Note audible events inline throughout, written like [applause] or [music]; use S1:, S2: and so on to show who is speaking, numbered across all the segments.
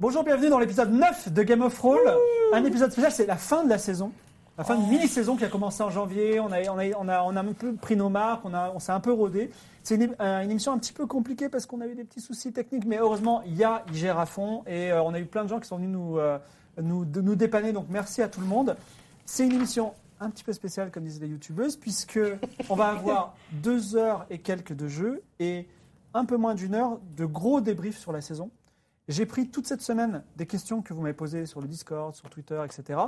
S1: Bonjour, bienvenue dans l'épisode 9 de Game of Roll. Un épisode spécial, c'est la fin de la saison. La fin de mini-saison qui a commencé en janvier. On a, on, a, on, a, on a un peu pris nos marques, on, a- on s'est un peu rodé. C'est une, euh, une émission un petit peu compliquée parce qu'on a eu des petits soucis techniques, mais heureusement, Ya y gère à fond. Et euh, on a eu plein de gens qui sont venus nous, euh, nous, de- nous dépanner, donc merci à tout le monde. C'est une émission un petit peu spéciale, comme disent les youtubeuses, puisque on va avoir deux heures et quelques de jeu et un peu moins d'une heure de gros débriefs sur la saison. J'ai pris toute cette semaine des questions que vous m'avez posées sur le Discord, sur Twitter, etc.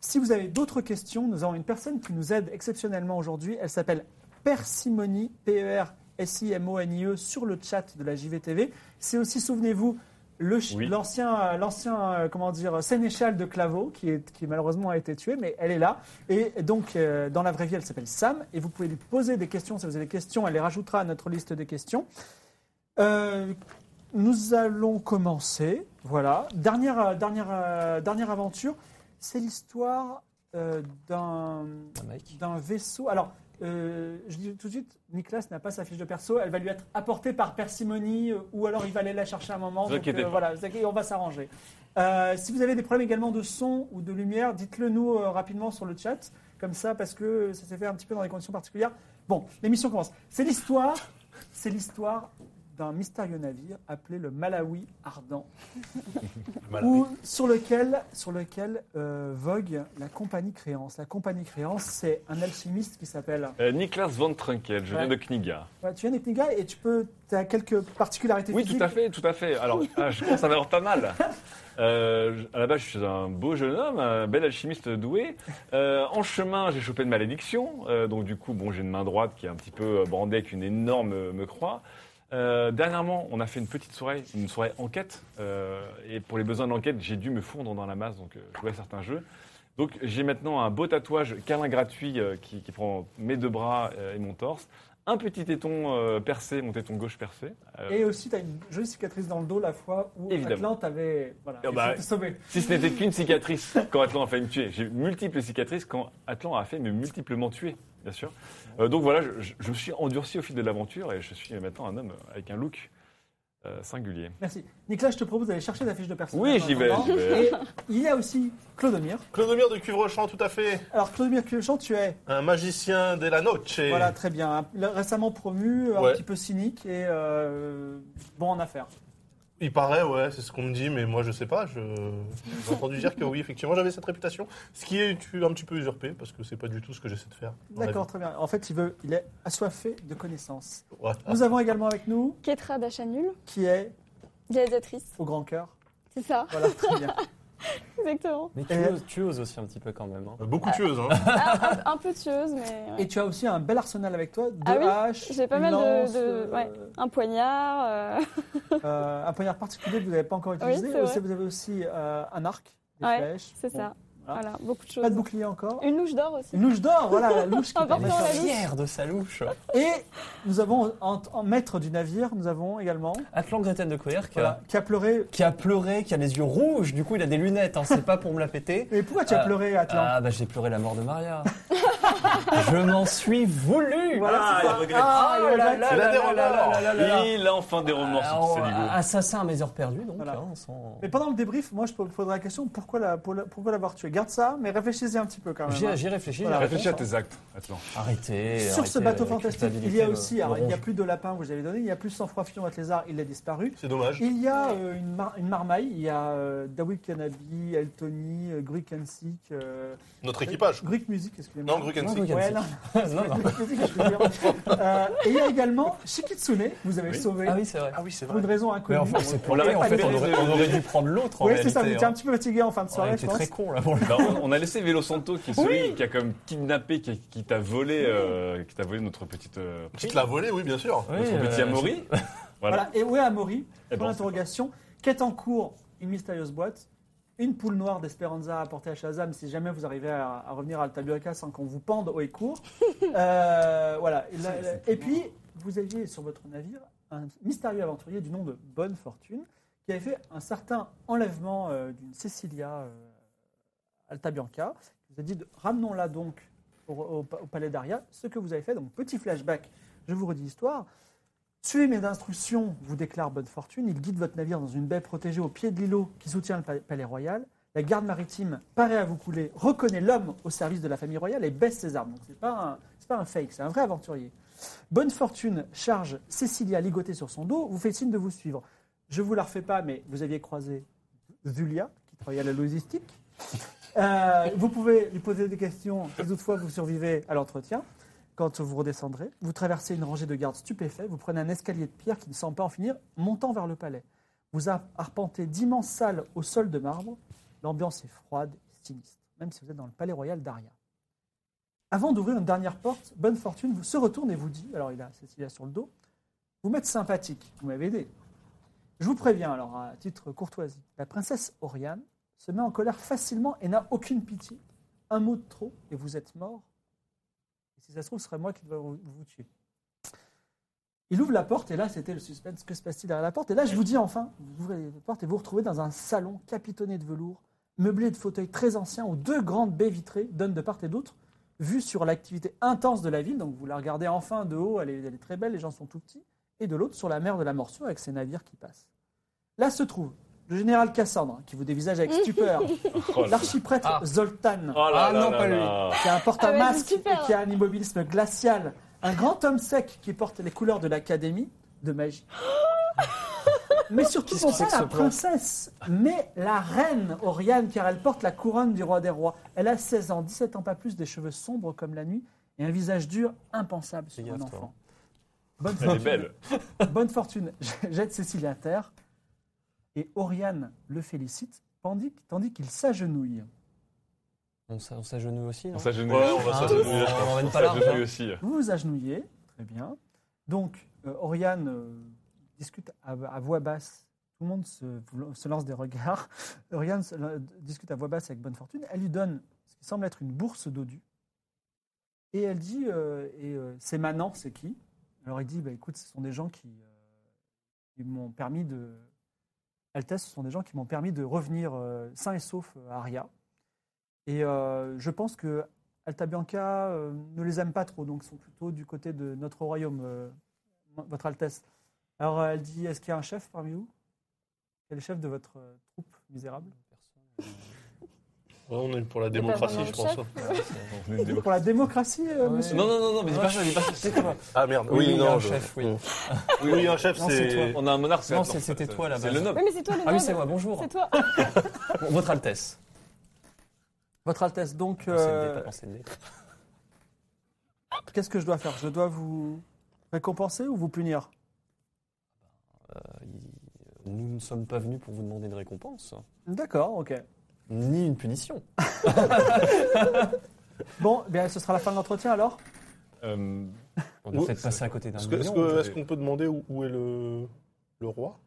S1: Si vous avez d'autres questions, nous avons une personne qui nous aide exceptionnellement aujourd'hui. Elle s'appelle Persimony, E P-E-R-S-I-M-O-N-I-E, E, sur le chat de la JVTV. C'est aussi, souvenez-vous, le ch-
S2: Oui.
S1: l'ancien, euh, l'ancien, euh, comment dire, sénéchal de Claveau, qui, est, qui malheureusement a été tué, mais elle est là. Et donc, euh, dans la vraie vie, elle s'appelle Sam. Et vous pouvez lui poser des questions si vous avez des questions. Elle les rajoutera à notre liste de questions. Euh, nous allons commencer. Voilà. Dernière, euh, dernière, euh, dernière aventure. C'est l'histoire euh, d'un d'un vaisseau. Alors, euh, je dis tout de suite, Nicolas n'a pas sa fiche de perso. Elle va lui être apportée par Persimony euh, ou alors il va aller la chercher à un moment.
S3: Vous
S1: Donc, euh,
S3: inquiétez pas.
S1: voilà, vous inquiétez- on va s'arranger. Euh, si vous avez des problèmes également de son ou de lumière, dites-le nous euh, rapidement sur le chat, comme ça, parce que ça s'est fait un petit peu dans des conditions particulières. Bon, l'émission commence. C'est l'histoire, c'est l'histoire d'un mystérieux navire appelé le Malawi Ardent, où, sur lequel, sur lequel euh, vogue la compagnie Créance. La compagnie Créance, c'est un alchimiste qui s'appelle.
S3: Euh, Niklas von Trunkel, je viens
S1: Ouais.
S3: de Kniga.
S1: Ouais, tu viens des Kniga et tu peux, as quelques particularités
S3: Oui,
S1: physiques.
S3: tout à fait, tout à fait. Alors, ah, je commence à m'avoir pas mal. Euh, je- à la base, je suis un beau jeune homme, un bel alchimiste doué. Euh, en chemin, j'ai chopé une malédiction. Euh, donc, du coup, bon, j'ai une main droite qui est un petit peu euh, brandée avec une énorme euh, me croix. Euh, dernièrement, on a fait une petite soirée, une soirée enquête. Euh, et pour les besoins de l'enquête, j'ai dû me fondre dans la masse, donc euh, jouer à certains jeux. Donc, j'ai maintenant un beau tatouage câlin gratuit euh, qui, qui prend mes deux bras euh, et mon torse. Un petit téton euh, percé, mon téton gauche percé. Euh,
S1: Et aussi, tu as une jolie cicatrice dans le dos la fois où
S3: Évidemment.
S1: Atlante avait voilà,
S3: Ah bah,
S1: été sauvé.
S3: Si ce n'était qu'une cicatrice quand Atlan a failli me tuer. J'ai eu multiples cicatrices quand Atlan a fait me multiplement tuer, bien sûr. Euh, donc voilà, je, je- je me suis endurci au fil de l'aventure et je suis maintenant un homme avec un look euh, singulier.
S1: Merci. Nicolas, je te propose d'aller chercher ta fiche de personne.
S3: Oui, j'y vais, j'y vais.
S1: Et il y a aussi Clodomir.
S4: Clodomir de Cuivrechamp, tout à fait.
S1: Alors, Clodomir Culechamp, tu es
S4: Un magicien de la noche.
S1: voilà, très bien, récemment promu, euh, un
S4: Ouais.
S1: petit peu cynique et euh, bon en affaires.
S4: Il paraît, ouais, c'est ce qu'on me dit, mais moi je sais pas. Je... J'ai entendu dire que oui, effectivement, j'avais cette réputation. Ce qui est un petit peu usurpé, parce que c'est pas du tout ce que j'essaie de faire. dans la
S1: D'accord, très bien. En fait, il, veut, il est assoiffé de connaissances.
S4: vie. Voilà.
S1: Nous avons également avec nous,
S5: Ketra Dachanul,
S1: qui est
S5: réalisatrice.
S1: au grand cœur.
S5: C'est ça,
S1: Voilà, très bien.
S5: exactement.
S6: Mais tu,
S1: Et-
S6: oses, tu oses aussi un petit peu quand même. hein.
S4: Beaucoup de choses, hein.
S5: Ah, un, un peu tueuse, mais ouais.
S1: Et tu as aussi un bel arsenal avec toi, deux
S5: Ah oui,
S1: haches,
S5: j'ai pas
S1: une
S5: mal de-
S1: lance,
S5: de-
S1: euh,
S5: ouais. un poignard. euh,
S1: [laughs]
S5: [laughs]
S1: euh, un poignard particulier que vous n'avez pas encore utilisé.
S5: c'est
S1: Aussi,
S5: vrai.
S1: vous avez aussi euh, un arc, des
S5: Ouais,
S1: flèches.
S5: c'est
S1: Bon,
S5: ça.
S1: voilà.
S5: Voilà, beaucoup de choses.
S1: Pas de bouclier encore.
S5: Une louche d'or aussi.
S1: Une louche d'or, voilà, la louche qui
S5: [laughs] Important,
S1: permet de
S5: la
S1: faire-
S5: louche.
S6: Fier de sa louche.
S1: Et nous avons, en, en maître du navire, nous avons également,
S6: Atlan Gretel de Quirk,
S1: voilà, qui a pleuré.
S6: qui a pleuré, qui a les yeux rouges,
S1: [laughs]
S6: du coup il a des lunettes, hein, c'est pas pour me la péter.
S1: Mais pourquoi tu as
S6: Euh,
S1: pleuré, Atlan [laughs]
S6: Ah bah j'ai pleuré la mort de Maria. Je m'en suis voulu
S3: Ah, il regrette.
S6: Ah là là
S4: C'est la
S6: là
S4: dérobe,
S6: là Ah, là
S4: alors.
S6: là là Ah, là.
S3: Il a enfin
S1: Oh,
S3: des remords,
S6: Alors,
S3: c'est Saligo.
S6: Assassin à mes heures perdues, donc.
S1: Voilà.
S6: hein, sans-
S1: Mais pendant le débrief, moi, je po- poserai la question pourquoi la- pour la- pourquoi l'avoir tué Garde ça, mais réfléchissez un petit peu quand même.
S6: J'y
S1: hein.
S6: j'y réfléchis.
S1: Voilà,
S6: j'y
S3: Réfléchis à
S6: réfléchis.
S3: tes actes. Attends.
S6: Arrêtez.
S1: Sur
S6: arrêtez
S1: ce bateau
S6: la
S1: fantastique, il y
S6: culpabilité,
S1: a
S6: le-
S1: aussi,
S6: le
S1: alors, il n'y a
S6: ronge.
S1: plus de lapin, vous avez donné, il n'y a plus sans froid fuyant avec lézard, il a disparu.
S4: C'est dommage.
S1: Il y a euh, une, mar- une marmaille, il y a euh, Dawid Kanabi, Eltony, euh, Gruik Hansik, euh,
S4: Notre équipage.
S1: Gruik Music, excusez-moi.
S4: Non, Gruik Hansik.
S6: Gruik
S1: Ouais, non,
S6: Non, non.
S1: Gruik Music, excusez-moi. Euh, Et il y a également Shikitsune, vous avez sauvé
S6: Ah oui, c'est vrai.
S4: oui, c'est
S1: pour une raison inconnue.
S6: Mais enfin, c'est
S3: On
S6: on,
S3: l'a
S6: en fait, on
S3: récupéré,
S6: aurait, on aurait dû prendre l'autre. en
S1: Oui, c'est ça, vous
S6: réalité,
S1: étiez
S6: hein.
S1: un petit peu fatigué en fin de
S6: On a
S1: soirée, je
S6: été
S1: pense.
S6: très con là pour le
S3: Bah, on- on a laissé Vélo Santo qui est celui qui a comme kidnappé, qui, qui t'a volé, euh, qui t'a volé notre petite, euh,
S4: Tu te l'as volé, oui, bien sûr.
S6: Oui,
S3: notre
S6: euh,
S3: petit Amaury. Voilà.
S1: Voilà. Et où est Amaury
S3: Eh
S1: Pour
S3: ben,
S1: l'interrogation. Quête en cours, une mystérieuse boîte, une poule noire d'Espéranza apportée à Shazam si jamais vous arrivez à, à revenir à Altabiorca sans qu'on vous pende haut et
S3: [laughs]
S1: court. Euh, voilà. Et, la- et puis, vous aviez sur votre navire un mystérieux aventurier du nom de Bonne Fortune qui avait fait un certain enlèvement euh, d'une Cecilia euh, Altabianca. Il vous a dit de- ramenons-la donc au, au pa- au palais d'Aria, ce que vous avez fait. Donc, petit flashback, je vous redis l'histoire. Suivez mes instructions, vous déclare Bonne Fortune. Il guide votre navire dans une baie protégée au pied de l'îlot qui soutient le pa- palais royal. La garde maritime paraît à vous couler, reconnaît l'homme au service de la famille royale et baisse ses armes. Donc, ce n'est pas, un- c'est pas un fake, c'est un vrai aventurier. Bonne Fortune charge Cécilia ligotée sur son dos, vous fait signe de vous suivre. Je vous la refais pas, mais vous aviez croisé Zulia, qui travaillait à la logistique. Euh, vous pouvez lui poser des questions si toutefois vous survivez à l'entretien. Quand vous redescendrez, vous traversez une rangée de gardes stupéfaits, vous prenez un escalier de pierre qui ne semble pas en finir, montant vers le palais. Vous ar- arpentez d'immenses salles au sol de marbre. L'ambiance est froide et sinistre, même si vous êtes dans le palais royal d'Aria. Avant d'ouvrir une dernière porte, Bonne Fortune vous se retourne et vous dit, alors il a Cécilia sur le dos, vous m'êtes sympathique, vous m'avez aidé. Je vous préviens alors, à titre courtoisie, la princesse Oriane se met en colère facilement et n'a aucune pitié. Un mot de trop et vous êtes mort. Et si ça se trouve, ce serait moi qui devrais vous, vous tuer. Il ouvre la porte et là, c'était le suspense. Que se passe-t-il derrière la porte Et là, je vous dis enfin, vous ouvrez la porte et vous vous retrouvez dans un salon capitonné de velours, meublé de fauteuils très anciens où deux grandes baies vitrées donnent de part et d'autre vue sur l'activité intense de la ville. Donc vous la regardez enfin de haut, elle est, elle est très belle, les gens sont tout petits. Et de l'autre, sur la mer de la Morsure avec ses navires qui passent. Là se trouve le général Cassandre, qui vous dévisage avec stupeur,
S3: Oh là
S1: l'archiprêtre
S6: Ah.
S1: Zoltan,
S3: Oh là là
S6: Ah non,
S3: là
S6: pas
S3: là.
S1: qui a un
S5: Ah ouais,
S1: porte-masque
S5: c'est super.
S1: et qui a un immobilisme glacial. Un grand homme sec qui porte les couleurs de l'Académie de
S5: [laughs]
S1: magie. Mais surtout,
S6: Qu'est-ce
S1: non
S6: que c'est
S1: pas
S6: que
S1: la
S6: ce plan
S1: princesse, mais la reine Oriane, car elle porte la couronne du roi des rois. Elle a 16 ans, 17 ans pas plus, des cheveux sombres comme la nuit et un visage dur impensable sur
S6: Fais
S1: un
S6: gaffe,
S1: enfant. Bonne
S3: Elle est
S1: fortune,
S3: belle.
S1: bonne fortune, [laughs] jette Cécile à terre et Oriane le félicite tandis tandis qu'il s'agenouille.
S6: On s'a- on s'agenouille aussi.
S3: On
S6: non
S3: s'agenouille.
S4: Ouais, on va
S6: Ah,
S4: s'agenouiller, je
S6: on-
S4: pense.
S6: On
S3: On
S6: emmène pas large.
S3: s'agenouille
S6: hein.
S3: aussi.
S1: Vous vous agenouillez, très bien. Donc, euh, Oriane euh, discute à, à voix basse. Tout le monde se, se lance des regards. [laughs] Oriane se- euh, discute à voix basse avec Bonne Fortune. Elle lui donne ce qui semble être une bourse d'odus. Et elle dit, euh, et euh, c'est Manan, c'est qui Alors il dit, bah, écoute, ce sont des gens qui, euh, qui m'ont permis de... Altesse, ce sont des gens qui m'ont permis de revenir euh, sain et sauf à Aria. Et euh, je pense que Altabianca euh, ne les aime pas trop, donc sont plutôt du côté de notre royaume, euh, Votre Altesse. Alors euh, elle dit, est-ce qu'il y a un chef parmi vous Quel est le chef de votre euh, troupe misérable
S4: Ouais, on est pour la
S5: pas
S4: démocratie, je
S5: vraiment
S4: pense.
S5: le
S3: On est des-
S1: Pour la démocratie, euh,
S6: Ouais.
S1: monsieur
S3: Non, non, non, non, mais dis pas ça, dis
S6: [laughs]
S3: pas ça.
S4: Ah merde,
S6: Oui,
S4: oui,
S6: il y a
S4: non.
S6: un
S4: je-
S6: chef, oui.
S4: Oui, oui, un chef,
S6: Non,
S4: c'est.
S6: c'est
S3: On a un monarque, c'est
S6: Non,
S3: attends,
S6: c'est- c'était
S3: ça-
S6: toi, là-bas.
S3: C'est le noble.
S5: Oui, mais c'est toi le
S6: Ah oui,
S5: noble.
S6: c'est moi, bonjour.
S5: C'est toi. Ah,
S6: Bon, Votre Altesse.
S1: Votre Altesse, donc,
S6: En CND,
S1: euh,
S6: pas en CND.
S1: qu'est-ce que je dois faire Je dois vous récompenser ou vous punir
S6: Euh, il- Nous ne sommes pas venus pour vous demander une récompense,
S1: D'accord, ok.
S6: ni une punition.
S1: Bon, eh bien, ce sera la fin de l'entretien alors
S3: Euh,
S6: On ne
S4: Oui,
S6: fait
S3: c'est-
S6: passer à côté d'un
S4: Est-ce que- est-ce
S6: million.
S4: que- est-ce qu'on peut demander où, où est le, le roi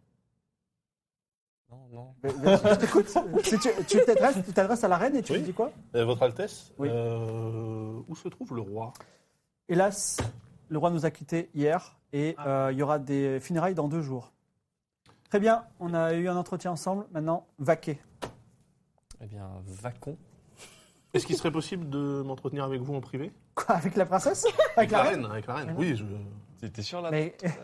S6: Non, non.
S1: Eh bien, [laughs] Je t'écoute. Si tu tu t'adresses tu t'adresses à la reine et tu
S4: Oui.
S1: lui dis quoi
S4: Euh, Votre Altesse,
S1: Oui.
S4: euh, où se trouve le roi
S1: Hélas, le roi nous a quittés hier et euh, il y aura des funérailles dans deux jours. Très bien, on a eu un entretien ensemble. Maintenant, vaquer.
S6: Eh bien, vacons.
S4: Est-ce qu'il serait possible de m'entretenir avec vous en privé
S1: Quoi, avec la princesse Avec la reine
S4: Avec la reine, oui. Je...
S6: T'es sûr là
S1: Mais [laughs]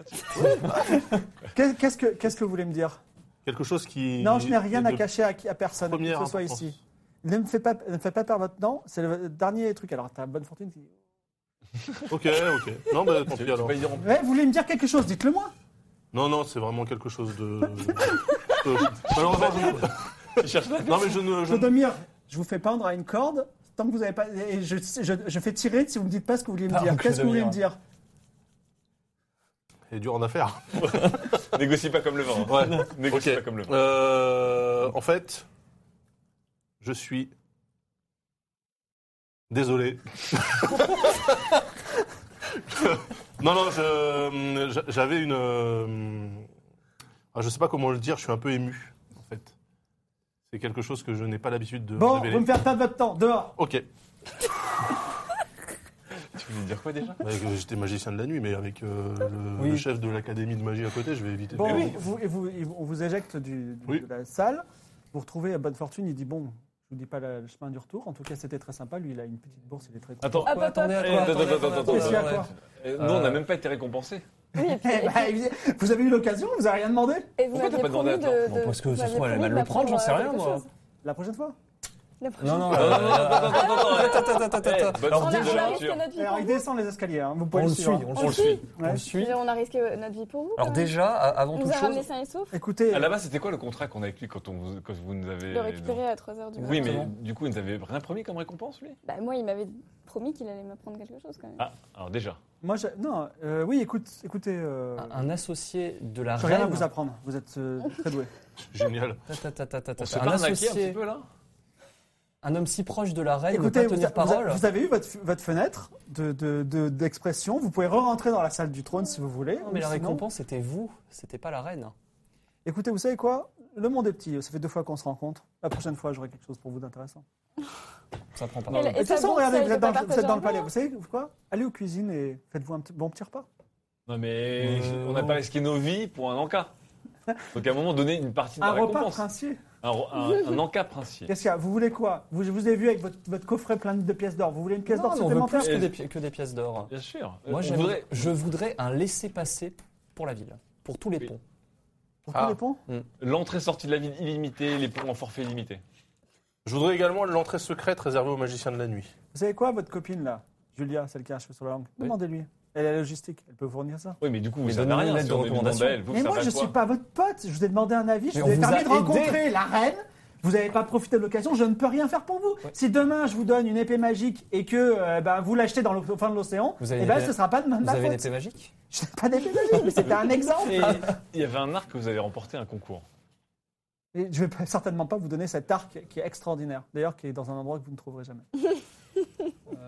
S1: qu'est- qu'est-ce que qu'est-ce que vous voulez me dire
S4: Quelque chose qui.
S1: Non, je n'ai rien
S4: est
S1: à
S4: de
S1: cacher à, qui- à personne, que
S4: première
S1: ce soit
S4: importance.
S1: ici. Ne me fais pas, ne me fais pas perdre votre temps. C'est le dernier truc. Alors, t'as bonne fortune.
S4: Ok, ok. Non, bah tant pis alors.
S1: Ouais, vous voulez me dire quelque chose Dites-le moi.
S4: Non, non, c'est vraiment quelque chose
S1: [laughs]
S4: de. Euh, Malheureusement, je. [laughs] Non, mais je ne. je-
S1: Clodomir, je vous fais pendre à une corde. Tant que vous n'avez pas, et je, je, je fais tirer si vous me dites pas ce que vous voulez
S4: Ah,
S1: me dire. Qu'est-ce que vous voulez me dire
S4: C'est dur en affaires.
S3: Négocie pas comme le vent. hein.
S4: Ouais.
S1: [laughs]
S6: [laughs]
S3: Négocie
S4: Ok.
S3: pas comme le vent.
S4: Euh, en fait, je suis. Désolé. [laughs] non, non, je- j'a- j'avais une. euh, ah, je sais pas comment le dire, je suis un peu ému, en fait. C'est quelque chose que je n'ai pas l'habitude de
S1: Bon,
S4: révéler.
S1: vous me faites perdre votre temps. Dehors.
S4: Ok.
S3: Tu voulais dire quoi déjà
S4: Ouais, que Bah, J'étais magicien de la nuit, mais avec euh, le,
S1: Oui.
S4: le chef de l'académie de magie à côté, je vais éviter.
S1: Bon,
S4: de...
S1: vous, et vous- et vous- on vous éjecte du, du-
S4: Eh Oui.
S1: de la salle. Vous retrouvez à bonne fortune. Il dit bon, je vous dis pas la- le chemin du retour. En tout cas, c'était très sympa. Lui, il a une petite bourse. Il est très. content.
S6: Attends,
S5: Ah, bah,
S6: attendez,
S5: bah,
S6: attendez,
S3: bah,
S6: attendez,
S3: bah, bah,
S6: attendez,
S3: bah,
S1: Qu'est-ce qu'il y a,
S6: attendez.
S1: quoi
S3: Euh, Nous, on n'a
S6: Euh,
S3: même pas été récompensés.
S5: Oui, et puis-
S1: [laughs] Eh ben, évidemment, vous avez eu l'occasion, vous n'avez rien demandé
S5: et vous
S3: Pourquoi t'as
S5: m'aviez
S3: pas demandé
S5: promis
S3: à
S5: de.
S6: Bon, parce que
S5: vous
S6: ça
S5: m'aviez
S6: se trouve, elle
S5: promis
S6: va le
S5: de
S6: prendre, j'en sais
S5: m'apprendre,
S6: rien,
S5: euh,
S6: moi.
S5: quelque chose.
S1: La prochaine fois
S5: La prochaine
S6: Non, non,
S5: fois.
S6: non, non, non, non, non, non, non, attends, attends, attends,
S3: Eh,
S6: attends.
S3: bonne
S6: Alors,
S5: On a,
S3: sortie
S5: on
S6: déjà,
S5: a
S3: de
S5: risqué
S3: l'aventure.
S5: notre vie.
S1: Alors,
S5: pour
S1: il
S5: vous.
S1: descend les escaliers, hein, vous pouvez
S6: On le
S1: le
S6: suit,
S1: suivre. hein.
S6: on
S5: On
S6: le
S5: le
S6: suit.
S5: suit.
S6: On
S1: Ouais.
S6: le suit.
S5: On a risqué euh, notre vie pour vous.
S6: Alors
S5: quand même.
S6: déjà, a- avant
S5: On
S6: toute
S5: nous a ramené
S6: chose,
S5: sain et sauf
S1: Écoutez,
S3: À la base, c'était quoi le contrat qu'on a avec lui quand, on, quand vous nous avez.
S5: de récupérer à 3h du matin.
S3: Oui, mais
S6: Exactement.
S3: du coup, il nous avait rien promis comme récompense, lui
S5: Bah, moi, il m'avait promis qu'il allait m'apprendre quelque chose quand même.
S3: Ah, alors déjà.
S1: moi, je- non, euh, oui, écoute, écoutez, euh,
S6: un un associé de la
S1: j'ai rien à
S6: reine.
S1: vous apprendre, vous êtes euh, très doué.
S4: Génial.
S6: Ta, ta, ta, ta, ta,
S3: On
S6: ta.
S3: s'est
S6: Un
S3: pas arnaqué un petit
S6: associé,
S3: peu là
S6: un homme si proche de la reine, ne
S1: Écoutez,
S6: pas
S1: vous,
S6: tenir
S1: vous-
S6: parole.
S1: vous avez eu votre, votre fenêtre de- de- de- d'expression, vous pouvez re-rentrer dans la salle du trône si vous voulez.
S6: Non, mais la
S1: Sinon-
S6: récompense, c'était vous, c'était pas la reine.
S1: Écoutez, vous savez quoi Le monde est petit, ça fait deux fois qu'on se rencontre. La prochaine fois, j'aurai quelque chose pour vous d'intéressant.
S6: Ça prend pas.
S5: Et la-
S1: Et de toute
S5: sa
S1: façon,
S5: bourse,
S1: regardez,
S5: elle
S1: vous
S5: peut
S1: êtes, dans,
S5: pas
S1: le- vous êtes dans le palais,
S5: partager
S1: vous savez quoi Allez aux cuisines et faites-vous un petit- bon petit repas.
S3: Non, mais
S6: Euh,
S3: on n'a pas risqué nos vies pour un encas. Donc à un moment donné, une partie de la
S1: Un repas
S3: récompense.
S1: princier.
S3: Un, ro- un, un encas princier.
S1: Qu'est-ce qu'il y a Vous voulez quoi vous, Je vous ai vu avec votre, votre coffret plein de pièces d'or. Vous voulez une pièce
S6: Non,
S1: d'or
S6: mais on veut
S1: supplémentaire
S6: plus que des, pi- que des pièces d'or.
S3: Bien sûr.
S6: Moi,
S3: Euh, On
S6: j'aimerais-
S3: voudrait-
S6: je voudrais un laissez-passer pour la ville, pour tous les
S3: Oui.
S6: ponts.
S1: Pour
S4: Ah.
S1: tous les ponts
S3: L'entrée-sortie de la ville illimitée, les ponts en forfait illimité.
S4: Je voudrais également l'entrée secrète réservée aux magiciens de la nuit.
S1: Vous savez quoi, votre copine là Julia, celle qui a un cheveu sur la langue.
S6: Oui.
S1: Demandez-lui. Elle a la logistique, elle peut vous fournir ça.
S3: Oui, mais du coup, vous
S6: Mais
S3: savez
S6: donnez-nous une
S3: rien
S6: lettre
S3: si
S6: de
S3: on est demandé
S6: recommandation.
S3: à elle. Vous,
S1: Mais
S3: ça
S1: moi,
S3: va
S1: je
S3: quoi
S1: suis pas votre pote. Je vous ai demandé un avis. Je
S6: Mais
S1: vous ai
S6: on vous
S1: permis
S6: a
S1: de
S6: aidé.
S1: rencontrer la reine. Vous n'avez pas profité de l'occasion. Je ne peux rien faire pour vous. Si demain, je vous donne une épée magique et que euh, ben, vous l'achetez dans le au fin de l'océan,
S6: Vous avez
S1: eh
S6: une
S1: ben,
S6: épée-
S1: ce ne sera pas de ma
S6: Vous
S1: ma
S6: avez une
S1: faute.
S6: épée magique
S1: Je n'ai pas d'épée magique, mais c'était un exemple.
S3: Et il y avait un arc que vous avez remporté un concours.
S1: Et je ne vais pas- certainement pas vous donner cet arc qui est extraordinaire. D'ailleurs, qui est dans un endroit que vous ne trouverez jamais. [laughs]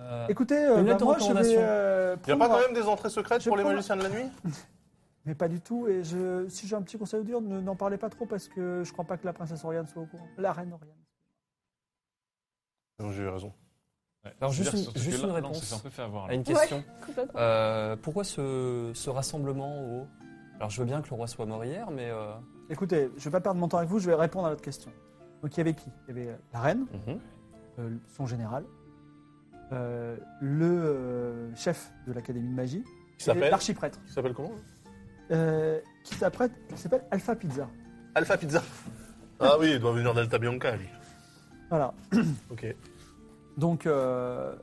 S6: Euh,
S1: Écoutez, euh,
S6: Une
S1: ben,
S6: lettre de
S1: moi, je vais
S6: recommandation.
S1: euh,
S4: Il n'y a pas
S1: prendre-
S4: quand même des entrées secrètes
S1: Je
S4: pour les
S1: prends-
S4: magiciens de la nuit
S1: Mais pas du tout. Et je, si j'ai un petit conseil à vous dire, ne- n'en parlez pas trop parce que je crois pas que la princesse Oriane soit au courant. La reine Oriane.
S4: Non, j'ai eu raison.
S3: Ouais.
S6: Alors, juste
S3: C'est-à-dire
S6: une-
S3: que sur ce
S6: juste
S3: que-là,
S6: une
S3: non, on s'est
S6: réponse.
S3: fait un peu fait avoir, là.
S6: à une question.
S5: Complètement.
S6: Euh, pourquoi ce, ce rassemblement au Alors je veux bien que le roi soit mort hier, mais euh,
S1: Écoutez, je vais pas perdre mon temps avec vous, je vais répondre à votre question. Donc il y avait qui Il y avait euh, la reine,
S4: Mhm.
S1: euh, son général, euh, le euh, chef de l'académie de magie,
S4: Qui
S1: et
S4: s'appelle
S1: l'archiprêtre,
S4: Qui s'appelle comment
S1: euh, qui s'apprête- qui s'appelle Alpha Pizza.
S4: Alpha Pizza. Ah oui, il doit venir d'Alta Bianca, lui.
S1: Voilà.
S4: Ok.
S1: Donc euh,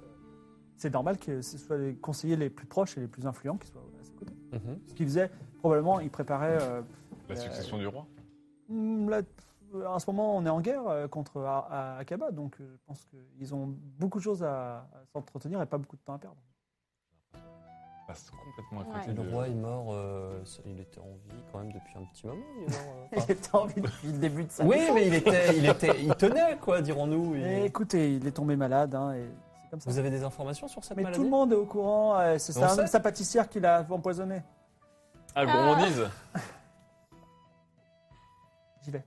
S1: c'est normal que ce soit les conseillers les plus proches et les plus influents qui soient à ses côtés.
S6: mhm.
S1: Ce qu'il faisait, probablement, il préparait euh,
S3: La
S1: Euh,
S3: succession du roi.
S1: Hmm, Là, euh, à ce moment, on est en guerre euh, contre A- A- Akaba, donc euh, je pense qu'ils ont beaucoup de choses à, à s'entretenir et pas beaucoup de temps à [laughs] perdre.
S3: On passe complètement à
S5: Ouais.
S3: côté
S6: Et le
S3: de-
S6: roi est mort. euh, il était en vie quand même depuis un petit moment. il est mort,
S1: [laughs]
S6: euh, enfin.
S1: était envie depuis le début de ça.
S6: oui, mais il était, il était, il tenait quoi, dirons-nous. il-
S1: écoutez, il est tombé malade, hein, et c'est comme ça.
S6: Vous avez des informations sur cette
S1: Mais
S6: maladie
S1: tout le monde est au courant, euh, c'est
S6: On
S1: sa,
S6: sait.
S1: sa pâtissière qui l'a empoisonné.
S3: Ah, gourmandise
S1: J'y vais.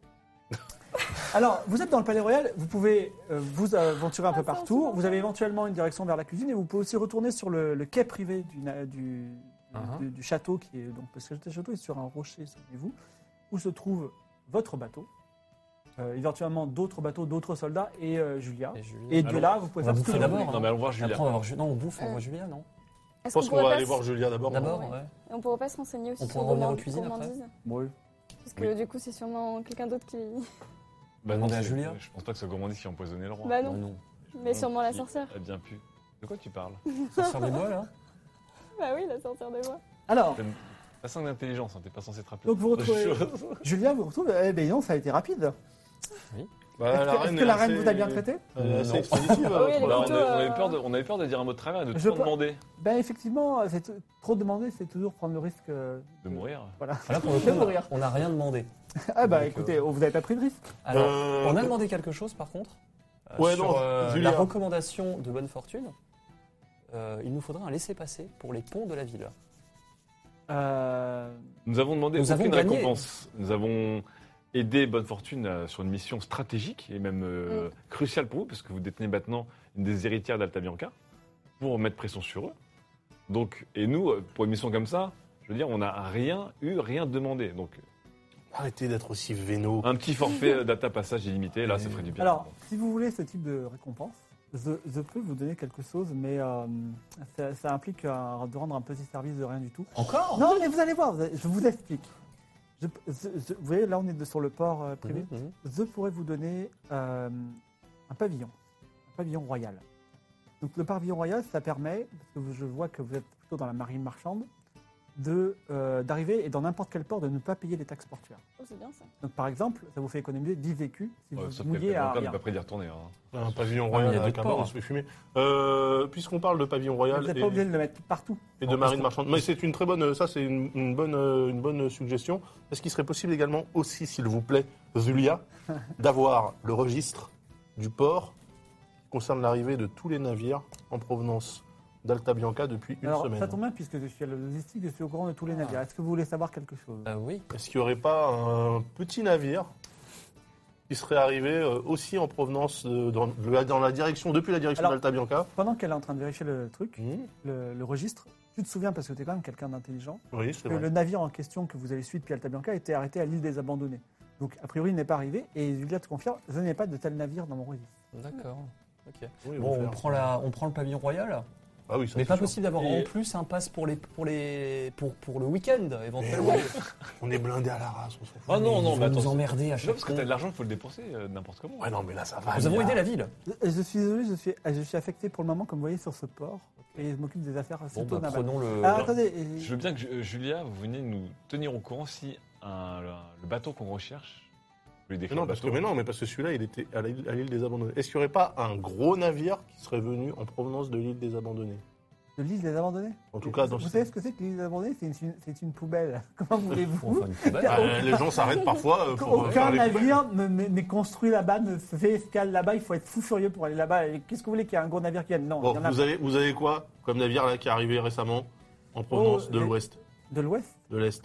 S1: Alors, vous êtes dans le palais royal, vous pouvez euh, vous aventurer un peu
S5: Ah, ça,
S1: partout,
S5: c'est
S1: vous avez éventuellement une direction vers la cuisine et vous pouvez aussi retourner sur le, le quai privé du, na- du,
S6: Uh-huh.
S1: du- du château, qui est, donc, parce que le château est sur un rocher, souvenez-vous, où se trouve votre bateau. euh, éventuellement d'autres bateaux, d'autres soldats et euh, Julia.
S6: Et Julia.
S1: Et
S6: Alors,
S1: de là, vous pouvez
S6: on va
S1: faire ce que
S6: bouffer
S1: vous voulez.
S6: d'abord. hein.
S3: Non, mais allons voir
S6: Ah. Après,
S3: Julia.
S6: on va voir Ju- Non, on bouffe, on voit Julia, non
S4: Je
S5: Est-ce
S4: pense qu'on
S5: pourrait
S4: va
S5: pas
S4: aller
S5: se-
S4: voir Julia d'abord. hein.
S6: D'abord,
S5: ouais.
S6: ouais.
S5: Et on pourrait pas se renseigner aussi
S6: On
S5: sur
S6: pourrait revenir
S5: gourmand-
S6: aux cuisines après
S5: gourmandise
S1: Oui.
S5: Parce que
S3: Oui.
S5: du coup, c'est sûrement quelqu'un d'autre qui. [laughs]
S3: Bah
S6: Demandez
S3: c'est-
S6: à Julia.
S3: Je pense pas que ce gourmandise qui a empoisonné le roi.
S5: Bah non.
S6: Non, non.
S5: Mais sûrement la
S3: Qui
S5: sorcière. [laughs]
S3: A bien pu. De quoi tu parles
S6: Ça sort des bois, là
S5: Bah oui, la sorcière de moi.
S1: Alors,
S3: T'as 5 d'intelligence, hein, t'es pas censé te rappeler.
S1: donc vous
S3: de
S1: retrouvez.
S3: choses.
S1: Julia vous retrouve. Eh bien, non, ça a été rapide. Est-ce
S4: Bah,
S1: que- est-ce que Euh, la reine vous a bien
S4: traité
S1: traité
S6: Non.
S4: Euh, C'est expéditive.
S6: [laughs]
S5: Ah oui, elle
S4: la
S5: est
S3: Bah, [laughs] on,
S4: reine.
S5: plutôt,
S3: avait- on
S5: euh,
S3: avait peur de, on avait peur de dire un mot de travers et de
S1: Je
S3: trop
S1: peux-
S3: demander
S1: Ben, effectivement, c'est t- trop demandé, c'est toujours prendre le risque. euh,
S3: de mourir.
S1: Voilà.
S6: Là, pour le
S1: Je vais
S6: coup,
S1: mourir.
S6: on n'a rien demandé.
S1: Ah, bah
S6: Donc,
S1: écoutez,
S6: euh,
S1: vous n'avez pas pris de risque.
S6: Alors,
S4: Euh,
S6: on a demandé quelque chose, par contre. euh,
S4: Ouais,
S6: sur
S4: non,
S6: euh,
S4: Julia.
S6: la recommandation de bonne fortune. Euh, il nous faudra un laissez-passer pour les ponts de la ville.
S1: Euh,
S3: Nous avons demandé
S6: Nous avons
S3: aucune
S6: gagné.
S3: récompense. Nous avons aidé Bonne Fortune euh, sur une mission stratégique et même euh, cruciale pour vous, parce que vous détenez maintenant une des héritières d'Alta Bianca, pour mettre pression sur eux. Donc, et nous, euh, pour une mission comme ça, je veux dire, on n'a rien eu, rien demandé. Donc,
S4: Arrêtez d'être aussi véno.
S6: Ah.
S3: un petit forfait euh, data passage illimité, là, ça ferait du bien.
S1: Alors, si vous voulez ce type de récompense, The, The peut vous donner quelque chose, mais euh, ça, ça implique euh, de rendre un petit service de rien du tout.
S6: Encore
S1: Non, mais vous allez voir, vous allez- je vous explique. Je- The- The- vous voyez, là, on est de- sur le port euh, privé.
S6: Mhm.
S1: The pourrait vous donner euh, un pavillon, un pavillon royal. Donc le pavillon royal, ça permet, parce que vous- je vois que vous êtes plutôt dans la marine marchande, de, euh, d'arriver et dans n'importe quel port de ne pas payer les taxes portuaires.
S5: Oh, c'est bien ça.
S1: Donc par exemple, ça vous fait économiser 10 vécus si
S3: Ouais,
S1: vous
S3: sauf qu'elle
S1: mouillez à
S3: ne
S1: rien.
S3: pas près d'y retourner. hein.
S4: Un pavillon
S6: Ah, mais il y
S4: royal
S6: a
S4: avec
S6: d'autres
S4: un bar, on
S6: ports.
S4: se fait fumer. Euh, Puisqu'on parle de pavillon
S1: Vous
S4: royal
S1: n'êtes
S4: et,
S1: pas obligé de le mettre partout.
S4: et de marine marchande, mais c'est une très bonne, ça c'est une, une bonne, euh, une bonne suggestion. Est-ce qu'il serait possible également aussi, s'il vous plaît, Zulia, d'avoir le registre du port qui concerne l'arrivée de tous les navires en provenance d'Alta Bianca depuis une
S1: Alors,
S4: semaine
S1: ça tombe bien puisque je suis à la logistique, je suis au courant de tous les navires. Est-ce que vous voulez savoir quelque chose
S6: Ah oui.
S4: Est-ce qu'il n'y aurait pas un petit navire qui serait arrivé euh, aussi en provenance de- dans, de la- dans la direction, depuis la direction
S1: Alors-
S4: d'Alta Bianca
S1: Pendant qu'elle est en train de vérifier le truc, le, le registre, tu te souviens, parce que tu es quand même quelqu'un d'intelligent,
S4: Oui, c'est
S1: que
S4: vrai.
S1: le navire en question que vous avez suivi depuis Alta Bianca était arrêté à l'île des Abandonnés. Donc, a priori, il n'est pas arrivé. Et Julia te confirme, je n'ai pas de tel navire dans mon registre.
S6: D'accord. Ok.
S4: Oui, ils vont
S6: Bon, on
S4: faire.
S6: prend, la, on prend le pavillon royal,
S4: Ah oui, ça,
S6: mais
S4: c'est
S6: pas
S4: sûr.
S6: possible d'avoir
S3: Et-
S6: en plus un pass pour les pour les pour pour le week-end éventuellement.
S4: On est blindé à la race, on s'en fout.
S3: Ah non,
S6: Ils
S3: non,
S6: vont
S3: mais attends.
S6: nous emmerder à
S3: Je sais pas,
S6: chaque
S3: parce que t'as de l'argent, il faut le dépenser euh, n'importe comment.
S4: Ouais, non, mais là, ça va.
S6: Nous avons
S4: Ah, là.
S6: aidé la ville.
S1: Je, je suis désolé, je suis, je suis affecté pour le moment, comme vous voyez, sur ce port. Et je m'occupe des affaires
S6: Bon,
S1: surtout
S6: bah,
S1: navales.
S6: prenons le.
S1: Ah, attendez. et-
S3: Je veux bien que euh, Julia, vous veniez nous tenir au courant si un- le, le bateau qu'on recherche. Je vais
S4: Mais
S3: décrire
S4: non,
S3: le
S4: parce que,
S3: bateau.
S4: mais non, mais parce que celui-là, il était à l'île à l'île des Abandonnés. Est-ce qu'il n'y aurait pas un gros navire qui serait venu en provenance de l'île des Abandonnés
S1: De l'île des Abandonnés
S4: En tout cas, dans
S1: Vous
S4: ce-
S1: savez ce que c'est que l'île des Abandonnés C'est une, c'est une poubelle. [laughs] Comment
S6: On
S1: voulez-vous
S6: va faire une cabane.
S1: Faire
S4: Euh, les
S1: [laughs]
S4: gens s'arrêtent parfois euh, pour euh,
S1: Aucun
S4: faire les
S1: navire ne- ne- n'est construit là-bas, ne fait escale là-bas. Il faut être fou furieux pour aller là-bas. Et Qu'est-ce que vous voulez qu'il y ait un gros navire qui vienne Non,
S4: Bon,
S1: il y en a
S4: vous avez, vous avez quoi comme navire là qui est arrivé récemment en provenance
S1: Oh,
S4: de
S1: les-
S4: l'ouest
S1: de l'ouest.
S4: De l'est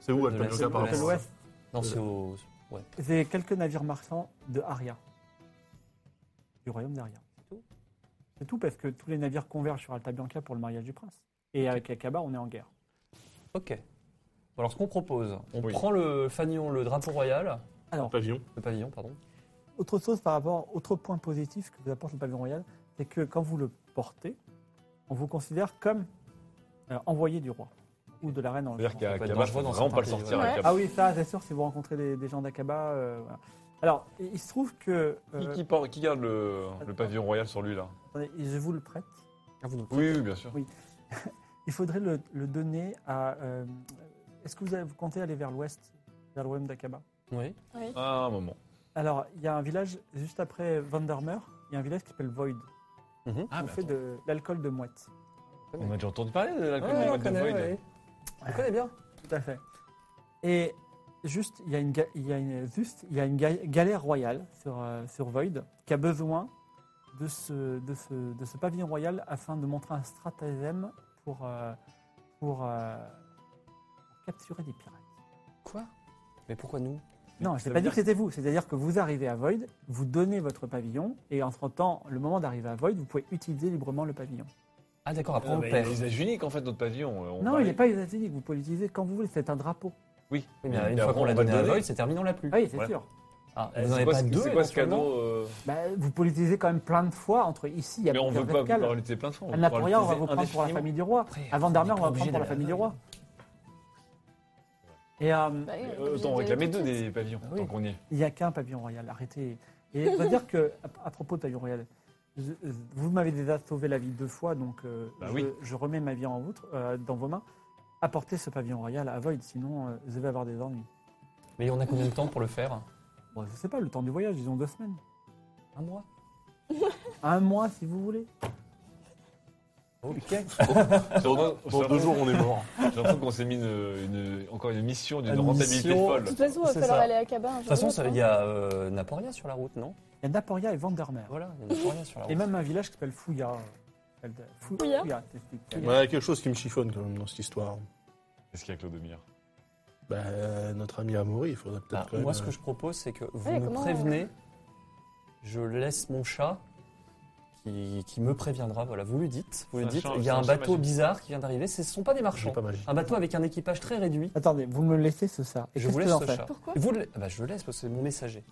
S4: C'est où
S6: De
S4: Alta
S6: l'Est,
S4: Bianca par
S1: De
S6: l'Est.
S4: rapport à-
S1: l'ouest,
S6: Non, c'est au. Ouais.
S1: c'est quelques navires marchands de Aria, du royaume d'Aria. C'est tout. C'est tout parce que tous les navires convergent sur Alta Bianca pour le mariage du prince. Et avec Akaba, on est en guerre.
S6: Ok. Bon, alors ce qu'on propose, on
S3: Oui.
S6: prend le fanion, le drapeau royal,
S4: le pavillon
S6: le pavillon, pardon.
S1: Autre chose par rapport, autre point positif que vous apporte le pavillon royal, c'est que quand vous le portez, on vous considère comme euh, envoyé du roi ou de la reine. en
S3: C'est-à-dire
S1: l'occurrence.
S3: qu'il y a
S6: peut être
S3: Akaba,
S6: dangereux
S3: faut
S6: dans
S3: vraiment pas le
S6: certains
S3: sortir
S5: pays,
S3: avec
S5: ouais.
S3: la-
S1: Ah oui, ça, c'est sûr, si vous rencontrez des, des gens d'Akaba. euh, voilà. Alors, il se trouve que. euh,
S3: Qui, qui porte- qui garde le, le pavillon royal sur lui là
S1: attendez, je vous le prête.
S3: oui, oui, bien sûr.
S1: Il faudrait le, le donner à. euh, Est-ce que vous, avez- vous comptez aller vers l'ouest, vers le royaume d'Akaba
S6: Oui.
S5: Oui.
S3: Ah, un moment.
S1: Alors, il y a un village juste après Vandermeer, il y a un village qui s'appelle Void.
S3: Ah,
S1: on
S3: mais
S1: fait
S3: attends,
S1: de l'alcool de mouette.
S3: On a déjà entendu parler de l'alcool
S6: Ouais,
S3: du
S6: Ah, on
S3: Mad
S6: connaît,
S3: Void.
S6: ouais.
S3: Ah,
S6: On connaît bien.
S1: Tout à fait. Et juste, il y a une, ga- il y a une, juste, il y a une ga- galère royale sur, euh, sur Void qui a besoin de ce, de, ce, de ce pavillon royal afin de montrer un stratagème pour, euh, pour, euh, pour capturer des pirates.
S6: Quoi Mais pourquoi nous
S1: Non, je ne
S3: Ça veut
S1: pas dire
S3: dire
S1: que c'était vous. C'est-à-dire que vous arrivez à Void, vous donnez votre pavillon, et entre-temps, le moment d'arriver à Void, vous pouvez utiliser librement le pavillon.
S6: Ah d'accord, après on
S3: Ah,
S6: le
S3: bah,
S6: perd.
S3: Il est usagé unique en fait, notre pavillon. euh, on
S1: non,
S3: parlait.
S1: il n'est pas unique, vous pouvez l'utiliser quand vous voulez, c'est un drapeau.
S3: Oui,
S6: Oui, mais Eh
S3: Mais
S6: une fois
S3: après,
S6: qu'on l'a
S3: on va
S6: donné
S3: le
S6: à
S3: donner.
S6: Void, c'est terminé, on l'a plus.
S1: Ah Oui, c'est
S3: Ouais.
S1: sûr.
S6: Ah,
S3: Eh,
S6: vous n'en
S3: c'est
S6: avez
S3: quoi
S6: pas
S3: ce-
S6: deux
S3: C'est quoi ce
S6: éventuellement
S3: cadeau euh,
S1: Bah, vous politisez quand même plein de fois entre ici, il y a
S3: Mais on
S1: Peter
S3: veut pas vous
S1: Pascal.
S3: parler de ces plein de fois.
S1: Anna
S3: veut
S1: Poria, on va
S3: parler
S1: vous prendre
S3: de
S1: pour la
S3: indéfiniment.
S1: famille du roi.
S6: Après,
S1: Avant
S6: on
S1: Darmer,
S6: n'est
S1: on
S6: pas
S1: va prendre
S6: obligé
S1: pour la
S6: d'aller
S1: famille
S6: à
S1: du
S6: la
S1: roi. Et euh,
S5: Bah oui, on est
S3: Euh,
S5: obligé
S3: Autant en
S5: d'y aller
S3: réclamer
S5: tout
S3: deux
S5: de suite.
S3: des pavillons,
S1: oui.
S3: tant qu'on y est.
S1: il n'y a qu'un pavillon royal, arrêtez. Et je dois dire que, à, à propos de pavillon royal, je- vous m'avez déjà sauvé la vie deux fois, donc euh,
S3: Bah
S1: je,
S3: oui.
S1: je remets ma vie en vôtre, euh, dans vos mains. Apportez ce pavillon royal à Void, sinon euh, vous allez avoir des ennuis.
S6: Mais on a combien de temps pour le faire
S1: Bon, je sais pas, le temps du voyage, disons deux semaines.
S6: Un mois.
S1: Un mois, si vous voulez.
S6: Ok.
S3: Dans
S4: Dans deux jours, on est
S3: Oh,
S4: mort.
S3: [laughs] J'ai l'impression qu'on s'est mis une- une- encore une mission d'une
S6: Une
S3: rentabilité
S6: mission.
S3: folle.
S5: De toute façon, il va
S6: C'est
S5: falloir
S6: ça.
S5: aller à Cabin.
S6: De toute façon, ça- il y a euh, Naporia sur la route, non
S1: Il y a Naporia et Vandermeer.
S6: Voilà, il y a Naporia sur la route.
S1: Et même un village qui s'appelle Fouya. Fou-
S5: Fouya
S1: t'expliques.
S4: Il y a quelque chose qui me chiffonne quand même dans cette histoire.
S3: Qu'est-ce qu'il y a, Claude Mire
S4: Bah, euh, notre ami Amaury, il faudrait peut-être.
S1: Ah,
S6: Bah,
S4: quand même,
S6: moi, ce que
S4: euh,
S6: je propose, c'est que vous
S5: Ouais,
S6: me
S5: comment-
S6: prévenez. Je laisse mon chat qui, qui me préviendra. Voilà, vous lui dites. Vous lui
S3: C'est un
S6: dites.
S3: chat-
S6: Il y
S3: c'est
S6: a
S3: un
S6: un
S3: chat
S6: bateau
S3: magique.
S6: bizarre qui vient d'arriver. Ce ne sont pas des
S4: j'ai
S6: marchands.
S4: pas magie.
S6: Un bateau avec un équipage très réduit.
S1: Attendez, vous me le laissez ce ça.
S6: je vous laisse ce chat.
S5: Pourquoi
S6: Et Vous le... ah bah, je le laisse parce que c'est mon messager.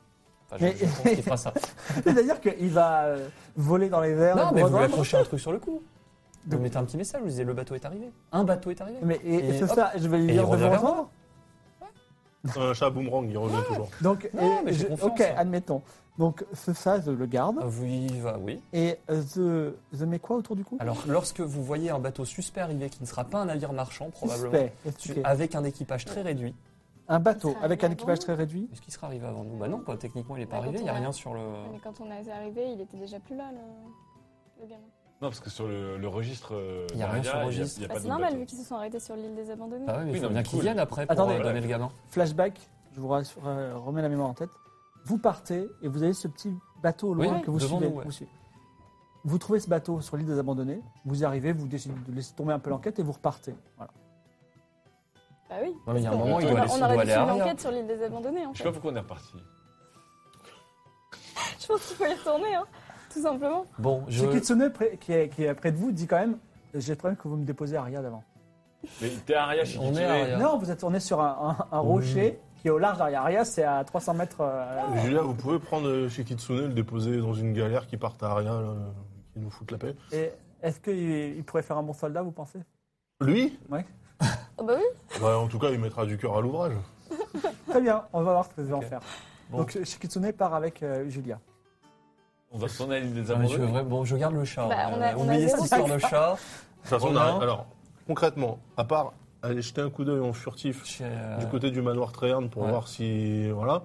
S6: Enfin, je,
S1: Mais-
S6: je pense qu'il
S1: [laughs]
S6: fera ça.
S1: C'est-à-dire qu'il va euh, voler dans les airs.
S6: non,
S1: le
S6: mais vous lui
S1: bras
S6: accrochez un truc sur le cou. Vous
S1: Donc-
S6: mettez un petit message. Vous lui disiez le bateau est arrivé. Un bateau est arrivé.
S1: dans- Mais et,
S6: Et
S1: ce
S6: hop.
S1: ça, je vais lui
S6: Et
S1: dire
S6: il
S1: de
S6: revient
S1: vous
S6: vers moi.
S1: rejoindre. ah.
S4: Un chat boomerang, il revient toujours.
S1: Donc,
S6: Non,
S1: et
S6: mais j'ai
S1: je-
S6: confiance.
S1: ok, admettons. Donc ce ça, je le garde.
S6: Ah, vous y va, oui.
S1: Et euh, je, je mets quoi autour du cou
S6: Alors, lorsque vous voyez un bateau suspect arriver qui ne sera pas un navire marchand, probablement,
S1: Suspect. Expliquez.
S6: avec un équipage très réduit,
S1: Un bateau
S5: Il sera
S1: avec un
S5: arrivé
S1: équipage
S5: avant
S1: très réduit.
S6: Est-ce qu'il sera arrivé avant nous Bah non, quoi. Techniquement, il n'est pas
S5: Bah,
S6: arrivé.
S5: quand
S6: Il n'y a
S5: on a-
S6: rien sur le.
S5: Mais quand on est arrivé, il était déjà plus là, le, le gamin. Bah,
S3: Non, parce que sur le, le registre. euh,
S6: Il y a rien sur le
S3: Daria, il y a-
S6: registre.
S3: il y a
S5: Bah,
S3: pas
S5: c'est
S3: d'autres
S5: normal,
S3: bateaux.
S5: vu qu'ils se sont arrêtés sur l'île des abandonnés.
S6: Bah oui, mais
S3: Oui,
S6: il
S3: non,
S6: faut
S3: mais
S6: bien qu'il
S3: cool.
S6: vienne après pour
S1: Attendez.
S6: euh, donner le gamin.
S1: Flashback. Je vous rassure, euh, remets la mémoire en tête. Vous partez et vous avez ce petit bateau au loin
S6: Oui,
S1: que vous
S6: devant
S1: suivez,
S6: nous, ouais.
S1: vous suivez. Vous trouvez ce bateau sur l'île des abandonnés. Vous y arrivez, vous décidez de laisser tomber un peu l'enquête et vous repartez. Voilà.
S5: Bah oui.
S6: Non, mais il y a un
S5: Parce
S6: moment,
S5: qu'on-
S6: il doit
S5: on-
S6: aller- il
S5: On aurait
S6: doit
S5: dû
S6: aller à
S5: faire
S6: Aria.
S5: l'enquête sur l'île des abandonnés, en
S3: Je sais pas
S5: fait.
S3: pourquoi on est reparti.
S5: [laughs] Je pense qu'il faut y retourner, hein. Tout simplement.
S6: Bon, je.
S1: Ce Kitsune près- qui est, qui est près de vous dit quand même euh, J'ai le problème que vous me déposez à Aria d'avant.
S3: Mais t'es Aria, je suis
S6: On est
S3: désolé.
S6: à Aria.
S1: Non, vous êtes tourné sur un, un- un rocher qui est au large d'Aria. Aria, c'est à 300 mètres. euh,
S4: Mais Julia, vous pouvez prendre euh, chez Kitsune, le déposer dans une galère qui parte à rien, là, euh, qui nous fout la paix.
S1: et Est-ce qu'il il pourrait faire un bon soldat, vous pensez
S4: Lui
S5: Oh bah oui.
S4: Bah, En tout cas, il mettra du cœur à l'ouvrage.
S1: Très bien, on va voir ce que je vais en
S6: Ok.
S1: faire.
S6: Bon.
S1: Donc euh, Shikitsune part avec euh, Julia.
S3: On va retourner à l'île des
S6: Non, mais je veux
S3: amoureux.
S6: vraiment- Bon, je garde le chat.
S5: Bah, on a-
S6: Euh,
S5: on a
S6: Oubliez cette
S5: zéro
S6: histoire de
S4: De
S6: chat.
S4: toute façon, on
S6: Romain.
S4: arrête- Alors, concrètement, à part aller jeter un coup d'œil en furtif
S6: Chez, euh,
S4: du côté du manoir Tréherne pour
S6: ouais.
S4: voir si. Voilà.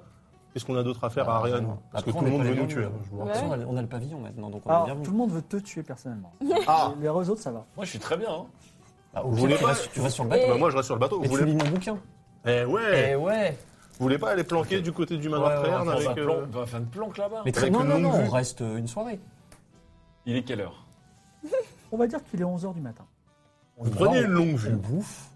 S4: Qu'est-ce qu'on a d'autre à faire à
S6: Bah,
S4: Ariane
S6: vraiment.
S4: Parce
S6: Après,
S4: que
S6: on
S4: tout le
S6: est
S4: monde
S6: pas
S4: veut
S6: les
S4: nous
S6: mêmes,
S4: tuer. hein,
S6: euh,
S4: je vous
S6: De
S5: Ouais.
S6: toute
S4: rappelle.
S6: façon, on a- on a le pavillon maintenant, donc on est
S1: Alors,
S6: bien
S1: tout
S6: venu.
S1: le monde veut te tuer
S5: [laughs]
S1: personnellement.
S4: Ah
S1: Les réseaux, ça va.
S3: Moi, je suis très bien. hein.
S6: Ah, au
S4: Vous
S6: pire,
S4: voulez
S6: tu,
S4: pas-
S6: restes, tu restes sur le
S4: Bah,
S6: bateau.
S4: moi, je reste sur le bateau.
S6: Et
S4: Vous
S6: tu lis
S4: voulez...
S6: mon bouquin.
S4: Eh ouais
S6: Eh ouais
S4: Vous voulez pas aller planquer du côté du manoir
S6: Ouais, ouais,
S4: Tréherne
S3: On va
S4: avec.
S3: faire un plan-
S4: euh,
S3: on va faire une planque là-bas.
S6: Mais très
S4: Avec
S6: non,
S4: une
S6: non,
S4: longue
S6: non, on
S4: vue.
S6: reste euh, une soirée.
S3: Il est quelle heure
S1: On va dire qu'il est 11h du matin.
S6: On
S4: Vous
S6: y va,
S4: prenez
S6: on-
S4: une longue
S6: On
S4: vue.
S6: bouffe.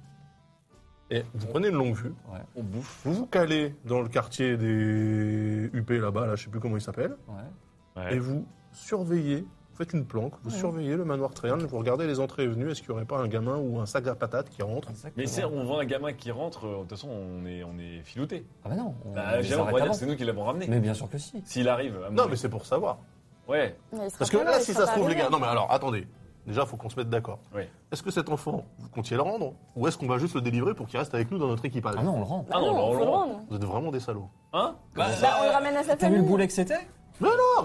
S4: Et vous prenez une longue vue.
S3: On bouffe.
S4: Vous vous calez dans le quartier des UP là-bas, là, je sais plus comment il s'appelle,
S6: Ouais.
S4: et vous surveillez, vous faites une planque, vous surveillez le manoir Tréherne, vous regardez les entrées et venues, est-ce qu'il n'y aurait pas un gamin ou un sac à patates qui rentre
S6: Exactement.
S3: Mais si on voit un gamin qui rentre, euh, de toute façon, on est, on est filouté.
S6: Ah bah non, on
S3: Bah,
S6: les
S3: évidemment, on
S6: arrête
S3: va dire
S6: avant.
S3: que c'est nous qui l'avons ramené.
S6: Mais bien sûr que si.
S3: S'il arrive. à
S4: Non,
S3: mourir.
S4: mais c'est pour savoir.
S3: Ouais.
S5: Mais il sera
S6: Ah
S4: Parce que
S6: bah
S5: pas
S4: là,
S5: il
S4: si
S5: sera
S4: ça se
S5: pas
S4: trouve, les
S5: arrivé.
S4: gars, non mais alors, attendez, déjà, faut qu'on se mette d'accord.
S3: Oui.
S4: Est-ce que cet enfant, vous comptiez le rendre, ou est-ce qu'on va juste le délivrer pour qu'il reste avec nous dans notre équipage
S6: Ah non, on le rend.
S3: Ah non, bah, on
S5: faut
S3: le
S5: le
S3: rend.
S5: rendre.
S4: Vous êtes vraiment des salauds.
S3: Hein Bah,
S5: Bah, on le ramène à sa
S6: T'as vu
S5: famille.
S6: le boulet que c'était
S3: Tu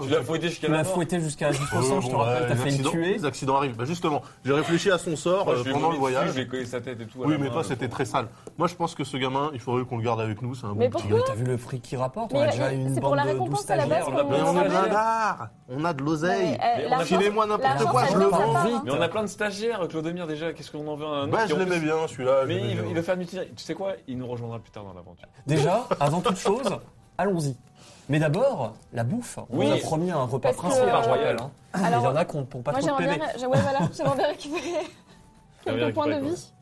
S3: l'as fouetté jusqu'à
S6: Tu
S3: la
S6: l'as
S3: mort.
S6: fouetté jusqu'à jusqu'au sang,
S4: Euh,
S6: je te
S4: bon,
S6: rappelle.
S4: ouais,
S6: T'as
S4: les
S6: fait
S4: accidents-
S6: le tuer.
S4: Les accidents arrivent. Bah, justement, j'ai réfléchi à son sort
S3: Moi,
S4: euh,
S3: je lui ai
S4: pendant
S3: vomi dessus,
S4: le voyage.
S3: Je lui ai collé sa tête et tout. à
S4: Oui,
S3: la
S4: mais
S3: main,
S4: toi,
S3: le
S4: c'était
S3: pauvre.
S4: très sale. Moi, je pense que ce gamin, il faudrait qu'on le garde avec nous. C'est un
S5: Mais
S4: bon petit
S5: pourquoi
S4: gars.
S6: T'as vu le prix qu'il rapporte
S5: Mais
S6: On a
S5: il-
S6: déjà
S5: il-
S6: une
S5: c'est pour
S6: bande
S5: la
S6: de 12
S5: récompense à la base
S6: stagiaires.
S5: qu'on
S4: Mais on
S5: On
S4: est
S5: est
S4: blindard On a de l'oseille
S5: Mais, euh, l'argent,
S4: Filez-moi n'importe
S5: l'argent,
S4: quoi,
S5: ça
S4: je le
S5: vient de sa
S4: vends
S5: part,
S3: Mais on a plein de stagiaires, Clodomir déjà. Qu'est-ce qu'on en veut un autre
S4: Bah,
S3: qui,
S4: je
S3: en
S4: l'aimais
S3: plus-
S4: bien, celui-là. je
S3: Mais
S4: l'aimais
S3: il,
S4: bien.
S3: il va faire une petite- Tu sais quoi Il nous rejoindra plus tard dans l'aventure.
S6: Déjà, avant toute chose, allons-y. Mais d'abord, la bouffe.
S3: Oui.
S6: On vous a promis un repas
S5: Parce que,
S6: principal
S5: euh,
S6: royal. hein.
S5: alors,
S6: il y en a qui n'ont pas
S5: Moi,
S6: trop de
S5: j'aimerais
S6: PV.
S5: bien, j'ai- ouais, voilà, [laughs] j'aimerais bien récupérer
S3: J'aimerais
S5: quelques points de
S3: récupérer,
S5: vie.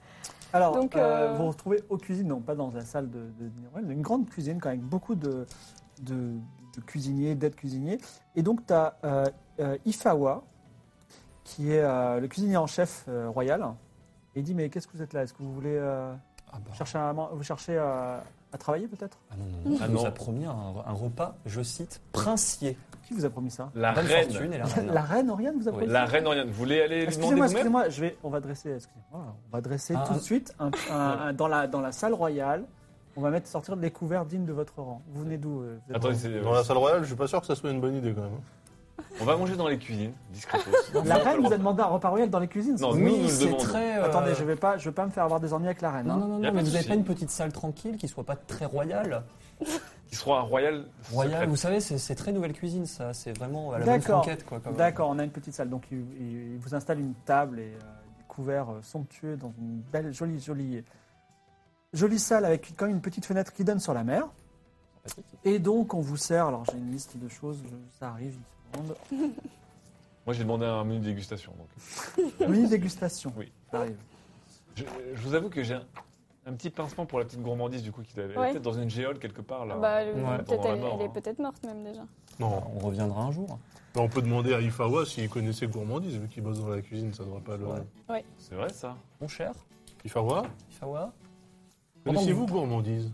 S1: Alors,
S5: Donc,
S1: euh,
S5: euh,
S1: vous vous retrouvez aux cuisines, non pas dans la salle de, de dîner, ouais, mais une grande cuisine quand même, avec beaucoup de, de, de cuisiniers, d'aides cuisiniers. Et donc, tu as Ifawa, qui est euh, le cuisinier en chef euh, royal. Et il dit, mais qu'est-ce que vous êtes là Est-ce que vous voulez euh,
S6: Ah bah,
S1: chercher un, man- vous cherchez euh, À travailler peut-être
S6: Ah non, non, non.
S3: Ah
S6: Elle nous
S3: non.
S6: a promis un, un repas, je cite, princier.
S1: Qui vous a promis ça
S3: La
S6: Bonne
S3: reine.
S6: fortune et la reine.
S1: La reine Oriane vous a
S6: Oui.
S1: promis
S3: La
S1: ça
S3: reine Oriane. Vous voulez aller lui demander
S1: Excusez-moi,
S3: vous-même
S1: excusez-moi, je vais, on va dresser, excusez-moi, on va dresser
S6: Ah,
S1: tout
S6: un-
S1: de suite un-
S3: [laughs]
S1: un- un- dans, la, dans la salle royale. On va mettre sortir des couverts dignes de votre rang. Vous venez d'où euh, vous êtes
S3: Attendez,
S1: vraiment-
S3: c'est-
S4: Dans la salle royale, je suis pas sûr que ça soit une bonne idée quand même. hein.
S3: on va manger dans les cuisines, discrètement.
S1: [laughs] La reine vous a demandé un repas royal dans les cuisines.
S3: Non,
S1: c'est-
S3: nous, nous le
S6: c'est
S3: demandons.
S6: très. euh,
S1: Attendez, je vais pas, je vais pas me faire avoir des ennuis avec la reine.
S6: Non,
S1: hein.
S6: non, non,
S3: Y a pas
S6: non, mais
S3: de
S6: vous n'avez
S3: souci.
S6: pas une petite salle tranquille qui soit pas très royale
S3: Qui sera royal.
S6: Royale,
S3: secret.
S6: vous savez, c'est c'est très nouvelle cuisine, ça. C'est vraiment à la bonne
S1: D'accord.
S6: franquette, quoi. quand même.
S1: D'accord, on a une petite salle. Donc, il, il- il vous installe une table et euh, des couverts euh, somptueux dans une belle, jolie, jolie, jolie salle avec quand même une petite fenêtre qui donne sur la mer. Et donc, on vous sert. Alors, j'ai une liste de choses. je- ça arrive. une seconde.
S3: Moi, j'ai demandé un menu de dégustation. donc.
S1: Oui, dégustation.
S3: Oui.
S1: Ça arrive.
S3: Je, je vous avoue que j'ai un, un petit pincement pour la petite gourmandise, du coup, qui devait
S5: Ouais.
S3: peut-être dans une géole quelque part. là.
S5: Bah,
S3: en
S5: le-
S3: attendant
S5: peut-être
S3: la
S5: elle,
S3: mort,
S5: elle est
S3: hein.
S5: peut-être morte même déjà.
S4: Non.
S6: On reviendra un jour.
S4: on peut demander à Ifawa s'il connaissait gourmandise, vu qu'il bosse dans la cuisine, ça devrait pas le.
S6: Ouais.
S3: C'est vrai, ça.
S6: Mon cher,
S4: Ifawa,
S6: Ifawa
S4: connaissez-vous gourmandise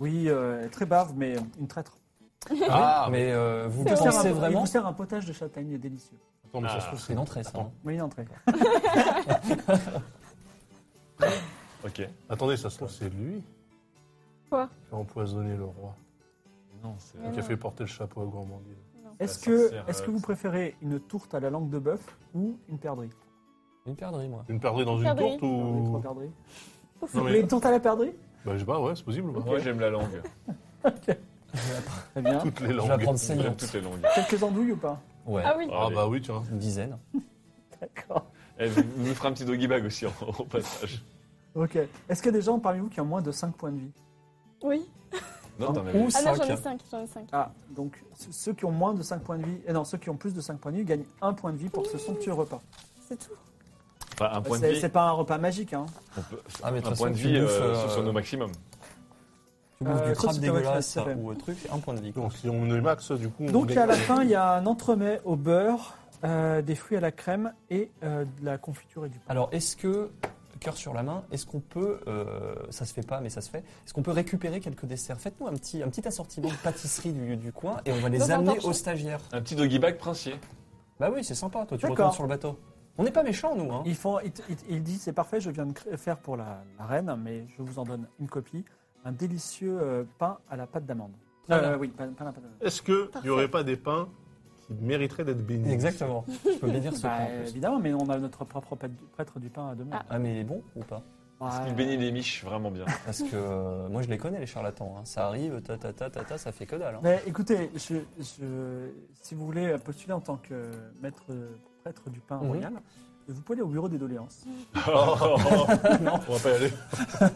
S1: Oui, euh, très bave, mais une traître.
S4: Ah,
S6: Mais euh, vous
S1: Il vous, sert
S6: pensez
S1: un, il
S6: vraiment
S1: vous sert un potage de châtaigne délicieux.
S4: Attends, mais ça
S3: Ah.
S4: se trouve,
S6: C'est une entrée, ça. hein.
S1: Oui, une entrée.
S3: Ok.
S4: Attendez, ça se trouve, c'est lui.
S5: Quoi Ah.
S4: Qui a empoisonné le roi.
S3: Non, c'est
S5: Mais
S4: Qui a
S5: non.
S4: fait porter le chapeau à gourmandise.
S1: Est-ce
S3: La
S1: que,
S3: sorcière,
S1: est
S3: euh,
S1: que vous préférez une tourte à la langue de bœuf ou une perdrix
S6: Une perdrix, moi.
S4: Une perdrix dans une
S5: Perdrix.
S4: tourte
S1: Perdrix,
S4: ou.
S1: trois perdrix.
S4: Non,
S1: Vous
S4: mais-
S1: voulez une tourte à la perdrix
S4: Bah, je sais pas, ouais, c'est possible ou pas
S3: Moi, j'aime la langue.
S1: Très Eh bien.
S4: Toutes les
S6: Je vais la
S4: langues.
S6: prendre
S3: J'aime
S6: saignante.
S3: toutes les langues.
S1: Quelques andouilles ou pas
S6: Ouais,
S5: Ah oui,
S4: Ah, bah oui, tiens.
S6: une dizaine.
S1: D'accord.
S3: Elle Eh, vous vous fera un petit doggy bag aussi, [laughs] en- au passage.
S1: Ok. Est-ce qu'il y a des gens parmi vous qui ont moins de 5 points de vie
S5: oui.
S3: Non, t'en avais
S6: Ou
S3: vu.
S5: Ah non, j'en
S6: cinq.
S5: ai 5, j'en ai 5.
S1: Ah, donc ce- ceux qui ont moins de 5 points de vie, et non, ceux qui ont plus de 5 points de vie gagnent 1 point de vie pour ce somptueux repas.
S5: C'est tout.
S3: Pas un point de
S1: C'est
S3: vie.
S1: c'est pas un repas magique, hein.
S3: on peut-
S6: Ah, mais de
S3: un
S6: toute
S3: point
S6: façon,
S3: de
S6: tu
S3: vie
S6: bouffes,
S3: euh,
S6: euh,
S3: sur nos maximum.
S6: Ah, Tu bouffes
S1: Euh,
S6: du
S1: sauf
S6: crabe
S1: si t'as votre
S6: dégueulasse
S1: face, c'est
S6: ou un truc, c'est un point de vie. quoi.
S4: Donc, si on est max, du coup. on
S1: Donc
S4: gagne.
S1: à la fin, il y a un entremets au beurre, euh, des fruits à la crème et euh, de la confiture et du pain.
S6: Alors, est-ce que, cœur sur la main, est-ce qu'on peut, euh, ça se fait pas, mais ça se fait, est-ce qu'on peut récupérer quelques desserts Faites-nous un petit, un petit assortiment de pâtisserie du, du coin et on va les
S5: Dans un
S6: amener
S5: torchon.
S6: aux stagiaires.
S3: Un petit doggy bag princier.
S6: Bah oui, c'est sympa, toi, tu
S1: D'accord.
S6: retournes sur le bateau. On n'est pas méchants, nous, hein.
S1: Ils font, ils, ils- ils disent c'est parfait, je viens de cré- faire pour la, la reine, mais je vous en donne une copie, un délicieux euh, pain à la pâte d'amande.
S6: Voilà.
S1: Euh, oui, pain, pain à la pâte d'amande.
S4: Est-ce qu'il n'y aurait pas des pains qui mériteraient d'être bénis
S6: Exactement. Je peux bénir ce
S1: Bah,
S6: pain, en plus.
S1: évidemment, mais on a notre propre pâte du- prêtre du pain à demain.
S6: Ah, mais il est bon ou pas Ah,
S3: Parce
S6: euh,
S3: qu'il bénit les miches vraiment bien.
S6: Parce que euh, moi, je les connais, les charlatans. hein. Ça arrive, ta ta ta ta ta, ça fait que dalle. hein.
S1: Mais écoutez, je, je- si vous voulez postuler en tant que maître euh, prêtre du pain
S6: Mhm.
S1: royal, vous pouvez aller au bureau des doléances.
S4: Non, on va pas y aller.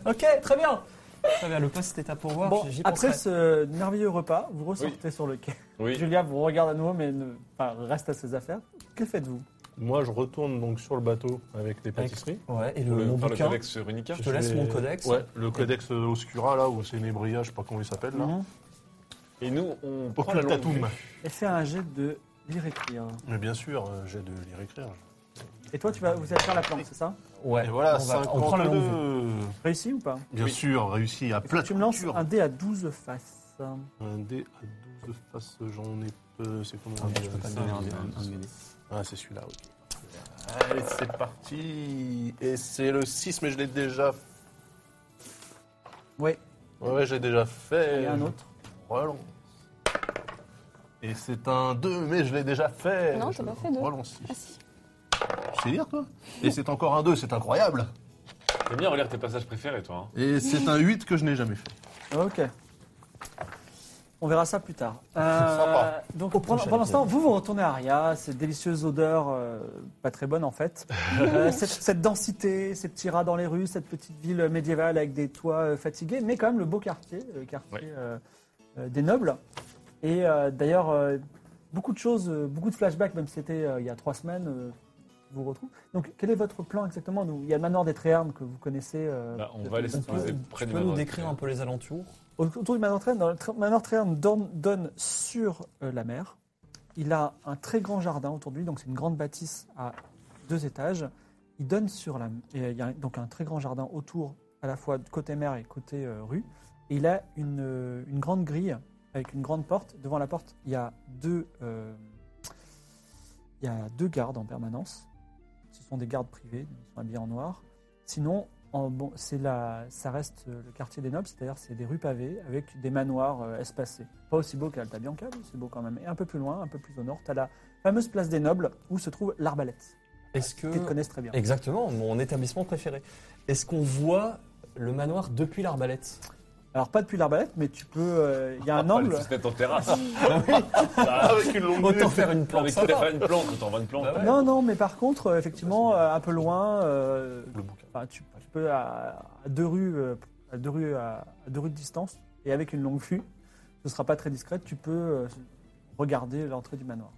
S6: Ok, très bien. Très bien, le poste est à pourvoir.
S1: bon,
S6: j'y penserai.
S1: après ce merveilleux repas, vous ressortez sur le quai.
S3: Oui.
S1: Julia vous regarde à nouveau, mais ne- enfin, reste à ses affaires. Que faites-vous
S4: Moi, je retourne donc sur le bateau avec les pâtisseries.
S6: Ouais, et le,
S3: Pour le,
S6: mon
S3: par le
S6: bouquin.
S3: codex runica.
S6: Je te laisse
S4: vais-
S6: mon codex.
S4: Ouais, le codex Oscura, là, où c'est Nébria, je sais pas comment il s'appelle, là.
S1: Mhm.
S3: Et nous, on prend la longue
S4: Occultatum.
S1: Et fais un jet de lire écrire.
S4: Mais bien sûr, euh, j'ai de les réécrire.
S1: Et toi, tu vas, vous allez faire la planque, c'est ça
S6: Ouais,
S4: Et voilà,
S6: on, va- on prend la longue vue.
S4: 52.
S1: Réussi ou pas
S4: Bien
S3: Oui.
S4: sûr, réussi à
S1: Il faut que
S4: plat
S1: Tu me lances
S4: couture.
S1: un dé à 12 faces.
S4: Un dé à 12 faces, j'en ai peu. C'est combien
S6: Ah, je peux pas te donner un dé,
S4: dé.
S6: un- un dé.
S4: Ah, c'est celui-là, ok. Allez, c'est parti. Et c'est le 6, mais je l'ai déjà fait.
S1: Oui.
S4: Ouais, j'ai déjà fait.
S1: Et un autre.
S4: Relance. Et c'est un 2, mais je l'ai déjà fait.
S5: Non,
S4: Je
S5: t'as pas
S4: le
S5: fait deux.
S4: relance.
S5: Ah si.
S4: Tu sais lire, toi Et c'est encore un 2, c'est incroyable.
S3: T'aimes bien relire tes passages préférés, toi. hein.
S4: Et c'est un 8 que je n'ai jamais fait.
S1: Ok. On verra ça plus tard. Euh,
S4: Sympa.
S1: Donc pendant, pendant ce temps, vous vous retournez à Aria, cette délicieuse odeur, euh, pas très bonne en
S3: [laughs]
S1: fait, Euh, cette, cette densité, ces petits rats dans les rues, cette petite ville médiévale avec des toits euh, fatigués, mais quand même le beau quartier, le quartier
S3: Ouais.
S1: euh, euh, des nobles. Et euh, d'ailleurs, euh, beaucoup de choses, euh, beaucoup de flashbacks, même si c'était euh, il y a trois semaines, euh, vous retrouve. Donc quel est votre plan exactement Nous, Il y a le manoir des Tréhermes que vous connaissez. euh,
S3: Bah, on va aller
S6: On
S3: se poser
S6: peut,
S3: près
S6: tu
S3: du
S6: peux nous
S3: manoir.
S6: décrire un peu les alentours
S1: Autour du manoir Tréherne, dans le tra- manoir Tréherne donne, donne sur euh, la mer. Il a un très grand jardin autour de lui, donc c'est une grande bâtisse à deux étages. Il donne sur la, et il y a donc un très grand jardin autour, à la fois de côté mer et côté euh, rue. Et il a une, euh, une grande grille avec une grande porte. Devant la porte, il y a deux, euh, il y a deux gardes en permanence. Ce sont des gardes privés, donc ils sont habillés en noir. Sinon, en, bon, c'est la, ça reste euh, le quartier des nobles, c'est-à-dire c'est des rues pavées avec des manoirs euh, espacés. Pas aussi beau qu'Alta Bianca, mais c'est beau quand même. Et un peu plus loin, un peu plus au nord, tu as la fameuse place des nobles où se trouve l'arbalète.
S6: Est-ce que.
S1: Ils
S4: Euh,
S1: te connaissent très bien.
S6: Exactement, mon établissement préféré. Est-ce qu'on voit le manoir depuis l'arbalète
S1: Alors pas depuis l'arbalète, mais tu peux... euh, Il y a
S4: [laughs]
S1: un angle...
S3: Se mettre en
S6: [laughs]
S3: terrasse.
S4: Ah, Avec une longue
S6: Autant faire une
S3: Non,
S6: planque.
S3: mais
S6: ça
S3: tu
S6: va.
S3: faire une plante, t'en vas une plante.
S6: Bah ouais.
S1: Non, non, mais par contre, euh, effectivement, euh, un peu loin, euh,
S4: Le bouquin.
S1: enfin, tu, tu peux à, à deux rues, euh, à deux rues, à, à deux rues de distance, et avec une longue vue, ce sera pas très discrète. Tu peux euh, regarder l'entrée du manoir.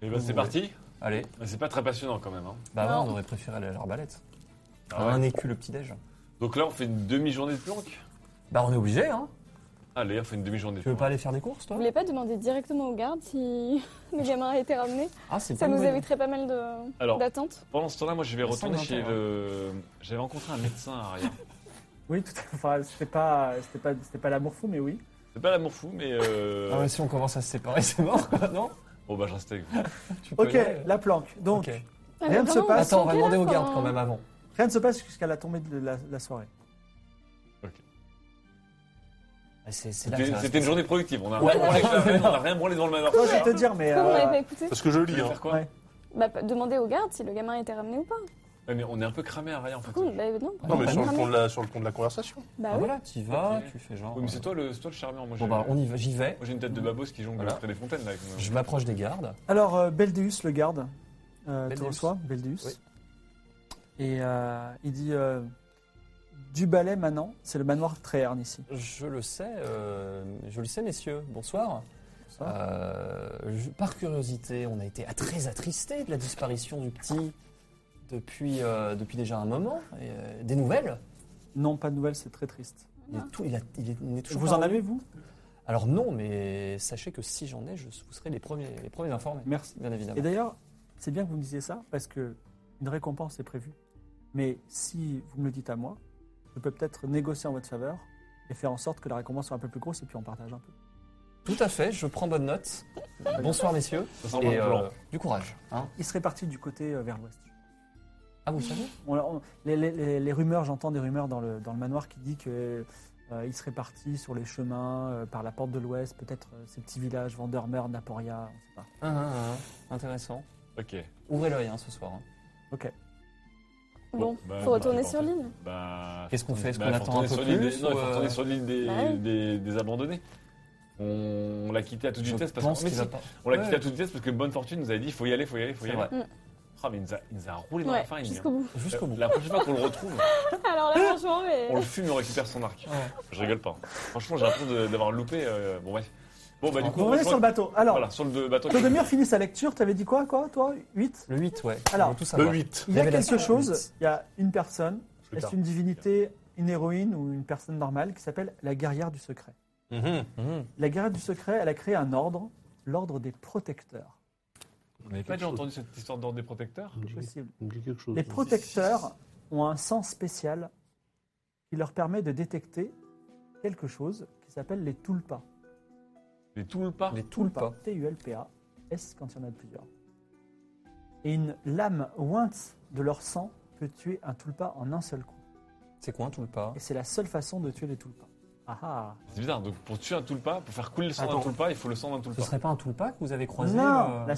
S3: Et ben, c'est parti. Bah,
S6: Allez,
S3: C'est pas très passionnant quand même. hein.
S6: bah ouais,
S5: Non.
S6: on aurait préféré aller à l'arbalète.
S3: Ah ouais.
S6: Un écu le petit-déj.
S3: Donc là, on fait une demi-journée de planque.
S6: Bah on est obligé, hein.
S3: Allez, on fait une demi-journée de
S6: Tu veux pas
S3: planque.
S6: aller faire des courses,
S5: Vous
S6: toi
S5: voulez pas demander directement aux gardes si [laughs] le gamin a été ramené
S6: Ah, c'est
S5: Ça
S6: pas une
S5: nous
S6: bonne
S5: éviterait pas mal de-
S3: Alors,
S5: d'attentes.
S3: pendant ce temps-là, moi, je vais
S6: Sans
S3: retourner chez
S6: intérêt. hein.
S3: le. J'avais rencontré un médecin à rien.
S1: Oui, tout à fait. Enfin, c'était pas, c'était pas, c'était pas l'amour fou, mais oui.
S3: C'est pas l'amour fou, mais. euh,
S6: idée. Ah, mais si on commence à se séparer, c'est mort, quoi, non
S3: Bon, bah, je reste avec vous.
S6: Tu peux
S1: Ok,
S6: aller.
S1: la planque. Donc, bah,
S6: Ok.
S5: Ah,
S1: Rien
S5: mais
S1: ne se
S5: vraiment,
S1: passe.
S6: Attends, on va
S5: s'en
S6: demander
S5: perd,
S6: aux gardes
S1: hein.
S5: enfin.
S6: quand même avant.
S1: rien ne se passe jusqu'à la tombée de la, la soirée.
S6: Ah, C'est c'est là que
S3: C'était
S6: ça
S3: c'était une journée productive. On a
S6: Ouais.
S3: rien branlé devant le- on a rien branlé devant le manoir.
S1: Toi, je vais te dire, mais
S5: Pourquoi vous
S1: euh,
S5: m'avez pas écouté
S4: Parce que je
S3: Tu
S4: lis.
S3: veux
S4: hein.
S3: faire quoi
S1: Ouais.
S5: Bah, pas- demandez aux gardes si le gamin a été ramené ou pas.
S3: Ouais, mais on est un peu cramé à rien en fait.
S5: Cool, bah non.
S4: Non, mais
S6: Ah,
S4: sur
S5: bah
S4: le,
S5: non.
S4: fond de la, sur le fond de la conversation.
S5: Bah
S6: Ah
S5: oui.
S6: voilà, tu y vas,
S3: Ok.
S6: tu fais genre. euh,
S3: Oui, mais c'est toi le, c'est toi le charmeur. Moi,
S6: Bon
S3: j'ai-
S6: bah on y va, j'y vais.
S3: moi, j'ai une tête de babos qui jongle
S6: Voilà.
S3: près des fontaines là. avec mon-
S6: Je m'approche des gardes.
S1: Alors, euh, Beldeus, le garde, euh, te
S6: Beldeus.
S1: reçoit, Beldeus.
S6: Oui.
S1: Et euh, il dit euh, Du balai maintenant, c'est le manoir Tréherne ici.
S6: Je le sais, euh, je le sais, messieurs. Bonsoir.
S1: Bonsoir.
S6: Euh, je- par curiosité, on a été à- très attristés de la disparition du petit depuis, euh, depuis déjà un moment. Et, euh, des nouvelles
S1: Non, pas de nouvelles, c'est très triste.
S6: il est, tout- il a- il est- il n'est toujours
S1: Ah. Vous
S6: pas
S1: en
S6: revenu.
S1: avez, vous
S6: Alors non, mais sachez que si j'en ai, je vous serai les premiers, les premiers informés.
S1: Merci.
S6: Bien évidemment.
S1: Et d'ailleurs, c'est bien que vous me disiez ça, parce que une récompense est prévue. Mais si vous me le dites à moi, je peux peut-être négocier en votre faveur et faire en sorte que la récompense soit un peu plus grosse et puis on partage un peu.
S6: Tout à fait, je prends bonne note. Bonsoir, messieurs.
S3: Ça sent le
S6: Et
S3: plan.
S6: euh, du courage. hein.
S1: Il serait parti du côté euh, vers l'ouest.
S6: Ah, vous savez
S1: On- on- les, les- les- les rumeurs, j'entends des rumeurs dans le, dans le manoir qui dit que euh, il serait parti sur les chemins euh, par la porte de l'Ouest, peut-être euh, ces petits villages, Vandermeer, Naporia, on sait pas.
S6: Ah, ah, ah, Intéressant.
S3: Ok.
S6: Ouvrez l'œil hein, ce soir. hein.
S5: Bon,
S3: bah,
S5: faut
S3: bah,
S5: retourner
S3: c'est
S5: sur
S3: parfait.
S5: l'île.
S3: Bah.
S6: Qu'est-ce qu'on fait Est-ce
S3: bah,
S6: qu'on
S3: faut
S6: attend un
S3: retourner
S6: peu
S3: sur l'île
S6: plus
S3: des- Non, il
S6: ou,
S3: faut
S6: euh,
S3: retourner sur l'île des,
S5: Bah oui.
S3: des, des abandonnés. On, on l'a quitté à toute
S6: Je
S3: vitesse parce
S6: pense
S3: que- mais
S6: qu'il
S3: si,
S6: va pas.
S3: on l'a
S6: Ouais.
S3: quitté à toute vitesse parce que Bonne Fortune nous avait dit faut y aller, faut y aller, faut y
S6: C'est
S3: aller.
S6: vrai.
S3: Ah, mais il nous a, il nous a roulé dans la
S5: Ouais,
S3: farine.
S5: jusqu'au bout. [laughs]
S6: Jusqu'au bout.
S3: La prochaine fois qu'on le retrouve,
S5: Alors là, franchement, mais.
S3: on le fume et on récupère son arc.
S6: Ouais.
S3: Je rigole pas. hein. Franchement, j'ai l'impression de- d'avoir loupé. euh, bon, bref. Bon, bah, du coup,
S1: Vous revenez
S3: franchement,
S1: sur le bateau. Alors,
S3: Voilà, sur le bah, bateau.
S1: Clodomir finit sa lecture, t'avais dit quoi, quoi, toi 8
S6: Le 8, ouais.
S1: Alors,
S6: On veut tout
S4: Le
S6: savoir.
S4: 8.
S1: Il y a
S6: Révélation.
S1: quelque chose, il y a une personne,
S4: Plus
S1: est-ce
S4: tard.
S1: une divinité, une héroïne ou une personne normale, qui s'appelle la guerrière du secret.
S4: Mhm.
S6: Mhm.
S1: La guerrière du secret, elle a créé un ordre, l'ordre des protecteurs.
S3: On n'avait pas déjà entendu cette histoire d'ordre des protecteurs
S4: Il me dit-
S1: Possible.
S4: il me dit quelque chose.
S1: Les protecteurs ont un sens spécial qui leur permet de détecter quelque chose qui s'appelle les tulpas.
S3: Les Toulpas
S6: Les tulpas.
S1: T-U-L-P-A. S quand il y en a plusieurs. Et une lame ointe de leur sang peut tuer un tulpa en un seul coup.
S6: C'est quoi un tulpa
S1: Et c'est la seule façon de tuer les tulpas. Ah ah
S3: C'est bizarre, donc pour tuer un Toulpa, pour faire couler le sang d'un
S6: Attends.
S3: Toulpa, il faut le sang d'un
S6: Ce
S3: Toulpa.
S6: serait pas un tulpa que vous avez croisé
S1: Non,
S6: euh,
S1: la-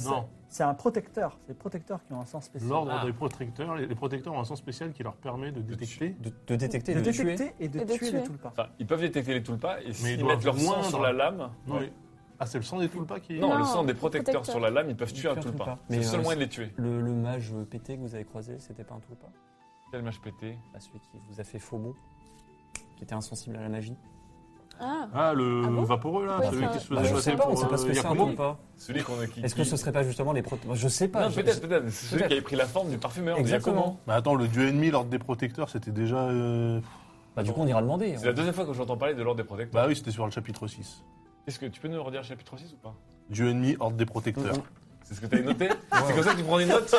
S1: C'est un protecteur. C'est les protecteurs qui ont un sens spécial.
S4: L'ordre
S3: Ah.
S4: des protecteurs, les, les protecteurs ont un sens spécial qui leur permet de détecter.
S6: de, de détecter et
S1: de
S6: de,
S1: détecter
S6: tuer.
S1: et de,
S5: Et de
S1: tuer,
S5: tuer.
S1: les tulpas.
S3: Enfin, ils peuvent détecter les Toulpas et
S4: ils
S3: s'ils
S4: doivent
S3: mettent leur sang
S4: moindre.
S3: sur la lame.
S4: Non,
S3: Ouais.
S4: mais- Ah, c'est le sang des Tulpas qui est.
S3: Non,
S5: Non,
S3: le sang des
S5: des
S3: protecteurs
S5: protecteurs.
S3: sur la lame, ils peuvent
S6: Ils
S3: tuer un
S6: tuent un
S3: Toulpa.
S6: Toulpa.
S3: C'est le
S6: Mais,
S3: seul
S6: euh,
S3: moyen de les tuer.
S6: Le, le mage pété que vous avez croisé, c'était pas un tulpa
S3: Quel mage pété.
S6: Pas Celui qui vous a fait faux bond, qui était insensible à la magie
S5: Ah,
S4: Ah, le
S5: Ah bon
S4: vaporeux là,
S5: Ouais,
S4: celui
S5: ça-
S4: qui se
S6: Bah,
S4: faisait
S6: Je sais
S4: passer
S6: pas, on
S4: pour
S6: sait pas ce
S4: euh,
S6: que c'est un
S4: Yakumo.
S6: tulpa.
S3: Celui qu'on a qui.
S6: Est-ce que
S3: qui-
S6: ce serait pas justement les protecteurs Je sais pas.
S3: Non,
S6: je-
S3: peut-être, peut-être. C'est celui
S6: Peut-être.
S3: qui avait pris la forme du parfumeur. de Giacomo.
S6: Exactement.
S4: Bah attends, le dieu ennemi, l'ordre des protecteurs, c'était déjà. euh,
S6: Bah, du coup, on ira demander.
S3: C'est la deuxième fois que j'entends parler de l'ordre des protecteurs.
S4: Bah oui, c'était sur le chapitre 6.
S3: Est-ce que tu peux nous redire le chapitre 6 ou pas
S4: Dieu ennemi, ordre des protecteurs.
S3: C'est ce que t'avais
S6: [laughs]
S3: noté C'est comme ça que tu prends des notes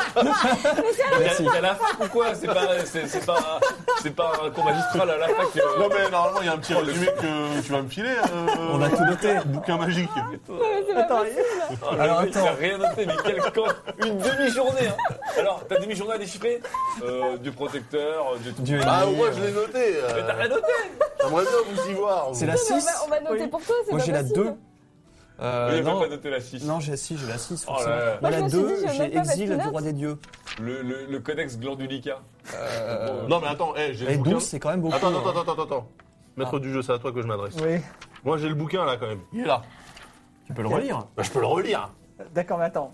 S6: Merci.
S3: Il y a la fac ou quoi C'est pas, c'est- c'est pas, c'est pas un cours magistral à la fac. euh,
S4: Non, mais normalement, il y a un petit résumé que tu vas me filer. euh,
S6: On a tout noté.
S4: Bouquin magique.
S1: Attends,
S3: Ah, le
S6: Alors,
S3: mec,
S6: attends.
S3: Il a rien noté, mais quel camp Une demi-journée hein. Alors, ta demi-journée à déchiffrer euh, Du protecteur, euh, du tout.
S6: Dieu est
S4: Ah,
S6: lié.
S4: moi, je l'ai noté. euh,
S3: Mais t'as rien noté
S4: J'aimerais bien vous y voir.
S6: C'est la
S5: Non, mais on
S6: 6.
S5: va- on va noter
S1: Oui.
S5: pour toi, c'est
S6: Moi,
S5: pas hein.
S6: j'ai la
S5: possible.
S6: 2.
S3: Ah, Il
S6: Euh,
S3: n'a
S6: non,
S3: pas noté la 6.
S6: non j'ai si, j'ai la 6.
S3: Oh là
S6: forcément.
S3: là.
S6: Moi,
S5: Moi, je
S6: la
S5: me suis dit,
S6: 2,
S5: je vais
S6: j'ai
S5: même pas mettre
S6: exil
S5: une
S6: du
S5: note.
S6: roi des dieux.
S3: Le, le, le codex glandulica.
S6: Euh,
S4: Non, mais attends, eh, j'ai
S6: Et
S4: le bouquin.
S6: 12, c'est quand même beaucoup.
S4: Attends,
S6: hein.
S4: attends, attends, attends, attends. Maître du jeu, c'est à toi que je m'adresse.
S1: oui.
S4: Moi, j'ai le bouquin là quand même. Ah. Il est là.
S6: Tu peux le relire.
S4: Bah, je peux le relire.
S1: D'accord, mais attends.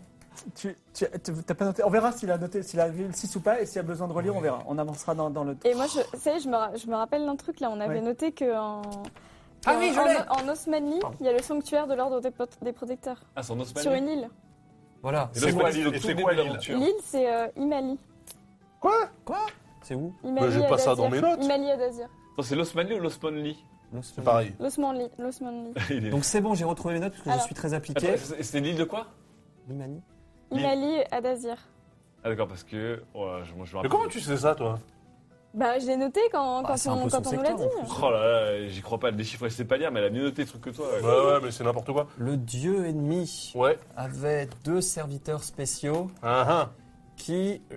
S1: Tu, tu, tu- t'as pas noté. On verra s'il a noté, s'il a vu le 6 ou pas, et s'il y a besoin de relire, on verra. On avancera dans, dans le.
S5: Et moi, je, tu sais, je me, ra- je me rappelle d'un truc là, on avait
S1: Ouais.
S5: noté que en.
S6: Ah
S5: qu'en-
S6: oui, je
S5: en-
S6: l'ai.
S5: En Osmanli, il y a le sanctuaire de l'ordre des, pot- des protecteurs.
S3: Ah, c'est en Osmanie.
S5: Sur une île.
S6: Voilà.
S3: Et
S6: C'est
S3: donc,
S6: quoi
S3: on dit le
S4: et
S3: tout
S4: c'est
S3: début
S4: quoi
S3: de
S4: l'île
S3: l'aventure.
S5: L'île, c'est euh, Imali.
S6: C'est où
S5: Imali
S4: j'ai Bah, pas ça
S5: Adazir.
S4: dans mes notes.
S5: Imali Adazir.
S3: Attends, C'est l'Osmanli ou l'Osmanli
S4: C'est pareil.
S5: L'Osmanli.
S6: [laughs]
S5: L'Osmanli.
S3: [laughs] Il est-
S6: Donc c'est bon, j'ai retrouvé mes notes parce que je
S5: Alors.
S6: suis très appliqué.
S3: Attends, c'est- C'est l'île de quoi
S6: Limani.
S5: Imali Adazir.
S3: Ah, d'accord, parce que. oh, je, moi, je me
S4: Mais
S3: rappelle.
S4: comment tu sais ça, toi
S5: Bah, je l'ai noté quand,
S6: Bah,
S5: quand
S6: c'est un
S5: on,
S6: peu
S5: quand
S6: son
S5: on nous l'a dit.
S6: secteur, en plus.
S3: Oh là là, j'y crois pas, elle déchiffre, c'est pas lire, mais elle a mieux noté le truc que toi.
S4: Ouais, Bah, ouais, mais c'est n'importe quoi.
S6: Le dieu ennemi
S4: Ouais.
S6: avait deux serviteurs spéciaux
S4: Ah, ah.
S6: qui, euh,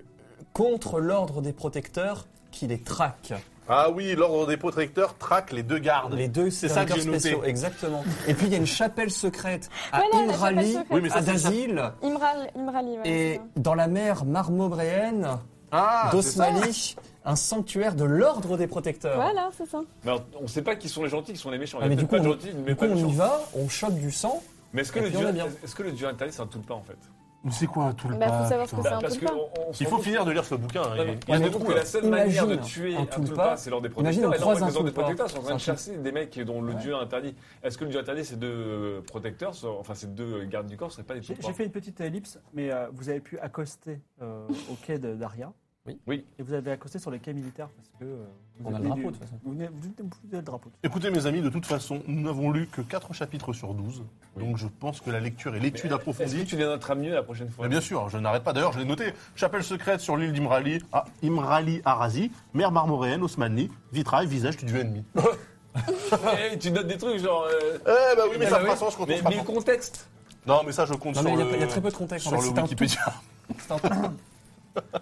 S6: contre l'ordre des protecteurs, qui les traquent.
S4: Ah oui, l'ordre des protecteurs traque les deux gardes.
S6: Les deux
S4: C'est ça que
S6: serviteurs
S4: j'ai noté.
S6: spéciaux, exactement. Et puis il y a une chapelle secrète à
S5: Voilà, la chapelle
S6: Imrali,
S5: secrète.
S4: Oui, mais ça,
S6: à
S4: c'est une
S6: Dazil,
S5: Imral, Imrali, voilà, c'est
S6: et
S5: ça.
S6: dans la mer marmobréenne
S4: Ah, c'est ça.
S6: d'Osmali, un sanctuaire de l'ordre des protecteurs.
S5: Voilà, c'est ça.
S3: Mais alors, on sait pas qui sont les gentils, qui sont les méchants. Il
S6: Ah,
S3: y a
S6: mais du
S3: peut-être
S6: coup,
S3: pas de
S6: on,
S3: gentils,
S6: du
S3: mais
S6: coup,
S3: pas de
S6: on y
S3: méchants.
S6: va, on chope du sang.
S3: Mais est-ce que,
S6: Et
S3: le
S6: puis, on
S3: dieu,
S6: est bien.
S3: est-ce que le dieu interdit, c'est un tout le pain en fait
S4: Mais c'est quoi tout
S6: Ah,
S4: le
S5: Bah,
S4: pas,
S5: faut savoir ce que
S4: putain
S5: c'est un
S3: Parce
S5: tout
S3: que
S5: le pain.
S3: on- on s'en
S4: Il faut
S3: fout.
S4: finir de lire ce bouquin. hein.
S3: Non, mais
S4: Il-
S3: Il y a
S6: on
S3: des
S6: est
S3: trucs
S6: cool.
S3: que la seule manière de
S6: Imagine
S3: tuer
S6: un
S3: un
S6: tout le
S3: tout
S6: pas,
S3: pas, c'est l'ordre des
S6: imagine on
S3: protecteurs. Et
S6: croise
S3: normalement,
S6: un
S3: les ordres des
S6: tout le pas.
S3: protecteurs sont en train de
S6: C'est un
S3: chasser des mecs dont le dieu interdit. Est-ce que le dieu interdit, ces deux protecteurs, sont- enfin ces deux gardes du corps, seraient pas des
S1: J'ai
S3: tout
S1: j'ai fait une petite ellipse, mais euh, vous avez pu accoster euh, au quai de Daria.
S6: Oui.
S3: Oui.
S1: Et vous avez accosté sur les quais militaires parce que euh, vous
S6: On a
S1: avez
S6: le
S1: du-
S6: drapeau, de toute façon.
S1: Vous venez- vous vous avez le drapeau.
S4: Écoutez, mes amis, de toute façon, nous n'avons lu que 4 chapitres sur 12. Donc je pense que la lecture et l'étude
S3: Est-ce
S4: approfondie.
S3: que tu les noteras mieux la prochaine fois
S6: Eh
S4: Mais bien sûr, je n'arrête pas. D'ailleurs, je l'ai noté. Chapelle secrète sur l'île d'Imrali, ah, Imrali Arasi, mer marmoréenne, Osmanli, vitrail, visage du dieu [laughs] ennemi. eh
S6: ben.
S3: Eh, Tu notes des trucs genre. euh,
S4: bah oui, mais
S3: eh
S4: ça
S3: bah
S4: fera
S3: oui.
S4: sens quand on
S3: Mais
S4: sera
S3: mais le
S4: con-
S3: contexte
S4: Non, mais ça, je compte
S6: Non,
S4: sur
S6: Ah, mais il y a
S4: le-
S6: pas- il y a très peu de contexte. En
S4: Sur
S6: fait,
S4: le
S6: c'est un
S4: Wikipédia.
S6: C'est un tout.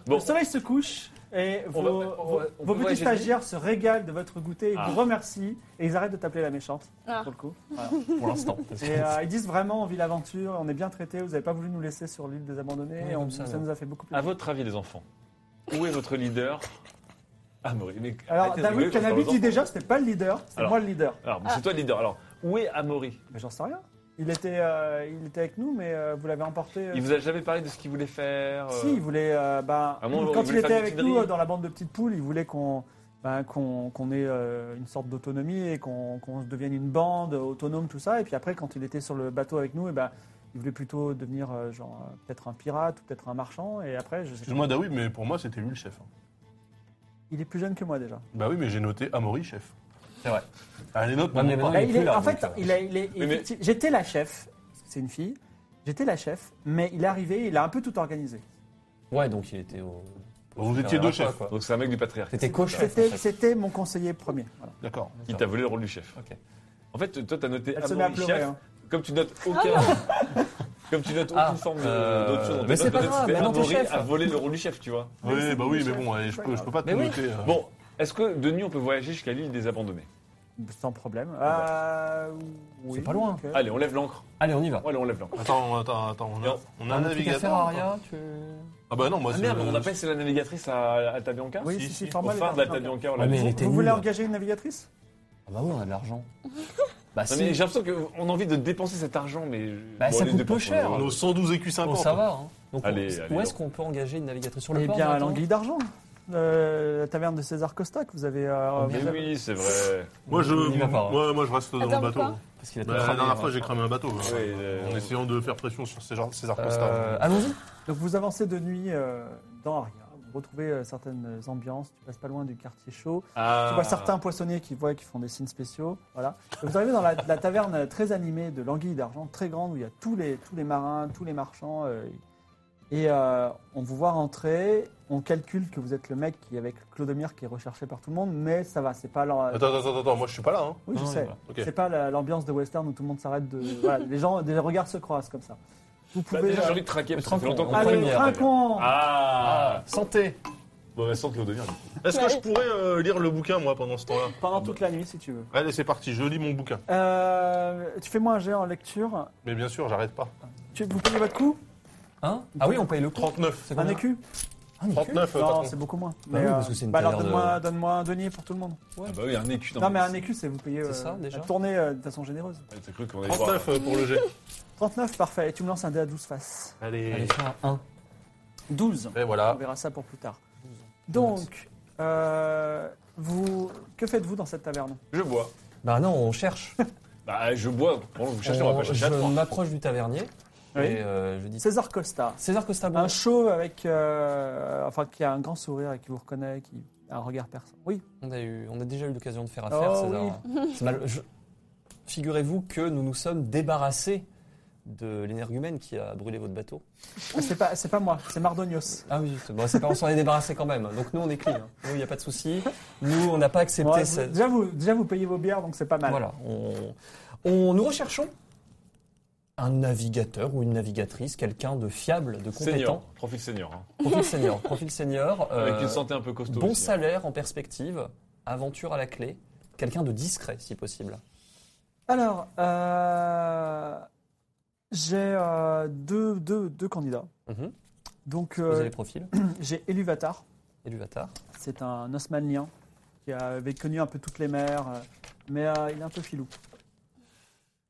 S3: Bon.
S1: Le soleil se couche et vos,
S3: On va- on va-
S1: vos-
S3: on
S1: vos
S3: peut
S1: petits
S3: voyager.
S1: stagiaires se régalent de votre goûter, ils
S3: Ah.
S1: vous remercient et ils arrêtent de t'appeler la méchante
S5: Ah.
S1: pour le coup. Voilà.
S6: pour l'instant.
S1: Et euh, ils disent vraiment on vit l'aventure, on est bien traités, vous n'avez pas voulu nous laisser sur l'île des abandonnés,
S6: Ouais,
S1: et on-
S6: comme ça,
S1: ça,
S6: ouais.
S1: nous a fait beaucoup
S3: À
S1: plaisir.
S3: votre avis, les enfants, où est
S1: [laughs]
S3: votre leader Ah, Maurice, mais
S1: Alors
S3: arrêtez de rigoler
S1: David
S3: quand je parle
S1: Cannabis
S3: aux
S1: dit
S3: enfants.
S1: déjà c'était pas le leader, c'est
S3: Alors.
S1: moi le leader.
S3: Alors, mais c'est toi le leader. Alors, où est Amaury
S1: Mais j'en sais rien. Il était, euh, il était avec nous, mais euh, vous l'avez emporté. euh,
S3: Il vous a jamais parlé de ce qu'il voulait faire euh,
S1: Si, il voulait. euh, bah,
S3: Ah bon, il
S1: quand
S3: voulait
S1: il était
S3: faire
S1: avec
S3: des
S1: nous
S3: petites
S1: euh, dans la bande de petites poules, il voulait qu'on bah, qu'on qu'on ait euh, une sorte d'autonomie et qu'on qu'on devienne une bande autonome, tout ça. Et puis après, quand il était sur le bateau avec nous, et ben il voulait plutôt devenir euh, genre euh, peut-être un pirate ou peut-être un marchand. Et après, je sais pas.
S4: Excuse-moi, Daoui, mais pour moi, c'était lui le chef. hein.
S1: Il est plus jeune que moi déjà.
S4: Bah oui, mais j'ai noté Amaury, chef.
S6: C'est vrai.
S4: Ah, les notes,
S6: Ouais,
S4: ne
S6: mais
S4: mentent pas.
S6: maintenant,
S1: Bah, il
S6: plus
S1: est-
S6: là,
S1: en
S6: donc,
S1: fait,
S6: euh,
S1: il est- il est-
S3: mais-
S1: effecti- j'étais la chef, parce que c'est une fille. J'étais la chef, mais il est arrivé, il a un peu tout organisé.
S6: Ouais, donc il était au.
S4: Vous étiez deux chefs.
S6: quoi.
S3: Donc, c'est un mec du patriarcat.
S6: C'était co-chef. en
S1: C'était
S6: fait.
S1: c'était mon conseiller premier. voilà.
S4: D'accord.
S3: Il t'a volé le rôle du chef.
S6: Ok.
S3: En fait, toi, t'as noté
S1: Elle se met à
S3: Amaury
S1: pleurer.
S3: chef.
S1: hein.
S3: Comme tu notes aucun. [laughs] Comme tu notes aucune
S6: Ah,
S3: forme de-
S6: euh,
S3: d'autre chose. dans tes
S6: mais c'est
S3: notes,
S6: pas
S3: peut-être
S6: grave,
S3: c'était
S6: maintenant t'es
S3: Amaury
S6: chef.
S3: a volé le rôle du chef, tu vois.
S4: Oui, bah oui, mais bon, allez, je peux, je peux pas tout
S6: Mais oui.
S4: noter. euh.
S3: Bon, est-ce que de nuit on peut voyager jusqu'à l'île des abandonnés
S1: Sans problème. Euh, oui,
S6: Ah, pas loin. Ah,
S1: ok.
S3: Allez, on lève l'ancre.
S6: Allez, on y va.
S3: Allez, on lève l'ancre.
S4: Attends, attends, attends. On a,
S3: Non.
S4: on a un
S6: truc à
S4: navigateur.
S6: faire, Aria tu...
S4: Ah bah non, moi,
S3: Ah
S4: c'est.
S3: merde, on n'a pas essayé la navigatrice à, à Tabianca
S1: Oui, si,
S3: si,
S1: si,
S3: si.
S1: format
S3: Au phare de la
S1: les
S3: Tabianca, on
S6: Ouais,
S3: l'a
S6: mais
S3: vu.
S6: elle
S1: Vous,
S6: était
S1: vous voulez
S6: nulle.
S1: engager une navigatrice
S6: Ah bah oui, on a
S5: [laughs]
S6: de l'argent.
S3: Non,
S6: Bah
S3: mais
S6: si.
S3: j'ai l'impression qu'on a envie de dépenser cet argent, mais.
S6: Bah, ça
S3: on les
S6: coûte peu
S3: dépense,
S6: cher.
S3: on-
S4: Nos 112 écus
S6: Bon,
S4: 50.
S6: ça va. Hein. Donc,
S3: Allez,
S6: on-
S3: allez,
S6: où est-ce
S3: donc.
S6: qu'on peut engager une navigatrice sur le
S1: Eh
S6: port
S1: bien, à
S6: maintenant
S1: l'anguille d'argent. Euh, la taverne de César Costa que vous avez.
S6: Oh,
S1: euh,
S3: Mais
S1: vous avez-
S3: oui, c'est vrai.
S4: Moi, je,
S6: On y va pas, hein.
S4: ouais, moi, je reste dans
S5: Attends,
S4: le bateau.
S5: pourquoi
S6: Parce qu'il a
S4: Bah,
S6: tout
S4: la
S6: cramé,
S4: dernière
S6: hein.
S4: fois, j'ai cramé un bateau.
S3: euh,
S4: en essayant de faire pression sur César, César Costa.
S6: Euh, Allons-y.
S1: Donc vous avancez de nuit euh, dans Aria. Vous retrouver euh, certaines ambiances. Tu passes pas loin du quartier chaud.
S3: Ah.
S1: Tu vois certains poissonniers qui voient qui font des signes spéciaux. Voilà. Et vous arrivez dans la, la taverne euh, très animée de l'anguille d'argent, très grande, où il y a tous les, tous les marins, tous les marchands. euh, et euh, on vous voit rentrer. On calcule que vous êtes le mec qui est avec Clodomir qui est recherché par tout le monde, mais ça va, c'est pas leur. euh,
S4: Attends, attends, attends, moi je suis pas là. Hein.
S1: Oui, je
S6: Non,
S1: sais.
S6: il va.
S4: Ok.
S1: C'est pas la- l'ambiance de western où tout le monde s'arrête de. voilà, les gens, des regards se croisent comme ça. Vous
S3: Bah,
S1: pouvez.
S3: déjà, j'ai envie de traquer parce que ça fait
S6: Trinquons.
S3: longtemps qu'on
S6: Allez,
S3: prend une
S1: Allez,
S3: bière.
S1: trinquons
S3: Ah
S6: Santé
S3: Bon, bah, sans Claude Mire, du coup.
S4: Est-ce que je pourrais euh, lire le bouquin, moi, pendant ce temps-là
S1: Pendant
S6: Ah,
S1: toute
S6: bah.
S1: la nuit, si tu veux.
S4: Allez, c'est parti, je lis mon bouquin.
S1: Euh, tu fais moi un jet en lecture.
S4: Mais bien sûr, j'arrête pas.
S1: Tu, vous payez votre coup
S6: Hein Ah oui, on paye le coup. Ah,
S4: 39.
S6: C'est
S1: Un
S6: combien
S1: écu
S6: Un écu
S4: 39, euh,
S1: Non,
S4: patron.
S1: c'est beaucoup moins.
S6: oui, parce que c'est une
S1: bah alors
S6: taverne,
S1: donne-moi
S6: euh,
S1: donne-moi un denier pour tout le monde.
S3: Ah bah oui, un écu dans
S1: non,
S3: le-
S1: mais un écu, c'est vous payez
S6: C'est
S1: euh,
S6: ça, déjà
S1: la tournée euh, de façon généreuse.
S3: Ouais, T'as cru qu'on allait voir.
S4: 39 euh, pour le jet.
S1: 39, parfait. Et tu me lances un dé à 12 faces.
S6: Allez,
S4: Allez.
S6: faire un 1.
S1: 12.
S4: Et
S1: On
S4: voilà.
S1: verra ça pour plus tard. Donc, euh, vous, que faites-vous dans cette taverne
S3: Je bois.
S6: Bah non, on cherche.
S3: Bah, je bois. Bon, vous cherchez, on, va
S6: On-
S3: pas [laughs] chercher à
S6: je
S3: trois.
S6: m'approche du tavernier
S1: Oui.
S6: et euh, je dis
S1: César Costa,
S6: César Costa
S1: un
S6: Blanc.
S1: chauve avec, euh, enfin, qui a un grand sourire et qui vous reconnaît, qui a un regard persan. Oui,
S6: On a, eu, on a déjà eu l'occasion de faire affaire,
S1: Oh,
S6: [laughs] César. C'est mal- je- Figurez-vous que nous nous sommes débarrassés de l'énergumène qui a brûlé votre bateau.
S1: Ah, c'est pas, c'est pas moi, c'est Mardonios.
S6: Ah oui, c'est- bon, c'est pas, on s'en est débarrassé quand même. Donc nous, on est clean. hein. Nous, il n'y a pas de souci. Nous, on n'a pas accepté
S1: Ouais, vous-
S6: cette.
S1: déjà, vous, déjà, vous payez vos bières, donc c'est pas mal.
S6: Voilà. On, on- nous recherchons un navigateur ou une navigatrice, quelqu'un de fiable, de
S3: Senior,
S6: compétent.
S3: profil senior. hein.
S6: Profil senior. Profil senior.
S3: Avec
S6: euh,
S3: une santé un peu costaud.
S6: Bon
S3: aussi, hein.
S6: salaire en perspective, aventure à la clé, quelqu'un de discret si possible.
S1: Alors, euh, j'ai euh, deux, deux, deux candidats.
S6: Mhm.
S1: Donc,
S6: Vous
S1: euh,
S6: avez les profils
S1: j'ai Eluvatar,
S6: et du Vatar.
S1: c'est un Osmanlien qui avait connu un peu toutes les mers, euh, mais euh, il est un peu filou.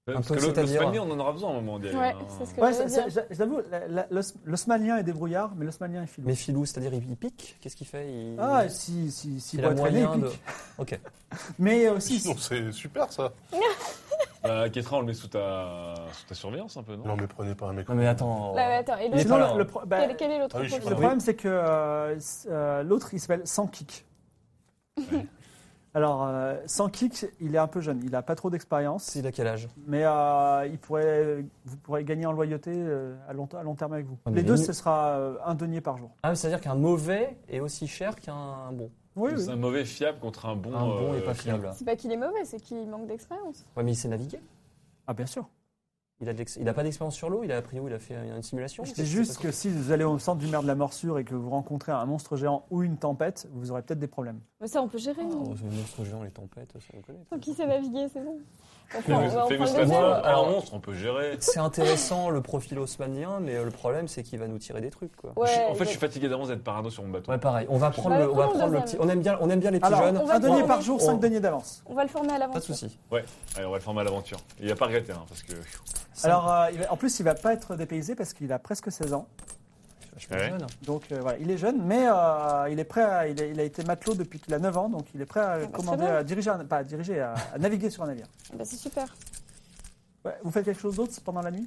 S3: Ouais,
S6: Un
S3: Parce
S6: peu,
S3: que le- le
S6: c'est-à-dire-
S3: Spanier, on en aura besoin à un moment. Diane,
S6: euh,
S5: Ouais,
S3: hein.
S5: c'est ce que
S1: Ouais, c'est-
S5: j'allais
S1: c'est-
S5: dire.
S1: j'a- j'avoue, la- la- l'os- l'osmanlien est débrouillard, mais l'osmanlien est filou.
S6: Mais filou, c'est-à-dire il il pique Qu'est-ce qu'il fait il...
S1: Ah, si, si, si,
S6: il
S1: pour
S6: a
S1: être aîné,
S6: moyen
S1: il
S6: de.
S1: pique.
S6: [laughs] Ok.
S1: Mais euh,
S6: [laughs]
S1: aussi,
S4: Sinon, c'est super ça.
S3: Bah, Kétra, on le met sous ta, sous ta surveillance un peu, non
S4: Non, mais prenez pas un mec.
S6: Non mais attends.
S5: Bah, ouais, attends, et
S6: est
S1: sinon,
S5: l'autre
S6: pas là, hein.
S1: le, le pro- bah,
S5: quel, quel est l'autre
S4: Ah oui, je
S5: profil
S1: le
S4: là.
S1: problème, c'est que euh, s- euh, l'autre, il s'appelle Sankik. Alors, euh, Sankik, il est un peu jeune, il n'a pas trop d'expérience,
S6: S'il a quel âge
S1: mais euh, il pourrait, vous pourrez gagner en loyauté euh, à, long, à long terme avec vous.
S6: Ah, mais
S1: Les deux,
S6: il-
S1: ce sera euh, un denier par jour.
S6: Ah, mais c'est-à-dire qu'un mauvais est aussi cher qu'un bon.
S1: Oui,
S3: C'est un mauvais fiable contre un bon.
S6: Un bon
S3: euh,
S6: est pas fiable.
S5: C'est pas qu'il est mauvais, c'est qu'il manque d'expérience.
S6: Ouais, mais il sait naviguer.
S1: Ah, bien sûr.
S6: Il a, de l'ex- il a pas d'expérience sur l'eau. Il a appris où Il a fait une simulation.
S1: C'est juste que si vous allez au centre du mer de la morsure et que vous rencontrez un monstre géant ou une tempête, vous aurez peut-être des problèmes.
S5: Mais Bah, ça, on peut gérer. nous.
S6: Oh, c'est le monstre géant, les tempêtes, ça nous connaît.
S5: Tant qu'il sait naviguer, c'est bon. On prend, on va-
S3: Fais-nous fais-nous
S5: on prend le
S3: statuer.
S5: deuxième.
S6: Ouais,
S3: Un
S6: alors-
S3: monstre, on peut gérer.
S6: C'est intéressant le profil haussmannien, mais euh, le problème c'est qu'il va nous tirer des trucs quoi.
S3: Je suis-
S5: Ouais,
S3: en fait, je suis fatigué d'avance d'être parano sur mon bateau.
S6: Ouais, pareil. On va prendre,
S5: Bah,
S6: le, on va
S5: prends le
S6: prendre le petit.
S5: deuxième.
S6: On aime bien, on aime bien les petits
S1: Alors,
S6: jeunes.
S5: on va
S1: un denier
S5: prendre-
S1: par jour, cinq
S6: on-
S1: deniers d'avance.
S5: on va le former à l'avance.
S6: Pas de souci.
S3: Allez, on va le former à l'aventure. Il a pas regretté, hein, parce que.
S1: Alors, euh, il va- en plus, il va pas être dépaysé parce qu'il a presque 16 ans.
S6: Je suis pas
S3: Ouais.
S6: jeune.
S1: Donc, euh, voilà, il est jeune, mais euh, il est prêt. À, il, est- il a été matelot depuis qu'il a 9 ans, donc il est prêt à
S5: bah,
S1: commander,
S5: c'est bien.
S1: à diriger, un- pas à diriger, à, à naviguer sur un navire.
S5: Bah, c'est super.
S1: Ouais, vous faites quelque chose d'autre pendant la nuit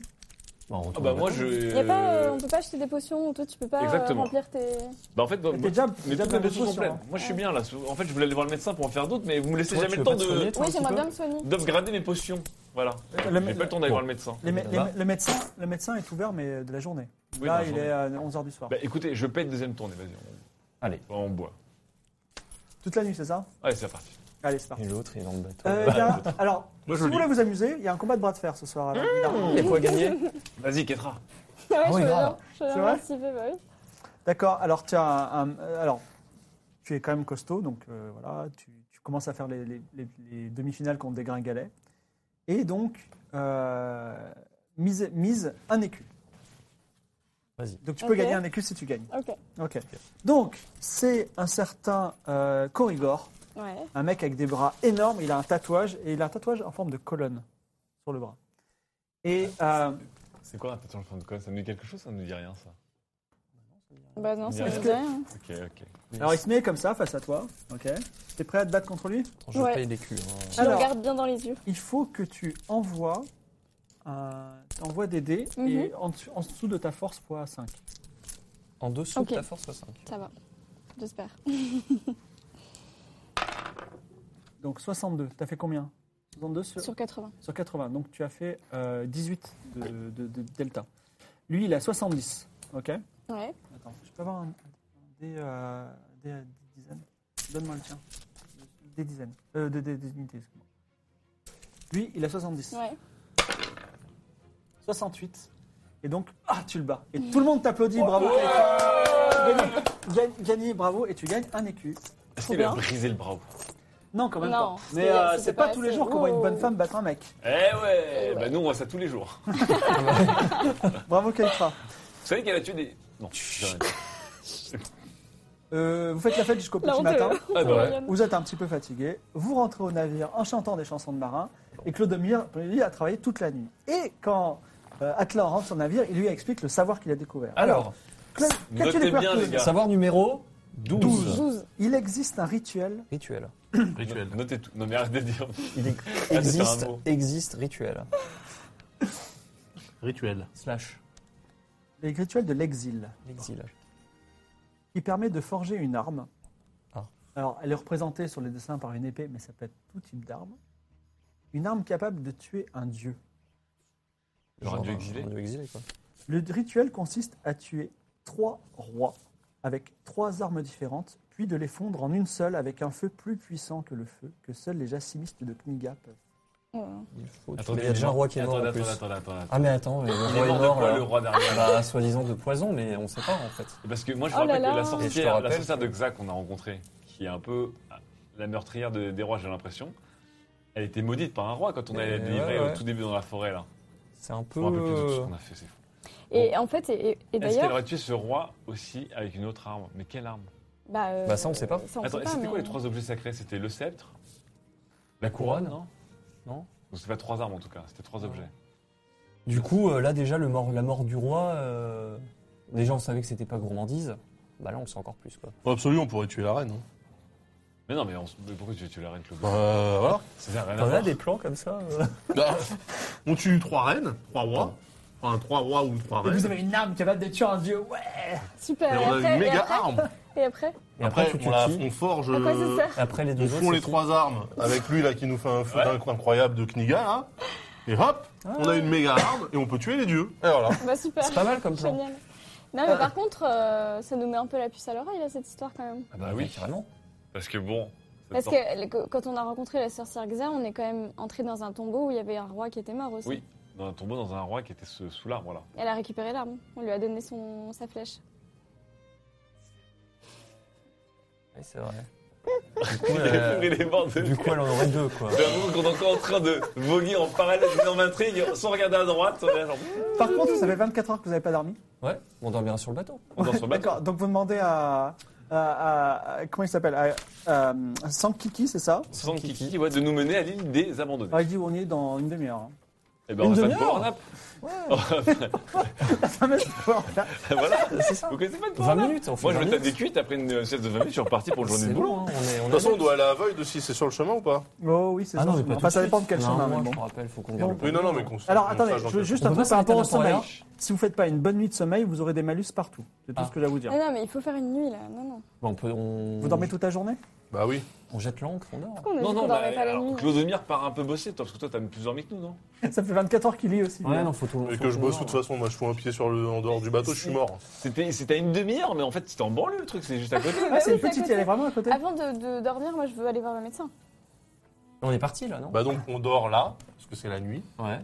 S3: Ah bah, moi, je.
S5: Y a pas, euh, on peut pas acheter des potions, toi tu peux pas euh,
S3: Exactement.
S5: remplir tes.
S3: Bah, en fait, bah,
S1: T'es
S3: moi-
S1: déjà- t'es
S3: mes
S1: déjà
S3: toutes
S1: plein
S3: mes
S1: de
S3: potions sont
S1: potions,
S3: pleines.
S1: hein.
S3: Moi, je suis bien là. sous- En fait, je voulais aller voir le médecin pour en faire d'autres, mais vous me laissez
S6: Toi,
S3: jamais
S6: tu
S3: le
S6: veux
S3: temps
S6: pas te soigner,
S3: de
S6: toi, un
S5: Oui,
S6: petit
S5: j'aimerais
S6: peu
S5: bien me soigner.
S3: d'upgrader mes potions. Voilà.
S1: hein. Le-
S3: J'ai pas le temps d'aller voir le médecin.
S1: Les mé- les-
S6: Là-bas.
S1: le, médecin, le médecin est ouvert, mais euh, de la journée.
S3: Oui,
S1: Là,
S3: bah,
S1: il
S3: j'en ai-
S1: est à 11h du soir.
S3: Bah, écoutez, je paye une deuxième tournée, vas-y. on-
S6: Allez.
S3: On boit.
S1: Toute la nuit, c'est ça
S3: Allez, c'est parti.
S1: Allez, c'est parti.
S6: Et l'autre, il est dans le bateau.
S1: Euh, il y
S6: [laughs]
S1: a- alors, si
S4: Moi, je
S1: vous
S4: lis.
S1: voulez vous amuser, il y a un combat de bras de fer ce soir. à la ville d'Arles.
S6: Il y a quoi gagner
S3: Vas-y, Ketra.
S5: [laughs] Ouais,
S6: oui,
S5: je veux
S6: grave.
S5: bien. Je veux
S1: C'est
S5: bien
S1: vrai
S5: participer, bah oui.
S1: D'accord. Alors, tu as un- un- euh, alors, tu es quand même costaud, donc euh, voilà, tu, tu commences à faire les, les- les- les demi-finales contre des gringalets. Et donc, euh, mise, mise un écu.
S6: Vas-y.
S1: Donc, tu peux
S5: Ok.
S1: gagner un écu si tu gagnes.
S5: Ok.
S1: Ok. Donc, c'est un certain euh, Corrigor,
S5: Ouais.
S1: un mec avec des bras énormes. Il a un tatouage et il a un tatouage en forme de colonne sur le bras. Et euh,
S3: C'est quoi un tatouage en forme de conne Ça nous dit quelque chose Ça nous dit rien, ça
S5: Bah non, ça
S3: Est-ce
S5: me
S3: que-
S5: dit rien.
S3: Ok, ok.
S1: alors, il se met comme ça face à toi. Ok. T'es prêt à te battre contre lui
S6: Attends, je
S5: Ouais.
S6: paye les culs. hein.
S5: Je le regarde bien dans les yeux.
S1: il faut que tu envoies, un- t'envoies des dés
S5: Mhm.
S1: et en, dessous- en dessous de ta force fois 5.
S6: En dessous
S5: Ok.
S6: de ta force 5.
S5: Ça va. j'espère.
S1: Donc 62, t'as fait combien 62 sur,
S5: Sur 80.
S1: sur 80, donc tu as fait euh, 18 de, de- de delta. Lui, il a 70, ok
S5: Ouais.
S1: Attends, je peux avoir un, un dé, euh, dé à dizaines Donne-moi le tien. Des dizaines. Euh, des, des- des unités, excuse-moi. Lui, il a 70.
S5: Ouais.
S1: 68. Et donc, ah, tu le bats. Et tout le monde t'applaudit, bravo. Gagné, gagne- gagné, bravo. Et tu gagnes un écu.
S3: Est-ce
S5: Trop
S3: qu'il a
S5: bien.
S3: brisé le bravo
S1: Non, quand même pas.
S5: Non, c'était-
S1: Mais euh,
S5: c'était
S1: c'est pas,
S5: pas
S1: tous les
S5: assez.
S1: jours qu'on voit une
S5: Wow.
S1: bonne femme battre un mec.
S3: Eh ouais, Bah nous on voit ça tous les jours. Vous
S1: Bravo, Keitra.
S3: savez qu'elle a tué des... Non, j'arrête.
S1: Euh, vous faites la fête jusqu'au
S5: La
S1: petit
S5: honte.
S1: matin.
S3: Ah bah ouais.
S5: Marianne.
S1: Vous êtes un petit peu fatigué. Vous rentrez au navire en chantant des chansons de marins. Et Claude Mire, lui, a travaillé toute la nuit. Et quand euh, Atlan rentre sur le navire, il lui explique le savoir qu'il a découvert.
S6: Alors,
S1: Claude,
S3: Notez
S1: qu'as-tu découvert,
S3: bien,
S1: Claude
S3: les gars.
S6: savoir numéro 12.
S5: 12.
S1: Il existe un rituel
S6: Rituel.
S3: Rituel. Notez tout. Non mais arrête de dire.
S6: Il ex-
S3: un
S6: existe,
S3: mot.
S6: existe rituel.
S4: Rituel.
S6: Slash.
S1: les rituels de l'exil.
S6: L'exil.
S1: qui permet de forger une arme.
S6: Ah.
S1: Alors, elle est représentée sur les dessins par une épée, mais ça peut être tout type d'arme. Une arme capable de tuer un dieu.
S3: Genre un dieu
S6: un-
S3: exilé.
S6: un dieu exilé, quoi.
S1: Le rituel consiste à tuer trois rois avec trois armes différentes, puis de les fondre en une seule avec un feu plus puissant que le feu que seuls les jacimistes de Kniga peuvent.
S5: Ouais.
S6: Il faut-
S3: Attendez,
S6: mais il y a déjà un roi qui est mort.
S3: Attends,
S6: en plus.
S3: attends, attends, attends, attends.
S6: Ah, mais attends, mais le
S3: Il
S6: roi
S3: est
S6: est
S3: mort de
S6: mort.
S3: quoi
S6: là.
S3: le roi derrière
S6: Bah, soi-disant de poison, mais on sait pas en fait.
S3: Parce que moi je
S5: Oh
S3: me rappelle
S5: là
S3: que la
S5: là.
S3: sorcière,
S6: Et je te
S3: la
S6: rappelle
S3: sorcière
S6: que-
S3: de Xa qu'on a rencontrée, qui est un peu ah, la meurtrière de- des rois, j'ai l'impression, elle était maudite par un roi quand on
S6: Mais
S3: allait la délivrer
S6: ouais, ouais.
S3: au tout début dans la forêt là.
S6: C'est un
S3: Je
S6: peu.
S3: me rappelle plus de tout ce qu'on a fait, c'est fou.
S5: Et en fait, et, et- et
S3: Est-ce qu'elle
S5: d'ailleurs.
S3: aurait tué ce roi aussi avec une autre arme Mais quelle arme
S5: Bah, euh,
S6: Bah, ça, on sait pas.
S5: ça, on
S3: Attends,
S5: sait
S3: et
S5: pas,
S3: c'était
S5: mais-
S3: quoi les trois objets sacrés C'était le sceptre
S6: La couronne.
S3: non
S6: Non.
S3: Donc c'est pas trois armes en tout cas, c'était trois
S6: Non.
S3: objets.
S6: Du coup, euh, là déjà, le mort, la mort du roi, euh, déjà on savait que c'était pas gourmandise. Bah là, on le sait encore plus quoi.
S4: Oh, absolument, on pourrait tuer la reine. hein.
S3: Mais non, mais, on se- mais pourquoi tu tu la reine Claude
S4: Bah voilà.
S3: Ça sert à rien à
S6: T'en as
S3: voir.
S6: des plans comme ça euh.
S1: [laughs]
S4: Bah, on tue trois reines, trois rois. Enfin, trois rois ou trois reines.
S1: avez une arme capable de tuer un dieu, ouais
S5: Super.
S4: Et
S5: Et
S4: on a
S5: après,
S4: une
S5: et
S4: méga
S5: après,
S4: arme.
S5: et après
S6: Et
S4: Après,
S6: après, tu tues
S4: on, la-
S6: qui
S4: on forge. euh,
S5: À quoi ça sert
S6: Et Après les
S4: On
S6: deux
S4: fond
S6: autres.
S4: les
S6: c'est qui
S4: trois armes avec lui là qui nous fait un feu
S3: Ouais.
S4: d'inc- incroyable de Kniga là. Et hop, on a une méga arme et on peut tuer les dieux. Et voilà.
S5: Bah, super.
S6: Ah, C'est pas mal comme plan.
S5: Génial. Non, mais par contre, euh, ça nous met un peu la puce à l'oreille, là, cette histoire, quand même.
S3: Ah bah oui,
S6: carrément.
S3: parce que bon. ça
S5: Parce
S3: sort-
S5: que le- que- quand on a rencontré la sorcière Xa, on est quand même entré dans un tombeau où il y avait un roi qui était mort aussi.
S3: Oui, dans un tombeau, dans un roi qui était sous sous l'arbre là.
S5: Elle a récupéré l'arme. On lui a donné son, sa flèche.
S6: Oui, c'est vrai. Du coup, euh,
S3: [laughs] Il est mort de
S6: du coup, elle en aurait deux quoi.
S3: J'avoue qu'on est encore en train de voguer en parallèle d'une intrigue sans regarder à droite. On, est genre,
S1: Par contre, ça fait 24 heures que vous n'avez pas dormi.
S6: Ouais, on dormira sur le bateau.
S3: on danse sur le bateau.
S1: D'accord, donc vous demandez à. à- à- à- comment il s'appelle à, à- à Sankiki, c'est ça
S3: Sans Kiki, ouais, de nous mener à l'île des abandonnés.
S1: Alors, il dit on y est dans une demi-heure. hein.
S3: Eh ben,
S1: Une
S3: on va faire une
S1: demi-heure
S3: power nap.
S6: hein.
S1: Ah, mais c'est fort, là.
S3: [laughs] voilà, Vous connaissez pas de
S6: 20
S3: power nap
S6: minutes, on fait
S3: Moi, je
S6: 20
S3: me tape des
S6: minutes.
S3: cuites après une euh, sieste de 20 minutes, je suis reparti pour une journée
S6: C'est
S3: de
S6: bon,
S3: boulot.
S6: hein, on est- on
S4: De
S6: est
S4: toute façon, on
S6: adepte.
S4: doit aller à Void aussi, c'est sur le chemin ou pas
S1: Oh oui, c'est
S6: Ah
S1: ça.
S6: non, mais pas tout
S1: enfin,
S6: de
S1: ça
S6: suite.
S1: dépend de quel
S6: Non,
S1: chemin,
S6: moi,
S1: mais bon.
S6: Je me rappelle, faut qu'on dorme.
S4: Oui, non, non, mais qu'on
S1: Alors
S4: qu'on
S1: attendez,
S4: sache dans
S1: je veux
S4: quel-
S1: juste
S6: On
S1: un
S6: peut
S1: truc
S6: pas
S1: par rapport au
S6: s'arrêter à
S1: sommeil.
S6: l'intérieur
S1: Si vous faites pas une bonne nuit de sommeil, vous aurez des malus partout. C'est tout
S6: Ah.
S1: ce que j'ai à vous dire.
S5: Ah non, mais il faut faire une nuit, là. Non, non.
S6: Bah, on peut, on...
S1: Vous dormez toute la journée [laughs]
S4: Bah oui.
S6: On jette l'ancre, on dort.
S5: Pourquoi on a dit qu'on
S3: bah,
S5: dormait pas la
S3: alors,
S5: nuit hein
S3: Clodomir part un peu bosser, toi, parce que toi, t'as plus dormi que nous, non
S1: Ça fait 24 heures qu'il lit aussi.
S6: Ouais, non, faut tout.
S4: Et
S6: faut
S4: que je
S6: tout
S4: bosse de
S6: dormir.
S4: toute façon, moi je fous un pied sur le en dehors du bateau, je suis mort.
S3: C'était c'était à une demi-heure, mais en fait, c'était en banlieue, le truc, c'est juste à côté.
S1: Ah, c'est
S5: oui,
S1: une
S5: c'est à
S1: petite,
S5: côté. Ah
S1: elle est vraiment à côté.
S5: Avant de, de dormir, moi, je veux aller voir le médecin.
S6: On est parti là, non
S4: Bah donc on dort là, parce que c'est la nuit.
S6: Ouais.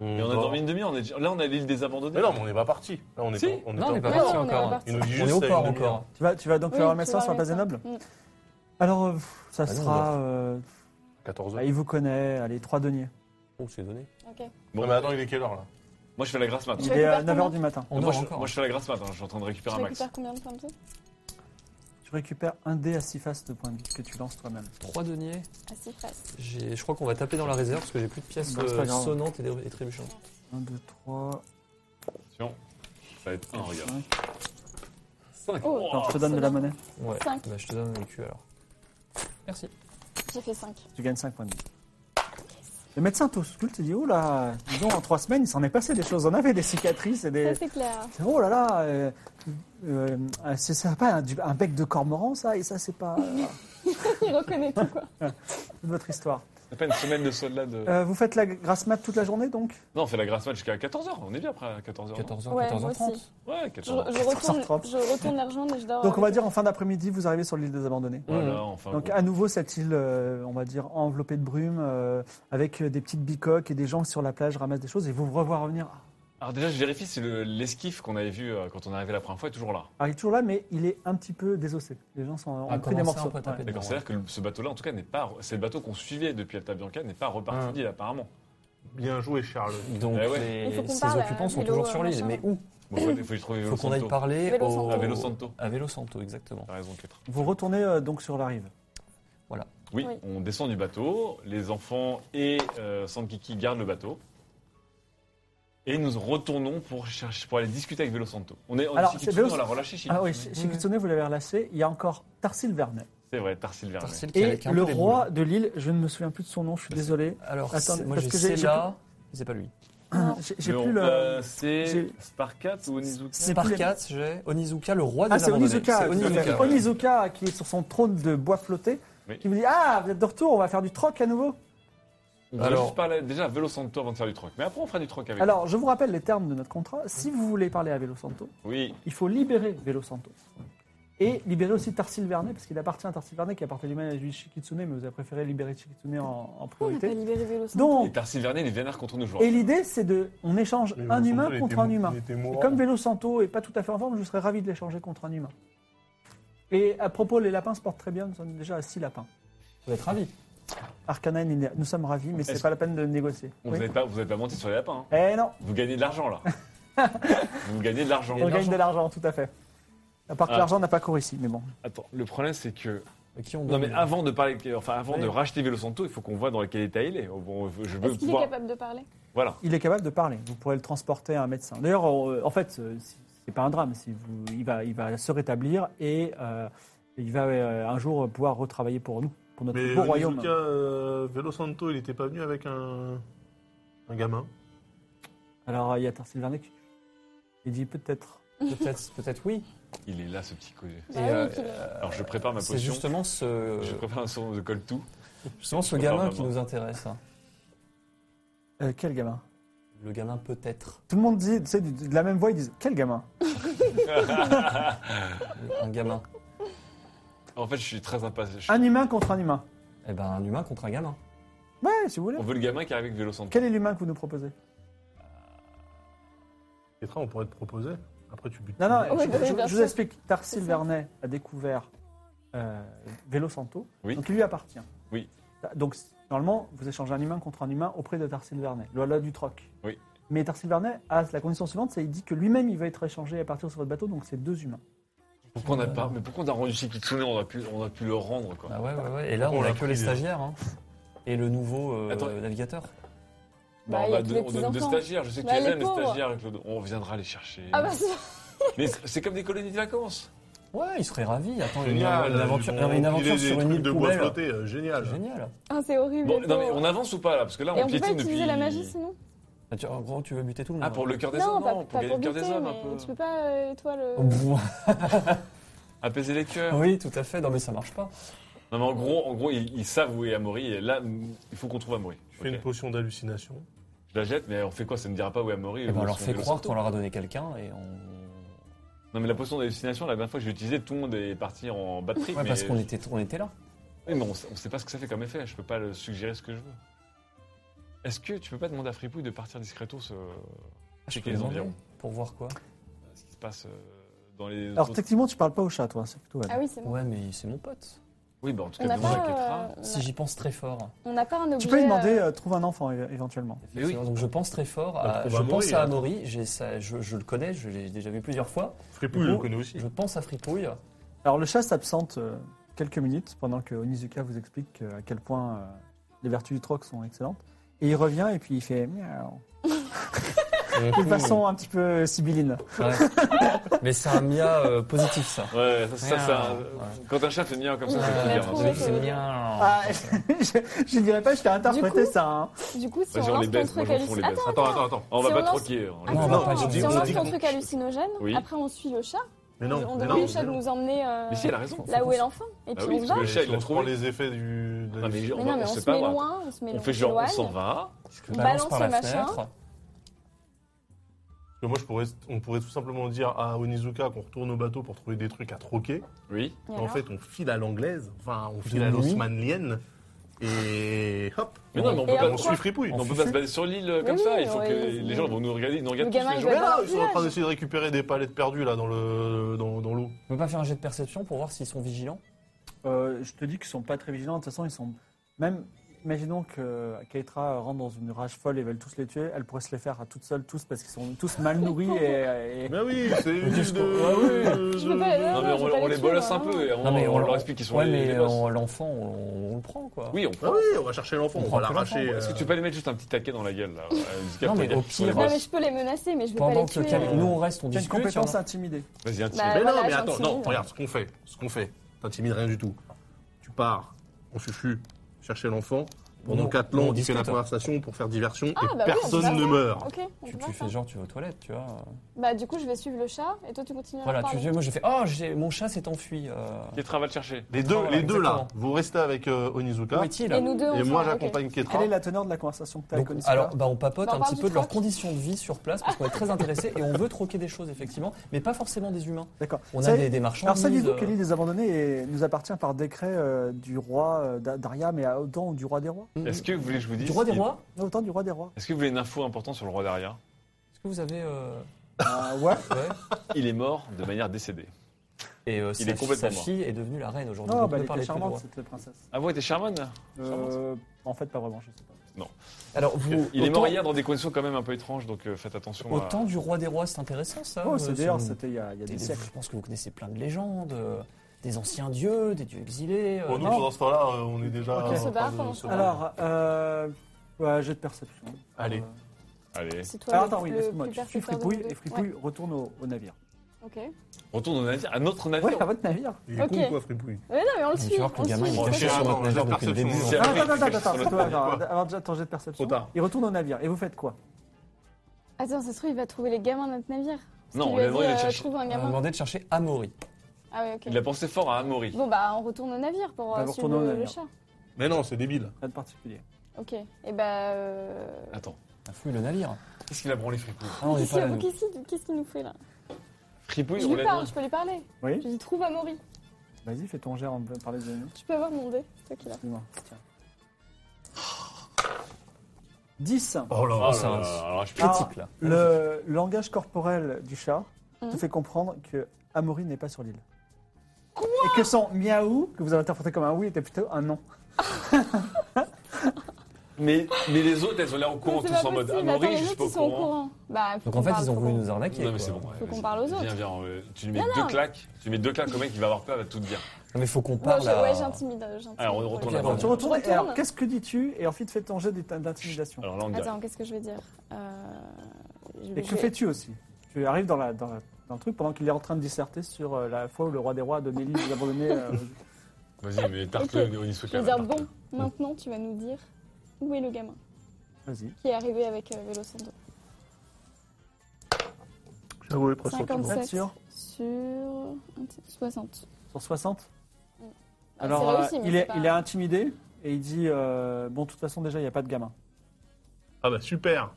S3: Et on a dormi une demi-heure, on est déjà- là, on est à l'île des abandonnés.
S4: Mais non, mais on n'est pas parti. Là on est
S3: Si.
S4: pas- on est
S6: Non, on n'est pas
S5: Non,
S6: parti
S5: non, on est
S6: encore. hein.
S5: reparti.
S4: Il nous dit juste
S6: On est
S4: ça
S6: au
S4: a
S6: port
S4: une
S6: encore.
S1: Tu vas, tu vas donc
S5: Oui,
S1: faire un
S5: tu
S1: médecin
S5: vas
S1: sur la
S5: voir
S1: base des
S5: le
S1: nobles
S5: médecin. Mm.
S1: Alors, euh, pff, ça
S6: Ah non,
S1: sera. euh,
S4: 14
S1: ah,
S4: heures.
S1: il vous connaît, allez, 3 deniers.
S6: On s'est donné.
S5: Ok.
S4: Non, mais attends, il est quelle heure là
S3: Moi, je fais la grasse mat.
S5: Tu
S1: Il est à
S5: récupères
S1: 9h
S5: combien
S1: du matin.
S6: On
S3: moi,
S6: dort
S3: je,
S6: encore.
S3: moi, je fais la grasse mat, hein, je suis en train de
S5: Tu
S3: récupérer un max.
S5: récupères combien de points de vie
S1: Tu récupères un dé à 6 faces de points de vie que tu lances toi-même.
S6: 3 deniers.
S5: Ah, si, face.
S6: J'ai- Je crois qu'on va taper dans la réserve parce que j'ai plus de pièces
S1: Bah, c'est pas
S6: euh,
S1: grave.
S6: sonnantes et, dé- et trébuchantes.
S1: 1, 2, 3,
S6: Oh,
S3: Attention, ça va être un, regarde.
S1: 5.
S3: Cinq.
S5: Oh.
S1: Alors, je te donne de la monnaie.
S6: Ouais.
S5: Cinq.
S6: Bah, je te donne le cul alors. Merci.
S5: J'ai fait 5.
S1: Tu gagnes 5 points de vie. Le médecin Toscult dit Oh là, dis donc, en trois semaines, il s'en est passé des choses. On avait des cicatrices et
S5: Ça, [laughs]
S1: des. [laughs]
S5: c'est clair.
S1: Oh là là, euh, euh, euh, c'est ça pas un, du- un bec de cormoran, ça Et ça, c'est pas euh,
S5: Il reconnaît tout, quoi.
S1: votre histoire.
S3: C'est pas une semaine de soldat de.
S1: Euh, vous faites la grasse mat toute la journée, donc
S3: Non, on fait la grasse match jusqu'à 14h. On est bien après à 14h.
S6: 14h,
S5: Ouais, moi
S6: 14h30.
S5: aussi.
S3: Ouais,
S5: Je,
S3: 14h.
S5: je retourne,
S1: 14h30.
S5: je retourne l'argent et je dors.
S1: Donc, on va
S5: avec
S1: dire en fin d'après-midi, vous arrivez sur l'île des abandonnés.
S3: Voilà, enfin.
S1: Donc
S3: bon.
S1: à nouveau cette île, euh, on va dire enveloppée de brume, euh, avec euh, des petites bicoques et des gens sur la plage ramassent des choses et vous vous revoir revenir.
S3: Alors déjà, je vérifie si le- l'esquif qu'on avait vu euh, quand on est arrivé la première fois est toujours là.
S1: Alors il est toujours là, mais il est un petit peu désossé. Les gens sont, ont
S6: Ah,
S1: pris des
S6: comment ça,
S1: morceaux.
S6: on peut taper
S1: Ouais.
S3: D'accord, c'est-à-dire que le- ce bateau-là, en tout cas, n'est pas. C'est le bateau qu'on suivait depuis Alta Bianca, n'est pas reparti
S4: Ouais.
S3: d'île, apparemment.
S4: Bien joué, Charles.
S6: Donc
S3: Eh ouais.
S6: les-
S5: Il faut qu'on
S6: ces
S5: parle à
S6: occupants sont
S5: Vélo,
S6: toujours sur
S5: euh,
S6: l'île.
S5: machin.
S6: Mais où
S3: Bon, il faut, faut que je trouve
S6: Il faut qu'on aille
S3: Santo.
S6: parler
S5: Vélo
S6: au...
S5: Santo.
S3: À Vélo Santo.
S6: À Vélo Santo, exactement.
S3: T'as raison, Kétra.
S1: Vous retournez euh, donc sur la rive.
S3: Oui,
S5: Oui.
S3: on descend du bateau, les enfants et euh, Sankiki gardent le bateau. Et nous retournons pour, chercher, pour aller discuter avec Velo Santo. On est on
S1: Alors,
S3: est
S1: c'est
S3: Shikitsune,
S1: Velo-
S3: on l'a relâché chez
S1: Ah oui, chez chez Kitsune, vous l'avez relâché. Il y a encore Tarsil Vernet
S3: C'est vrai, Tarsil Vernet.
S6: Tarsil qui est
S1: et
S6: avec un
S1: le
S6: peu des
S1: roi
S6: boules.
S1: de l'île. Je ne me souviens plus de son nom. Je suis désolé.
S6: Alors,
S1: Attends,
S6: c'est- moi
S1: parce
S6: j'ai
S1: que j'ai- j'ai
S6: Sela, c'est pas lui.
S1: [coughs] J'ai j'ai
S3: Mais
S1: plus
S3: on-
S1: le. Ah,
S3: euh, c'est
S1: j'ai-
S3: Sparkat ou Onizuka
S1: C'est plus les-
S6: Sparkat, j'ai Onizuka, le roi des
S1: Ah, c'est
S6: abandonnés.
S1: Onizuka.
S6: C'est
S1: tout à fait.
S6: Onizuka.
S1: Onizuka qui est sur son trône de bois flotté,
S3: Oui.
S1: qui vous dit Ah, vous êtes de retour. On va faire du troc à nouveau.
S3: On va
S6: Alors-
S3: juste parler déjà à Velo Santo avant de faire du troc. Mais après, on fera du troc avec.
S1: Alors, je vous rappelle les termes de notre contrat. Si vous voulez parler à Velo Santo,
S3: Oui,
S1: il faut libérer Velo Santo. Et libérer aussi Tarsil Vernet, parce qu'il appartient à Tarsil Vernet, qui appartient lui-même à Shikitsune, mais vous avez préféré libérer Shikitsune en, en
S5: On n'a pas
S1: priorité.
S5: libéré Vélo Santo.
S3: et
S1: Donc,
S3: Tarsil Vernet, il est vénère contre nous, je vois.
S1: et l'idée, c'est de. On échange
S4: Mais
S1: un
S4: Vélo
S1: humain
S4: Santo, il
S1: contre
S4: était
S1: un
S4: mou-
S1: humain.
S4: il était
S1: Et
S4: mourant.
S1: comme Vélo Santo est pas tout à fait en forme, je serais ravi de l'échanger contre un humain. Et à propos, les lapins se portent très bien, nous sommes déjà à 6 lapins.
S6: Vous êtes ravis.
S1: Arcana et Ninea, nous sommes ravis, mais c'est
S3: Est-ce-
S1: pas la peine de négocier. Oui.
S3: Bon, Vous n'avez pas, vous avez pas menti sur les lapins. hein.
S1: Eh non,
S3: Vous gagnez de l'argent,
S1: [laughs]
S3: là. vous gagnez de l'argent.
S1: on gagne de l'argent, tout à fait. À part que
S3: Ah.
S1: l'argent n'a pas cours ici, mais bon.
S3: Attends, le problème, c'est que.
S6: Mais Euh, Qui ont
S3: Non, mais
S6: donné-
S3: avant de, parler, enfin, avant de
S1: Oui.
S3: racheter Velo Santo, il faut qu'on voit dans quel état il est. Bon, je veux
S5: Est-ce qu'il est
S3: pouvoir.
S5: capable de parler
S3: Voilà.
S1: Il est capable de parler. Vous pourrez le transporter à un médecin. D'ailleurs, euh, en fait, euh, c'est c'est pas un drame. Si vous, il, va, il va se rétablir et euh, il va euh, un jour pouvoir retravailler pour nous, pour notre
S4: Mais
S1: beau
S4: en
S1: royaume.
S4: tout cas, euh, Velo Santo, il n'était pas venu avec un, un gamin.
S1: Alors, euh, il y a Tarsilvernet qui il dit peut-être.
S6: Peut-être peut-être oui.
S3: Il est là, ce petit connu.
S5: Bah
S6: Et,
S5: oui,
S6: euh,
S5: qu'il est-
S3: Alors, je prépare ma
S6: C'est euh,
S3: potion.
S6: justement ce,
S3: Je prépare un son de coltou.
S6: justement ce
S3: je
S6: gamin
S3: préfère
S6: qui
S3: maman.
S6: nous intéresse. hein.
S1: Euh, quel gamin
S6: Le gamin peut-être.
S1: Tout le monde dit, tu sais, du- de la même voix, ils disent quel gamin
S6: Un gamin.
S3: En fait, je suis très impatient. Je-
S1: Un humain contre un humain.
S6: Eh ben un humain contre un gamin.
S1: Ouais, si vous voulez.
S3: On veut le gamin qui arrive avec Vélo Santo.
S1: Quel est l'humain que vous nous proposez
S4: Petra, on pourrait te proposer. Après, tu butes.
S1: Non, non,
S5: Ouais,
S1: je,
S5: bah oui,
S1: je-
S5: bien
S1: je vous
S5: sûr.
S1: explique. Tarsil Vernet a découvert euh, Vélo Santo,
S3: Oui.
S1: donc il lui appartient.
S3: Oui.
S1: Donc, normalement, vous échangez un humain contre un humain auprès de Tarsil Vernet, le là du troc.
S3: Oui.
S1: Mais Tarsil Vernet a la condition suivante, c'est qu'il dit que lui-même, il va être échangé à partir sur votre bateau, donc c'est deux humains.
S3: Pourquoi on n'a pas. Mais pourquoi on a rendu chez Kitsune On a pu, on a pu le rendre, quoi.
S6: Ah ouais, ouais, ouais. Et là,
S4: On
S6: on
S4: l'a
S6: n'a que
S4: pris,
S6: les
S4: déjà.
S6: stagiaires. hein. Et le nouveau euh,
S3: Attends.
S6: navigateur.
S3: Bah,
S5: Bah,
S3: on
S5: il y a
S3: va
S5: tous
S3: don-
S5: les
S3: on donne deux
S5: petits-enfants.
S3: stagiaires. Je sais que
S5: Bah,
S3: tu les
S5: les
S3: aimes, les
S5: pauvres.
S3: stagiaires. Claude. On viendra les chercher.
S5: Ah bah, c'est-
S3: Mais c'est- c'est comme des colonies de vacances.
S5: [laughs]
S6: Ouais, il serait ravi. Attends, une,
S4: Génial.
S6: une aventure,
S4: ils
S6: non,
S4: vont
S6: mais une aventure
S4: empiler des
S6: sur une
S4: trucs
S6: île
S4: de bois
S6: poubelle.
S4: flotté. euh, Génial.
S6: Génial.
S5: Ah, c'est horrible.
S3: Bon,
S5: les
S3: non, mais
S5: pauvres.
S3: on avance ou pas là Parce que là,
S5: Et
S3: on,
S5: on peut pas
S3: piétine depuis.
S5: utiliser la magie sinon
S6: Ah, tu- en gros, tu veux buter tout le monde. hein.
S3: Ah, pour le cœur des
S5: Non,
S3: hommes
S5: pas,
S3: Non,
S5: pas
S3: pour gagner le cœur des
S5: buter,
S3: hommes,
S5: mais
S3: un
S5: Tu
S3: peu.
S5: peux pas, euh, toi, le...
S6: Bon,
S3: Apaiser les cœurs.
S6: [laughs] oui, tout à fait. Non, mais ça marche pas.
S3: Non, mais en gros, en gros ils, ils savent où est Amaury. Et là, il faut qu'on trouve Amaury.
S4: Tu fais
S3: Ok.
S4: une potion d'hallucination.
S3: Je la jette, mais on fait quoi Ça ne me dira pas où est Amaury.
S6: Eh ben,
S3: où
S6: on leur
S3: sont
S6: fait
S3: les
S6: croire
S3: Santos.
S6: qu'on leur a donné quelqu'un et on.
S3: Non, mais la potion d'hallucination, la dernière fois que je l'ai utilisée, tout le monde est parti en batterie.
S6: Ouais,
S3: mais...
S6: parce qu'on était, on était là.
S3: Oui, mais on sait, on sait pas ce que ça fait comme effet. Je peux pas le suggérer ce que je veux. Est-ce que tu peux pas demander à Fripouille de partir discretos euh,
S6: Je
S3: checker
S6: peux
S3: les
S6: demander
S3: environs
S6: Pour voir quoi
S3: Ce qui se passe euh, dans les.
S1: Alors,
S3: autres-
S1: techniquement, tu parles pas au chat, toi, c'est plutôt elle.
S5: Ah oui, c'est bon.
S6: Ouais, mais c'est mon pote.
S3: Oui, bah en tout cas,
S5: On n'a
S3: demande à
S5: pas,
S3: Ketra.
S5: euh,
S6: Si j'y pense très fort.
S5: on n'a pas un objet...
S1: Tu peux lui demander,
S5: euh,
S1: euh, trouve un enfant é- éventuellement.
S3: Mais oui. Bah,
S6: Donc je pense très fort. À,
S4: on va
S6: je
S4: mourir,
S6: pense à
S4: hein.
S6: Amaury. j'ai ça- Je, je le connais. Je l'ai déjà vu plusieurs fois.
S4: Fripouille,
S6: Du
S4: il le
S6: coup,
S4: connaît aussi.
S6: Je pense à Fripouille.
S1: Alors, le chat s'absente euh, quelques minutes pendant que Onizuka vous explique euh, à quel point euh, les vertus du troc sont excellentes. Et il revient et puis il fait miaou. d'une façon un petit peu euh, sibylline.
S6: Ouais. Mais c'est un mia euh, positif, ça.
S3: Ouais, ça, ça, ça,
S6: Ouais.
S3: Quand un chat fait mien comme ça,
S5: Ouais,
S3: c'est
S5: mais
S3: bien.
S5: trop,
S3: hein.
S5: ouais.
S6: C'est
S1: Ah,
S6: mia.
S1: je [laughs] je ne dirais pas, je t'ai interprété
S5: Du coup-
S1: ça. hein.
S5: Du coup, si
S3: Vas-y,
S5: on
S3: on les
S5: lance ton
S3: baisse, moi
S5: truc
S3: je trouve les
S5: hallucinogène.
S3: baisse.
S4: Attends, attends, attends.
S3: On va
S5: Si
S3: pas
S5: on lance-
S3: troquer. on les
S6: Non, on
S3: baisse.
S6: va pas
S4: on dit-
S5: Si on
S4: on
S5: lance
S4: dit-
S5: ton truc hallucinogène,
S3: Oui.
S5: après on suit le chat.
S4: Mais
S5: On
S4: non, mais
S5: demande
S4: non.
S5: au chat de nous emmener euh,
S3: Mais si, elle a raison.
S5: là où est l'enfant. Et
S3: Bah
S5: puis
S3: oui,
S5: on
S3: parce
S5: va.
S3: que le chat, il
S4: on
S3: l'a
S4: se prend
S3: trouvé.
S4: les effets du. de la
S3: Non, mais
S4: musique.
S3: on
S5: Mais non,
S3: va-
S5: mais
S3: on
S5: on
S3: sait
S5: se
S3: pas.
S5: met
S3: voilà.
S5: loin, on se met
S3: On
S5: loin.
S3: fait genre, on s'en
S5: s'éloigne.
S3: va.
S6: Je balance
S5: balance
S6: par
S5: le
S6: la
S5: machin.
S6: fenêtre.
S4: Parce que Moi, je pourrais, on pourrait tout simplement dire à Onizuka qu'on retourne au bateau pour trouver des trucs à troquer.
S3: Oui.
S5: Et
S4: Mais En
S5: alors
S4: fait, on file à l'anglaise, enfin, on file à
S6: nuit.
S4: l'osmanlienne, et hop,
S3: Mais non, mais on peut
S5: Et
S3: pas.
S5: on
S4: on suit fripouille.
S3: On
S6: On
S3: peut
S6: fuit.
S3: pas se baser sur l'île comme
S5: Oui,
S3: ça.
S5: oui,
S3: Il faut
S5: oui,
S3: que
S5: oui.
S3: les gens vont nous regarder. Ils nous
S5: Le
S3: regardent tous
S5: gamin,
S3: les
S5: il
S3: jours.
S5: va
S4: Mais là,
S5: dans le
S4: ils sont en train
S5: village.
S4: d'essayer de récupérer des palettes perdues là dans le dans, dans l'eau.
S6: On peut pas faire un jet de perception pour voir s'ils sont vigilants
S1: Euh, je te dis qu'ils sont pas très vigilants. De toute façon, ils sont même. Imaginons que euh, Keitra rentre dans une rage folle et veulent tous les tuer. Elle pourrait se les faire à toute seule tous parce qu'ils sont tous mal nourris et. et-
S4: Mais oui, c'est une
S6: qu'est-ce
S4: de-
S6: qu'on-
S4: de-
S5: Je peux pas-
S4: de-
S5: non,
S3: Non, mais
S5: non, je vais pas
S3: on on les
S5: tuer,
S3: bolasse
S5: moi,
S3: un
S5: hein.
S3: peu. et on-
S6: Non, mais
S3: Oh, On
S6: on-
S3: leur explique qu'ils sont
S6: Ouais,
S3: les-
S6: mais
S3: les boss.
S6: on- l'enfant, on, on le prend, quoi.
S3: Oui, on
S4: Ah
S3: prend.
S4: oui, on va chercher l'enfant,
S6: On
S4: on,
S6: prend
S4: va
S6: que
S4: l'arracher.
S6: l'enfant,
S4: euh,
S3: Est-ce que tu peux les mettre juste un petit taquet dans la gueule là euh, jusqu'à
S6: Non, mais
S3: peut-être
S6: au
S3: qu'ils sont les
S6: pire-
S5: Non,
S3: boss.
S5: mais je peux les menacer, mais je vais pas
S6: Pendant
S5: les
S6: que
S5: tuer. hein.
S6: quel- nous, on reste, on
S1: Tu as une
S6: discute. hein. il y en
S1: compétence
S6: a-
S1: intimidée.
S3: Vas-y, un petit.
S5: Bah,
S4: Mais non,
S5: voilà,
S4: mais attends,
S5: j'intimide.
S4: non, regarde ce qu'on fait, ce qu'on fait. T'intimides rien du tout. Tu pars, on fufu, chercher l'enfant. Pendant
S6: Non,
S4: quatre
S6: on
S4: langues, tu
S6: discute.
S4: fais la conversation pour faire diversion
S5: Ah,
S4: et
S5: bah oui, on
S4: personne
S5: va
S4: ne
S5: voir.
S4: meurt.
S5: Ok, on
S6: Tu,
S5: peut
S6: tu
S5: faire
S6: fais
S5: ça.
S6: genre, tu vas aux toilettes, tu vois.
S5: Bah, du coup, je vais suivre le chat et toi, tu continues à
S6: Voilà, tu
S5: parler.
S6: dis, moi j'ai fait, oh, j'ai- mon chat s'est enfui. euh.
S3: Qui travaille le chercher
S4: Les deux,
S6: Ah,
S4: les deux là,
S6: exactement.
S4: vous restez avec euh, Onizuka
S6: Où est-il
S5: Et nous deux, on
S4: et
S5: s'en
S4: moi
S5: va, ok.
S4: j'accompagne Ketra.
S1: Quelle est la teneur de la conversation que tu as
S6: Donc,
S1: avec Onisika
S6: alors, bah, on papote
S5: Bah, on
S6: un
S5: parle
S6: petit
S5: du
S6: peu de leurs
S5: troc.
S6: conditions de vie sur place parce qu'on est très intéressés et on veut troquer des choses, effectivement, mais pas forcément des humains.
S1: D'accord.
S6: On a
S1: Savez-
S6: des, des marchands.
S1: Alors saviez-vous que l'île des abandonnés est- nous appartient par décret euh, du roi euh, d'A- d'Aria, mais à autant ou du roi des rois
S3: Est-ce que vous voulez que je vous dise
S6: Du roi des
S3: si-
S6: rois
S1: Non, Autant du roi des
S6: [laughs]
S1: rois.
S3: Est-ce que vous voulez une info importante sur le roi d'Aria
S6: Est-ce que vous avez. euh,
S1: Ah, ouais.
S6: ouais.
S3: Il est mort de manière décédée.
S6: Et euh,
S3: Il
S6: sa,
S3: est complètement
S6: sa
S3: mort.
S6: fille est devenue la reine aujourd'hui.
S1: Non,
S6: donc
S1: bah,
S6: on
S1: elle était
S6: peut parler plus de
S1: charmante
S6: roi.
S1: cette princesse.
S3: Ah, vous était charmante
S1: Euh, en fait, pas vraiment, je sais pas.
S6: Alors, vous,
S3: Il est mort
S6: autant-
S3: hier dans des conditions quand même un peu étranges, donc euh, faites attention. à-
S6: Autant du roi des rois, c'est intéressant ça.
S1: Oh,
S6: euh,
S1: c'est d'ailleurs,
S6: sur-
S1: c'était il y a, il y a
S6: des-
S1: des
S6: des-
S1: siècles.
S6: Je pense que vous connaissez plein de légendes, euh, des anciens dieux, des dieux exilés. euh,
S4: Bon, nous,
S6: non.
S4: pendant ce temps-là, euh, on est déjà.
S1: Ok.
S4: en
S1: On se
S4: train
S5: barre,
S4: de
S5: comment
S4: se
S5: ça va
S4: barrer.
S1: Alors, euh, ouais, jet de perception.
S4: Allez.
S1: Euh,
S3: Allez,
S5: C'est toi
S1: alors,
S5: le-
S1: Ah, attends, oui,
S5: le
S1: laisse-moi.
S5: plus
S1: Tu suis
S5: percepteur de
S1: fripouille
S5: nous deux.
S1: et fripouille retourne au, au navire.
S5: Ouais, ok.
S3: retourne au navire, à notre
S1: Ouais,
S3: navire.
S1: à votre navire.
S4: il est
S5: Ok.
S4: con quoi, Fripouille
S5: Mais Ah non, mais on le
S6: Mais
S5: suit.
S6: tu vois que
S5: on
S6: le gamin il
S5: suit,
S6: est
S5: on
S6: caché
S4: j'ai
S5: suit.
S6: sur
S4: un
S6: notre
S4: an, j'ai
S6: navire
S4: un
S6: depuis le
S4: perception.
S6: début.
S3: C'est
S6: hein.
S1: Ah,
S3: un-
S1: Attends, attends,
S3: Attends,
S1: attends,
S3: attends,
S1: attends,
S4: attends,
S1: attends, avant de jet- ton jet de perception.
S4: Trop tard.
S1: Il retourne au navire. Et vous faites quoi
S5: Attends, ça se trouve, il va trouver les gamins de notre navire. Parce
S3: Non,
S5: qu'il
S3: on
S5: lui a
S3: a demandé de
S5: dit, euh,
S3: chercher.
S5: trouve un
S6: On a
S5: gamin.
S6: demandé de chercher Amaury.
S5: Ah oui, ok.
S3: Il a pensé fort à Amaury.
S5: Bon, bah, on retourne au navire pour
S1: Bah,
S5: euh,
S1: on
S5: suivre
S1: retourne au
S5: le- le
S1: navire.
S5: chat.
S4: Mais non, c'est débile.
S1: Rien de particulier.
S5: Ok. Et bah. euh,
S3: Attends,
S6: On fouille le navire.
S3: qu'est-ce qu'il a branlé Fripouille
S6: Ah, on est
S5: Qu'est-ce
S6: pas là,
S5: qu'il
S6: nous.
S5: qu'est-ce qu'il- qu'est-ce qu'il nous fait là
S3: Fripouille,
S5: Je
S3: on
S5: lui
S3: l'a
S5: parle,
S3: demandé.
S5: je peux lui parler.
S1: Oui.
S5: Je lui dis trouve Amaury.
S1: Vas-y, fais ton jet en parler de nous.
S5: Je peux avoir mon dé, c'est toi qui l'as.
S1: Dis-moi. Tiens. 10.
S4: Oh là
S6: Oh, c'est un
S3: Alors, je peux-
S6: critique là.
S1: Le langage corporel du chat te
S5: Mhm.
S1: fait comprendre que Amaury n'est pas sur l'île. Et que son miaou, que vous avez interprété comme un oui, était plutôt un non.
S3: mais, mais les autres, elles ont l'air au courant,
S5: Mais
S3: tous
S5: c'est pas
S3: en mode
S5: possible, attends,
S3: Amaury, je
S5: les
S3: suis pas au
S5: autres, ils sont au
S3: courant.
S5: courant. Bah, faut
S6: Donc
S5: qu'on
S6: en fait,
S5: parle,
S6: ils ont
S5: faut
S6: voulu
S5: qu'on-
S6: nous arnaquer.
S3: Non, mais
S6: quoi.
S3: c'est bon. ouais,
S5: Faut qu'on
S3: vas-y.
S5: parle aux
S3: Viens,
S5: autres.
S3: viens, euh, tu lui mets deux claques. Tu lui mets deux claques, le mec, il va avoir peur, il va tout te dire.
S6: Non, mais faut qu'on
S5: Bon,
S6: parle.
S5: je- ouais,
S6: à-
S5: j'intimide. euh, j'intimide.
S3: Alors, on retourne
S6: à
S5: Ok.
S6: bord.
S1: Tu retournes, et
S5: Retourne.
S1: alors qu'est-ce que dis-tu Et ensuite, fais ton jet d'int- d'intimidation.
S3: Alors là, on dirait.
S5: Attends, qu'est-ce que je vais dire Euh, je
S1: Et
S5: vais-
S1: que fais-tu aussi Tu arrives dans, la, dans, la- dans le truc pendant qu'il est en train de disserter sur euh, la fois où le roi des rois a donné l'île euh, nous abandonner.
S3: Vas-y, mais tarte
S5: Ok. Je
S3: Onisuka.
S5: vais dire bon, maintenant tu vas nous dire où est le gamin
S1: Vas-y.
S5: qui est arrivé avec euh, Vélo Santo.
S4: J'ai roulé presque tout le monde.
S5: 57
S1: Sur
S5: sur 60.
S1: Sur 60
S5: Ah,
S1: Alors,
S5: c'est réussi,
S1: euh,
S5: mais
S1: il,
S5: c'est
S1: est,
S5: pas-
S1: il est intimidé et il dit euh, Bon, de toute façon, déjà, il n'y a pas de gamin.
S4: Ah bah super.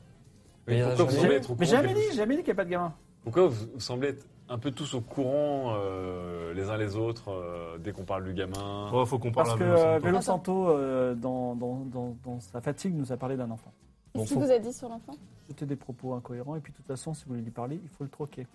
S6: Mais il y en a
S4: Ah,
S3: Pourquoi vous
S6: jamais-
S3: semblez être au
S1: Mais
S3: courant
S1: j'ai jamais
S3: des-
S1: dit, j'ai jamais dit qu'il n'y a pas de gamin.
S3: Pourquoi vous vous semblez être un peu tous au courant euh, les uns les autres euh, dès qu'on parle du gamin
S4: Oh, faut qu'on parle
S1: Parce que
S4: à Vélo
S1: euh, Vélo
S4: Santo.
S1: Santo, euh, dans, dans, dans- dans sa fatigue, nous a parlé d'un enfant.
S6: Bon,
S5: Qu'est-ce qu'il
S6: faut-
S5: vous a dit sur l'enfant
S1: C'était des propos incohérents, et puis de toute façon, si vous voulez lui parler, il faut le troquer.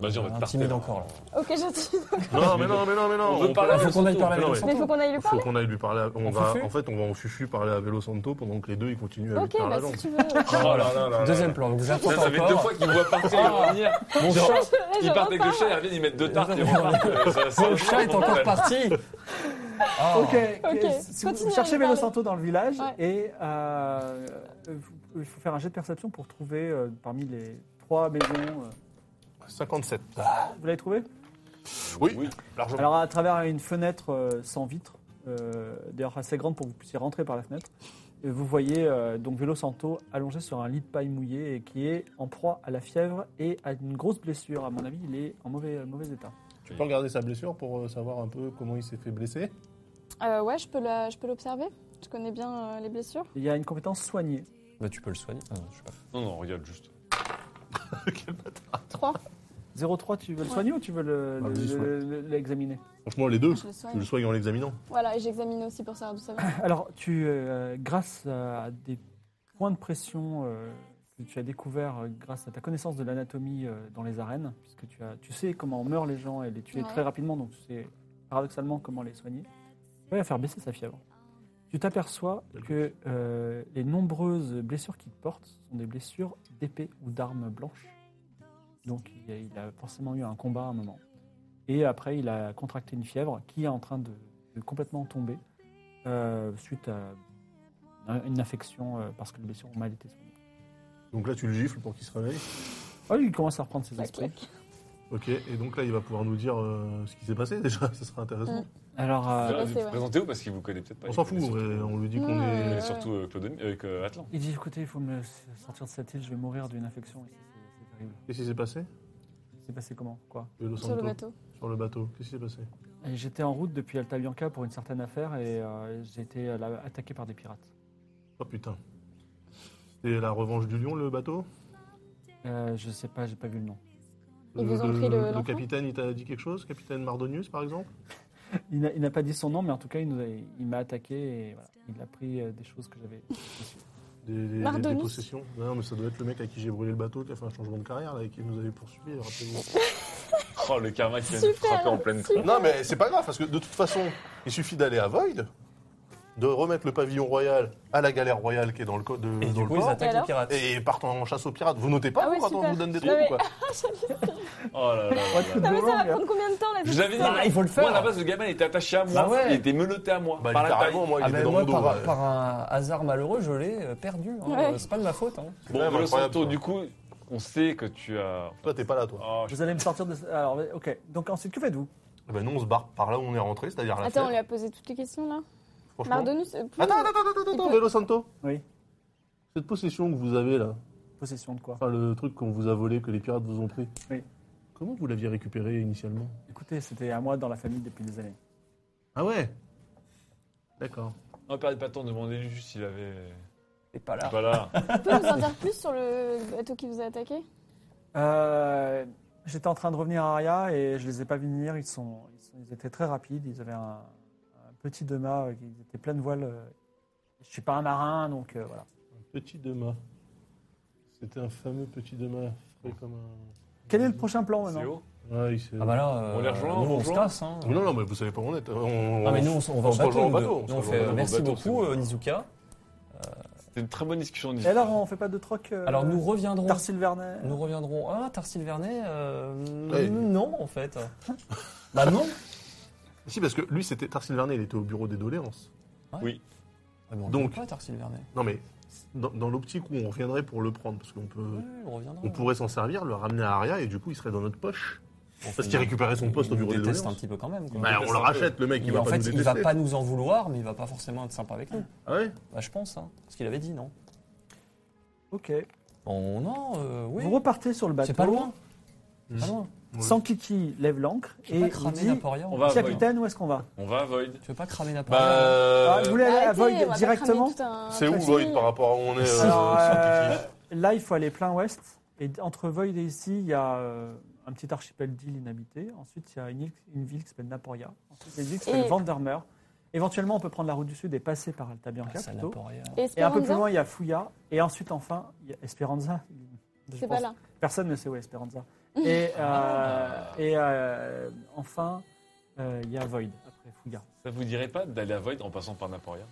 S3: Vas-y, on va te tarter.
S6: Intimide
S3: là.
S6: encore, là.
S5: Ok, j'intimide.
S4: Non, mais non, mais non, mais non.
S3: On veut parler
S4: peut-
S3: à
S6: Ah, Faut qu'on aille
S4: Non,
S6: parler à Vélo
S4: mais-
S6: Santo.
S5: Mais faut qu'on aille lui
S4: Faut
S5: parler.
S4: qu'on aille lui parler. à- On
S6: En
S4: va,
S6: fufu
S4: en fait, on va en fufu parler à Vélo Santo pendant que les deux ils continuent à lui
S5: Ok,
S4: tenir la
S5: bah
S4: jambe.
S5: si tu veux.
S3: Oh là là là là.
S6: Deuxième plan. Donc vous
S3: Ça,
S6: apportez
S3: ça fait deux
S6: encore.
S3: fois qu'il me voit partir et revenir.
S6: Mon
S3: Genre,
S6: chat-
S3: Ils partent avec le chat, ils reviennent, ils mettent deux tartes et repartent. Euh, ça- ça-
S6: Mon chat est
S3: ça-
S6: encore parti. Ah.
S1: Ok,
S5: Ok,
S4: Ah.
S1: que- si vous
S5: continue à lui
S1: cherchez Vélo
S5: parler.
S1: Santo dans le village,
S5: Ouais.
S1: et euh, euh, vous- il faut faire un jet de perception pour trouver euh, parmi les trois maisons. euh,
S4: 57.
S1: vous l'avez trouvé
S4: Oui, largement.
S1: Alors à travers une fenêtre euh, sans vitre, euh, d'ailleurs assez grande pour que vous puissiez rentrer par la fenêtre, et vous voyez euh, donc Vélo Santo allongé sur un lit de paille mouillée et qui est en proie à la fièvre et à une grosse blessure. À mon avis, il est en mauvais, euh, mauvais état.
S4: Tu peux regarder sa blessure pour euh, savoir un peu comment il s'est fait blesser.
S5: Euh, ouais, je peux la- je peux l'observer. Je connais bien euh, les blessures.
S1: Il y a une compétence soignée.
S6: Bah, tu peux le soigner. Ah, je sais pas.
S3: Non, non, regarde juste.
S5: 3.
S1: 03, tu veux le soigner ou tu veux le-
S4: Bah,
S1: le-
S4: vas-y, soigne.
S1: le- le- l'examiner
S4: Franchement, les deux.
S5: Je le
S4: Tu le
S5: soigne.
S4: soignes en l'examinant.
S5: Voilà, et j'examine aussi pour savoir d'où ça vient.
S1: Alors, tu, euh, grâce à des points de pression euh, que tu as découverts euh, grâce à ta connaissance de l'anatomie euh, dans les arènes, puisque tu, as, tu sais comment meurent les gens et les tuer
S5: Ouais.
S1: très rapidement, donc tu sais paradoxalement comment les soigner, tu vas faire baisser sa fièvre. Tu t'aperçois que euh, les nombreuses blessures qu'il porte sont des blessures d'épée ou d'armes blanches. Donc il a, il a forcément eu un combat à un moment. Et après, il a contracté une fièvre qui est en train de, de complètement tomber euh, suite à un- une infection euh, parce que les blessures ont mal été soignées.
S4: Donc là, tu le gifles pour qu'il se réveille.
S1: Ah oui, il commence à reprendre ses
S5: Clac,
S1: esprits.
S5: clac.
S4: Ok, et donc là, il va pouvoir nous dire euh, ce qui s'est passé [laughs] déjà. Ça sera intéressant.
S5: Mm.
S1: Alors, euh,
S3: Vous
S5: passé, ouais.
S3: Présentez-vous parce qu'il vous connaît peut-être pas.
S4: On s'en fout,
S3: Il connaît
S4: ouais,
S3: surtout-
S4: on lui dit qu'on
S5: Non,
S3: il
S4: est.
S3: connaît
S5: ouais.
S3: surtout euh, Claude Demi- euh, que Atlan.
S1: il dit écoutez, il faut me sortir de cette île, je vais mourir d'une infection. ici, c'est- C'est terrible.
S4: Qu'est-ce qui s'est passé
S1: C'est passé comment Quoi
S4: Vélo
S5: Sur le
S4: Santo.
S5: bateau.
S4: Sur le bateau. Qu'est-ce qui s'est passé
S1: Et J'étais en route depuis Alta Bianca pour une certaine affaire et euh, j'ai été euh, là, attaqué par des pirates.
S4: Oh putain. C'était la revanche du lion, le bateau
S1: Euh, je sais pas, j'ai pas vu le nom.
S5: Ils vous ont pris le- l'enfant
S4: capitaine, il t'a dit quelque chose Capitaine Mardonius, par exemple
S1: Il n'a- il n'a pas dit son nom, mais en tout cas, il, nous a- il m'a attaqué et voilà, il a pris euh, des choses que j'avais. reçues.
S4: Des- des, des,
S5: Mardonius.
S4: possessions Non, mais ça doit être le mec à qui j'ai brûlé le bateau, qui a fait un changement de carrière, là, et qui nous avait poursuivi, rappelez-vous.
S3: [laughs] Oh, le karma qui vient de
S5: Super,
S3: frapper en pleine
S5: super.
S3: tronche.
S4: non, mais c'est pas grave, parce que de toute façon, il suffit d'aller à Void, de remettre le pavillon royal à la galère royale qui est dans le, co- de,
S6: Et
S4: dans
S6: du
S4: le
S6: coup, ils
S4: port,
S5: Et
S6: attaquent les
S5: alors
S6: pirates.
S4: et partent en chasse aux pirates. Vous notez pas
S5: Ah
S4: vous,
S5: oui,
S4: quand on
S5: super.
S4: vous donne des
S5: Non,
S4: trucs
S5: mais-
S4: ou quoi
S3: Oh là là là
S1: Non,
S3: là.
S5: Non, Ah, mais ça va
S1: mais-
S5: prendre combien de temps la
S3: Je vous avais dit,
S6: Ah, il faut le faire.
S3: Moi, à la base, le gamin il était attaché à moi.
S6: Bah ouais.
S3: Il était menotté à moi.
S4: Bah,
S3: par la taille.
S4: littéralement, moi, il
S6: Ah
S4: était
S6: ben,
S4: dans
S6: moi,
S4: mon dos.
S6: par,
S4: ouais.
S6: par un hasard malheureux, je l'ai euh, perdu. hein.
S5: Ouais.
S6: Euh, C'est pas de ma faute. hein.
S4: C'est quand
S3: Bon,
S4: même
S3: Vélo
S4: incroyable,
S3: Santo,
S4: ça.
S3: du coup, on sait que tu as.
S4: Toi, t'es pas là, toi.
S3: Oh, je-
S1: Vous allez me sortir de. Alors, ok. Donc ensuite, que faites-vous
S4: Eh Ben, nous, on se barre par là où on est rentré, c'est-à-dire la
S5: Attends, on
S4: fenêtre,
S5: lui a posé toutes les questions là.
S4: franchement.
S5: Mardonus, euh,
S4: Attends, attends, attends, attends,
S5: Il
S4: attends,
S5: peut-
S4: Vélo Santo.
S1: Oui.
S4: Cette possession que vous avez là,
S1: Possession de quoi
S4: enfin le truc qu'on vous a volé, que les pirates vous ont pris.
S1: Oui.
S4: Comment vous l'aviez récupéré initialement
S1: Écoutez, c'était à moi dans la famille depuis des années.
S4: Ah ouais D'accord.
S3: Non, perdez pas de temps, demandez-lui juste s'il avait.
S6: T'es pas là.
S3: Voilà.
S5: tu peux nous en dire plus sur le bateau qui vous a attaqué
S1: Euh, J'étais en train de revenir à Aria et je les ai pas vus venir. Ils, sont, ils, sont- ils étaient très rapides. Ils avaient un, un petit demas. euh, Ils étaient plein de voiles. euh. Je suis pas un marin, donc euh, voilà.
S4: Petit Dema. C'était un fameux petit Dema frais comme un.
S1: Quel est le prochain plan
S3: C'est
S1: maintenant
S3: haut.
S4: Ah, il s'est-
S6: Ah bah là, euh,
S3: On les rejoint,
S6: nous,
S3: on
S6: on se
S3: rejoint.
S6: casse. hein.
S4: Mais non, non, mais vous savez pas où on est. On,
S6: Ah, mais nous, on, s- on va
S4: on
S6: au
S4: se
S6: bateau.
S4: rejoint au
S6: nous
S4: bateau,
S6: deux.
S4: on se
S6: Nous, on
S4: rejoint
S6: fait,
S4: au
S6: euh, merci
S3: bateau, c'est
S6: beaucoup,
S3: bon.
S6: euh, Nizuka.
S3: C'était une très bonne discussion.
S1: Et alors, on fait pas de troc euh,
S6: Alors, nous reviendrons.
S1: Tarsil Vernet
S6: Nous reviendrons. Ah, Tarsil Vernet euh,
S4: Ouais.
S6: Non, en fait. bah non.
S4: Si, parce que lui, c'était Tarsil Vernet, il était au bureau des doléances.
S6: Ah, mais on
S4: [laughs] Donc-
S6: revient pas, Tarsil Vernet.
S4: Non, mais dans, dans l'optique où on reviendrait pour le prendre, parce qu'on peut.
S6: Oui, oui, on reviendra.
S4: euh, On pourrait s'en servir, le ramener à Aria et du coup il serait dans notre poche. Parce qu'il
S6: il-
S4: récupérait son poste au
S6: il
S4: bureau des
S6: déteste
S4: doléances.
S6: un petit peu quand même. quoi.
S4: Bah, on le rachète, le mec, il
S6: Il-
S4: va
S6: en
S4: pas
S6: fait,
S4: nous
S6: il va
S4: détester.
S6: pas nous en vouloir, mais il va pas forcément être sympa avec nous.
S4: Ah ouais
S6: Bah, je pense, hein. Ce qu'il avait dit, non
S1: Ok.
S6: Oh non, euh, oui.
S1: Vous repartez sur le bateau.
S6: C'est pas loin.
S4: Mm.
S6: Pas loin.
S1: Sans Kiki lève l'ancre
S6: Tu
S1: et
S6: veux pas
S1: il
S6: cramer
S1: dit
S6: Naporia hein.
S3: On va à Void.
S1: Capitaine, où est-ce qu'on va
S3: On va à Void.
S6: Tu veux pas cramer Naporia hein.
S4: Bah,
S6: Euh,
S1: Ah, Vous voulez aller à
S5: Arrêtez, on va
S1: Void
S5: pas
S1: directement
S5: cramer tout un-
S4: c'est
S5: tout
S4: où
S5: un
S4: Void
S5: pays.
S4: par rapport à où on est euh,
S1: Alors,
S6: Ah,
S1: euh,
S4: scientifique
S1: là, il faut aller plein ouest. Et entre Void et ici, il y a euh, un petit archipel d'îles inhabitées. Ensuite, il y a une, île- une ville qui s'appelle Naporia. Ensuite, des îles qui s'appellent
S5: Et-
S1: Vandermeer. Éventuellement, on peut prendre la route du sud et passer par Alta Bianca
S6: Ah, ça,
S1: plutôt.
S6: Naporia.
S1: Et un
S5: Esperanza
S1: peu plus loin, il y a Fouya. Et ensuite, enfin, il y a Esperanza. Je
S5: C'est
S1: pense-
S5: pas là.
S1: Personne ne sait où est
S5: [laughs]
S1: Esperanza. Et, euh,
S5: Ah.
S1: et euh, enfin, euh, il y a Void après Fouya.
S3: Ça vous dirait pas d'aller à Void en passant par Naporia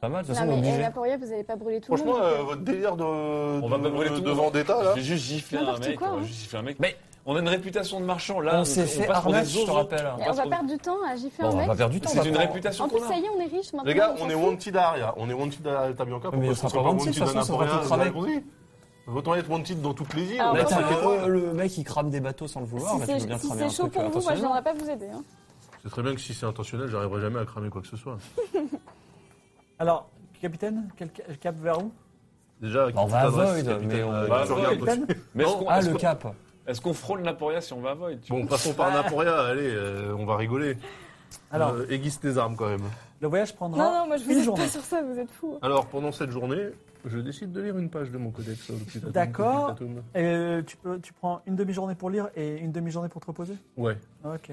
S6: Pas mal, de toute
S5: Non,
S6: façon, on est
S5: mais euh,
S6: obligé.
S5: Naporia, vous n'allez pas brûler tout le monde.
S4: Franchement, euh, votre délire de,
S3: On va pas brûler
S4: de,
S3: tout
S4: de
S3: le monde.
S4: Vendetta là
S3: J'ai juste giflé un
S5: N'importe
S3: mec.
S5: quoi,
S3: on va
S5: hein.
S3: juste gifler un mec.
S6: Mais
S3: On a une réputation de marchand là.
S6: On s'est fait
S3: passe pour des
S6: arnaque, je te
S3: zozos.
S6: rappelle.
S3: On
S5: On
S3: passe
S5: va
S3: pour des-
S5: perdre du temps à gifler
S6: Bon,
S5: un
S6: on va
S5: mec.
S6: pas perdre du temps. on
S3: C'est
S6: va
S3: une
S6: prendre-
S3: réputation
S5: En plus,
S3: qu'on
S5: ça
S3: a.
S5: y est, on est riche maintenant.
S4: Les gars,
S5: s'en
S4: on est
S5: fout.
S4: wanted à Aria. On est wanted à Tabioca.
S6: Mais
S4: Pourquoi est-ce
S6: ça
S4: qu'on
S6: sera
S4: sera
S6: pas wanted, de
S4: wanted
S6: toute
S4: à
S6: façon, ça
S4: n'importe
S6: va tout cramer.
S4: rien Autant être wanted dans toutes les îles.
S5: Ah,
S4: on
S6: Mais
S4: va
S5: bah,
S6: attends,
S4: s'inquiéter.
S6: le, le mec il crame des bateaux sans le vouloir,
S5: Si
S6: là, tu
S5: c'est
S6: veux bien
S5: si
S6: cramer
S5: c'est
S6: un
S5: chaud
S6: truc,
S5: pour vous, moi, je viendrai
S6: intentionnel.
S5: pas vous aider. hein.
S4: C'est très bien que si c'est intentionnel, j'arriverai jamais à cramer quoi que ce soit.
S1: Alors, capitaine, quel ca- cap vers où
S4: Déjà,
S6: Bah, on va à Void, mais on-
S4: euh,
S3: Bah, Void. [laughs] Mais est-ce
S4: Non,
S3: qu'on
S6: Ah,
S3: est-ce
S6: le
S3: qu'on-
S6: cap.
S3: est-ce qu'on frôle Naporia si on va à Void tu vois
S4: Bon, passons par Naporia, allez, euh, on va rigoler.
S1: Alors,
S4: Euh, aiguise tes armes quand même.
S1: le voyage prendra
S5: Non, non, moi, je vous
S1: une
S5: aide
S1: journée.
S5: pas sur ça, vous êtes fous.
S4: Alors, pendant cette journée, je décide de lire une page de mon codex. euh, le petit atome,
S1: D'accord.
S4: le petit atome.
S1: Et euh, tu, peux, tu prends une demi-journée pour lire et une demi-journée pour te reposer
S4: Ouais.
S1: Ok.